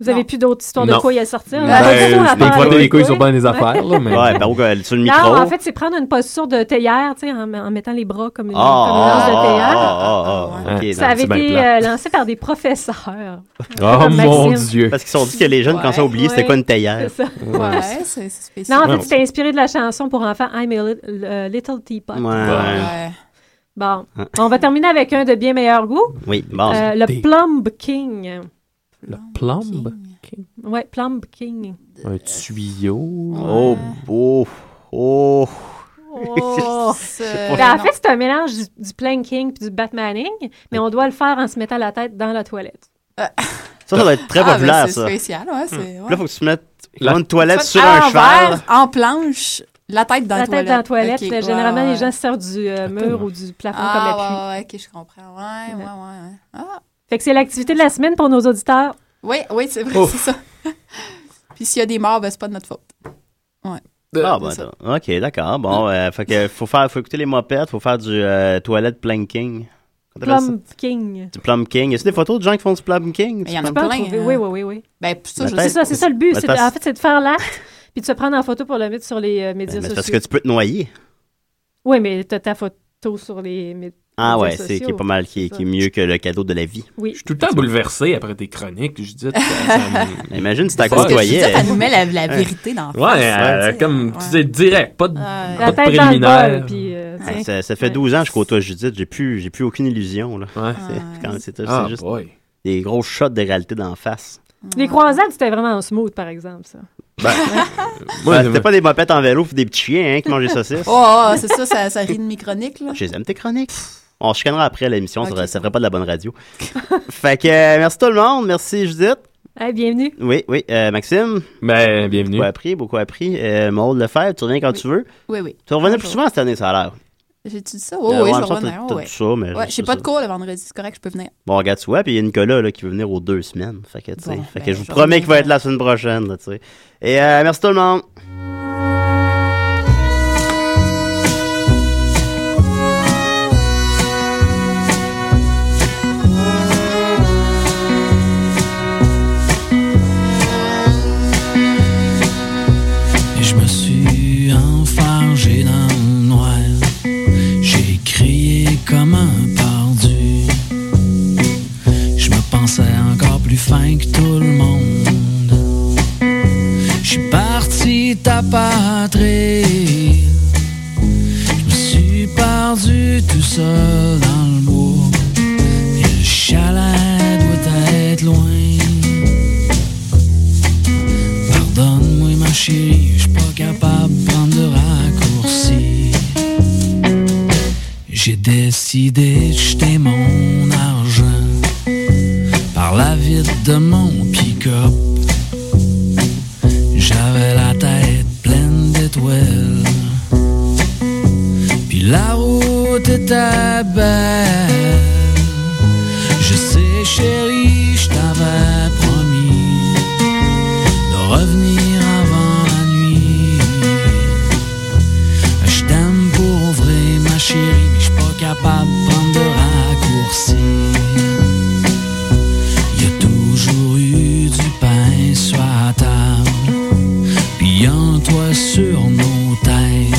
Speaker 4: Vous avez
Speaker 5: Non.
Speaker 4: plus d'autres histoires de
Speaker 6: Non.
Speaker 4: couilles à sortir?
Speaker 6: Ben,
Speaker 4: là? Pas du tout, à
Speaker 6: je
Speaker 4: part
Speaker 6: t'ai frotté
Speaker 4: les
Speaker 6: les couilles sur bien des affaires, là, mais.
Speaker 2: Ouais, ben, au gars, sur le
Speaker 4: Non,
Speaker 2: micro.
Speaker 4: en fait, c'est prendre une posture de théière, tu sais, en, en mettant les bras comme une, comme une lance
Speaker 2: Ah,
Speaker 4: de théière.
Speaker 2: ah, ah, ah, ah,
Speaker 6: Ouais.
Speaker 2: ok, non,
Speaker 6: Ça
Speaker 4: Ça avait
Speaker 6: c'est bien
Speaker 4: été
Speaker 6: plat.
Speaker 4: euh, lancé par des professeurs.
Speaker 6: Oh mon
Speaker 4: Maxime.
Speaker 6: dieu.
Speaker 2: Parce qu'ils se sont dit que les jeunes, quand ils ont oublié, c'était
Speaker 4: Ouais.
Speaker 2: quoi une
Speaker 4: C'est
Speaker 2: théière?
Speaker 4: ça.
Speaker 5: Ouais, c'est Ah, c'est spécial.
Speaker 4: Non, en
Speaker 6: Ouais,
Speaker 4: fait,
Speaker 6: on-
Speaker 4: c'était inspiré de la chanson pour enfants I'm a li- euh, Little Teapot.
Speaker 2: Ouais.
Speaker 5: Ouais.
Speaker 4: Bon, on va terminer avec un de bien meilleur goût,
Speaker 2: Oui, bon.
Speaker 4: euh, le
Speaker 6: Des-
Speaker 4: Plumb King.
Speaker 6: Le plomb,
Speaker 4: Ouais, Plumb King.
Speaker 6: un tuyau.
Speaker 2: Oh, oh, oh.
Speaker 4: Oh.
Speaker 5: C'est-
Speaker 4: Ben, en
Speaker 5: non.
Speaker 4: fait, c'est un mélange du, du planking puis du batmaning, mais on doit le faire en se mettant la tête dans la toilette.
Speaker 2: Ça, ça doit être très
Speaker 5: Ah, ben,
Speaker 2: populaire, bah, ça. Hmm.
Speaker 5: C'est Ah, spécial, ouais. c'est- ouais.
Speaker 2: Là, faut que tu mettes
Speaker 6: La-
Speaker 2: une toilette
Speaker 5: Tu
Speaker 2: sur
Speaker 5: vas te- à
Speaker 2: un
Speaker 5: l'envers,
Speaker 2: cheval.
Speaker 5: En planche, la tête dans
Speaker 4: la
Speaker 5: la
Speaker 4: tête
Speaker 5: toilette.
Speaker 4: dans la toilette,
Speaker 5: Ok,
Speaker 4: là, généralement,
Speaker 5: ouais,
Speaker 4: les gens
Speaker 5: ouais.
Speaker 4: se servent du euh, mur ou du plafond
Speaker 5: Ah,
Speaker 4: comme appui.
Speaker 5: ouais, ouais, ok, je comprends. Ouais, ouais, ouais. ouais. Ah,
Speaker 4: Fait que c'est l'activité de la semaine pour nos auditeurs.
Speaker 5: oui, oui, c'est vrai,
Speaker 6: Ouf.
Speaker 5: c'est ça. Puis s'il y a des morts, ben, c'est pas de notre faute.
Speaker 2: Ah, ben,
Speaker 5: c'est ça.
Speaker 2: attends. ok, d'accord. Bon, euh, fait que faut, faire, faut écouter les mopettes, faut faire du euh, toilette planking. Comment t'appelles ça?
Speaker 4: Plumb King.
Speaker 2: Du plumking. Y a-t-il des photos de gens qui font du plumking?
Speaker 5: Mais il y en
Speaker 4: Tu
Speaker 5: a
Speaker 4: peux en
Speaker 5: plein.
Speaker 4: trouver.
Speaker 5: hein.
Speaker 4: Oui, oui, oui, oui.
Speaker 5: Ben, pour ça,
Speaker 2: La
Speaker 5: je
Speaker 2: tête.
Speaker 4: C'est
Speaker 5: sais
Speaker 4: ça, c'est ça le but. c'est
Speaker 2: Mais
Speaker 4: de-
Speaker 2: parce-
Speaker 4: en fait, c'est de faire l'acte puis de se prendre en photo pour le mettre sur les euh, médias
Speaker 2: Mais c'est
Speaker 4: sociaux.
Speaker 2: parce que tu peux te noyer.
Speaker 4: Oui, mais t'as ta photo sur les médias
Speaker 2: Ah
Speaker 4: médias
Speaker 2: ouais, c'est
Speaker 4: sociaux.
Speaker 2: qui est pas mal, qui, est- qui est mieux que le cadeau de la vie.
Speaker 4: Oui.
Speaker 6: Je suis tout le temps bouleversé après tes chroniques, je dis. ça- ça me-
Speaker 2: Mais Imagine si t'as
Speaker 6: Parce que
Speaker 2: côtoyé.
Speaker 5: Ça, ça nous met la, la vérité dans la
Speaker 6: Ouais,
Speaker 5: face,
Speaker 6: euh,
Speaker 5: tu sais.
Speaker 6: comme
Speaker 5: Ouais.
Speaker 6: tu disais, direct, pas de,
Speaker 5: Ouais.
Speaker 6: pas
Speaker 4: La tête
Speaker 6: de
Speaker 4: dans le
Speaker 6: préliminaire.
Speaker 4: bol, puis euh, tiens.
Speaker 2: Ouais, Ah, ça, ça fait
Speaker 4: Ouais.
Speaker 2: 12 ans que je côtoie Judith, j'ai plus, j'ai plus aucune illusion. Là.
Speaker 6: Ouais.
Speaker 2: C'est- c'est quand- C'est c'est
Speaker 6: Ah,
Speaker 2: juste
Speaker 6: boy.
Speaker 2: des gros shots de réalité d'en face.
Speaker 4: Les croisades, c'était vraiment en smooth, par exemple, ça.
Speaker 6: Moi,
Speaker 2: Ben, C'était pas des mopettes en vélo pis des petits chiens hein, qui mangent des saucisses.
Speaker 5: Oh, oh, c'est ça, ça, ça rit de mes chroniques, là.
Speaker 2: Je les aime tes chroniques. On se chicanera après l'émission, ça
Speaker 5: Ok.
Speaker 2: ferait- ça ferait pas de la bonne radio. fait que euh, merci tout le monde, merci Judith.
Speaker 4: Hey, bienvenue.
Speaker 2: Oui, oui, euh, Maxime,
Speaker 6: Ben, bienvenue.
Speaker 2: beaucoup appris, beaucoup appris. Euh, Maud Lefebvre, tu reviens quand tu veux.
Speaker 5: Oui, oui.
Speaker 2: Tu revenais plus
Speaker 5: Bonjour.
Speaker 2: souvent cette année, ça a l'air.
Speaker 5: J'ai-tu dit ça? Oh, Oui,
Speaker 2: Euh,
Speaker 5: oui,
Speaker 2: ouais,
Speaker 5: je
Speaker 2: me semble que
Speaker 5: revenais.
Speaker 2: t'as-
Speaker 5: ouais.
Speaker 2: t'as dit ça, mais
Speaker 5: Ouais,
Speaker 2: je
Speaker 5: j'ai
Speaker 2: sais
Speaker 5: pas de cours le vendregarde, c'est correct, je peux venir.
Speaker 2: Bon, regarde, tu vois, puis il y a Nicolas là, qui veut venir aux deux semaines. Fait que, tu sais,
Speaker 5: Bon,
Speaker 2: fait que
Speaker 5: ben,
Speaker 2: je vous
Speaker 5: je
Speaker 2: promets qu'il va
Speaker 5: reviens.
Speaker 2: être là la semaine prochaine. là, tu sais. Et euh, merci tout le monde.
Speaker 1: Et je me suis enfargé dans le noir. J'ai crié comme un pardu. Je me pensais encore plus fin que tout le monde. Je suis parti tapatrer. Je me suis perdu tout seul dans le bois. Et le chalet doit être loin. Pardonne-moi ma chérie, je suis pas capable de prendre de raccourci. J'ai décidé de jeter mon argent par la ville
Speaker 11: vide de mon pick-up. J'avais la tête pleine d'étoiles. Puis la route était belle. Je sais, chérie, je t'avais promis de revenir avant la nuit. Je t'aime pour vrai, ma chérie, mais je suis pas capable de prendre de raccourcis. Il y a toujours eu du pain sur la table, puis un toit sur nos têtes.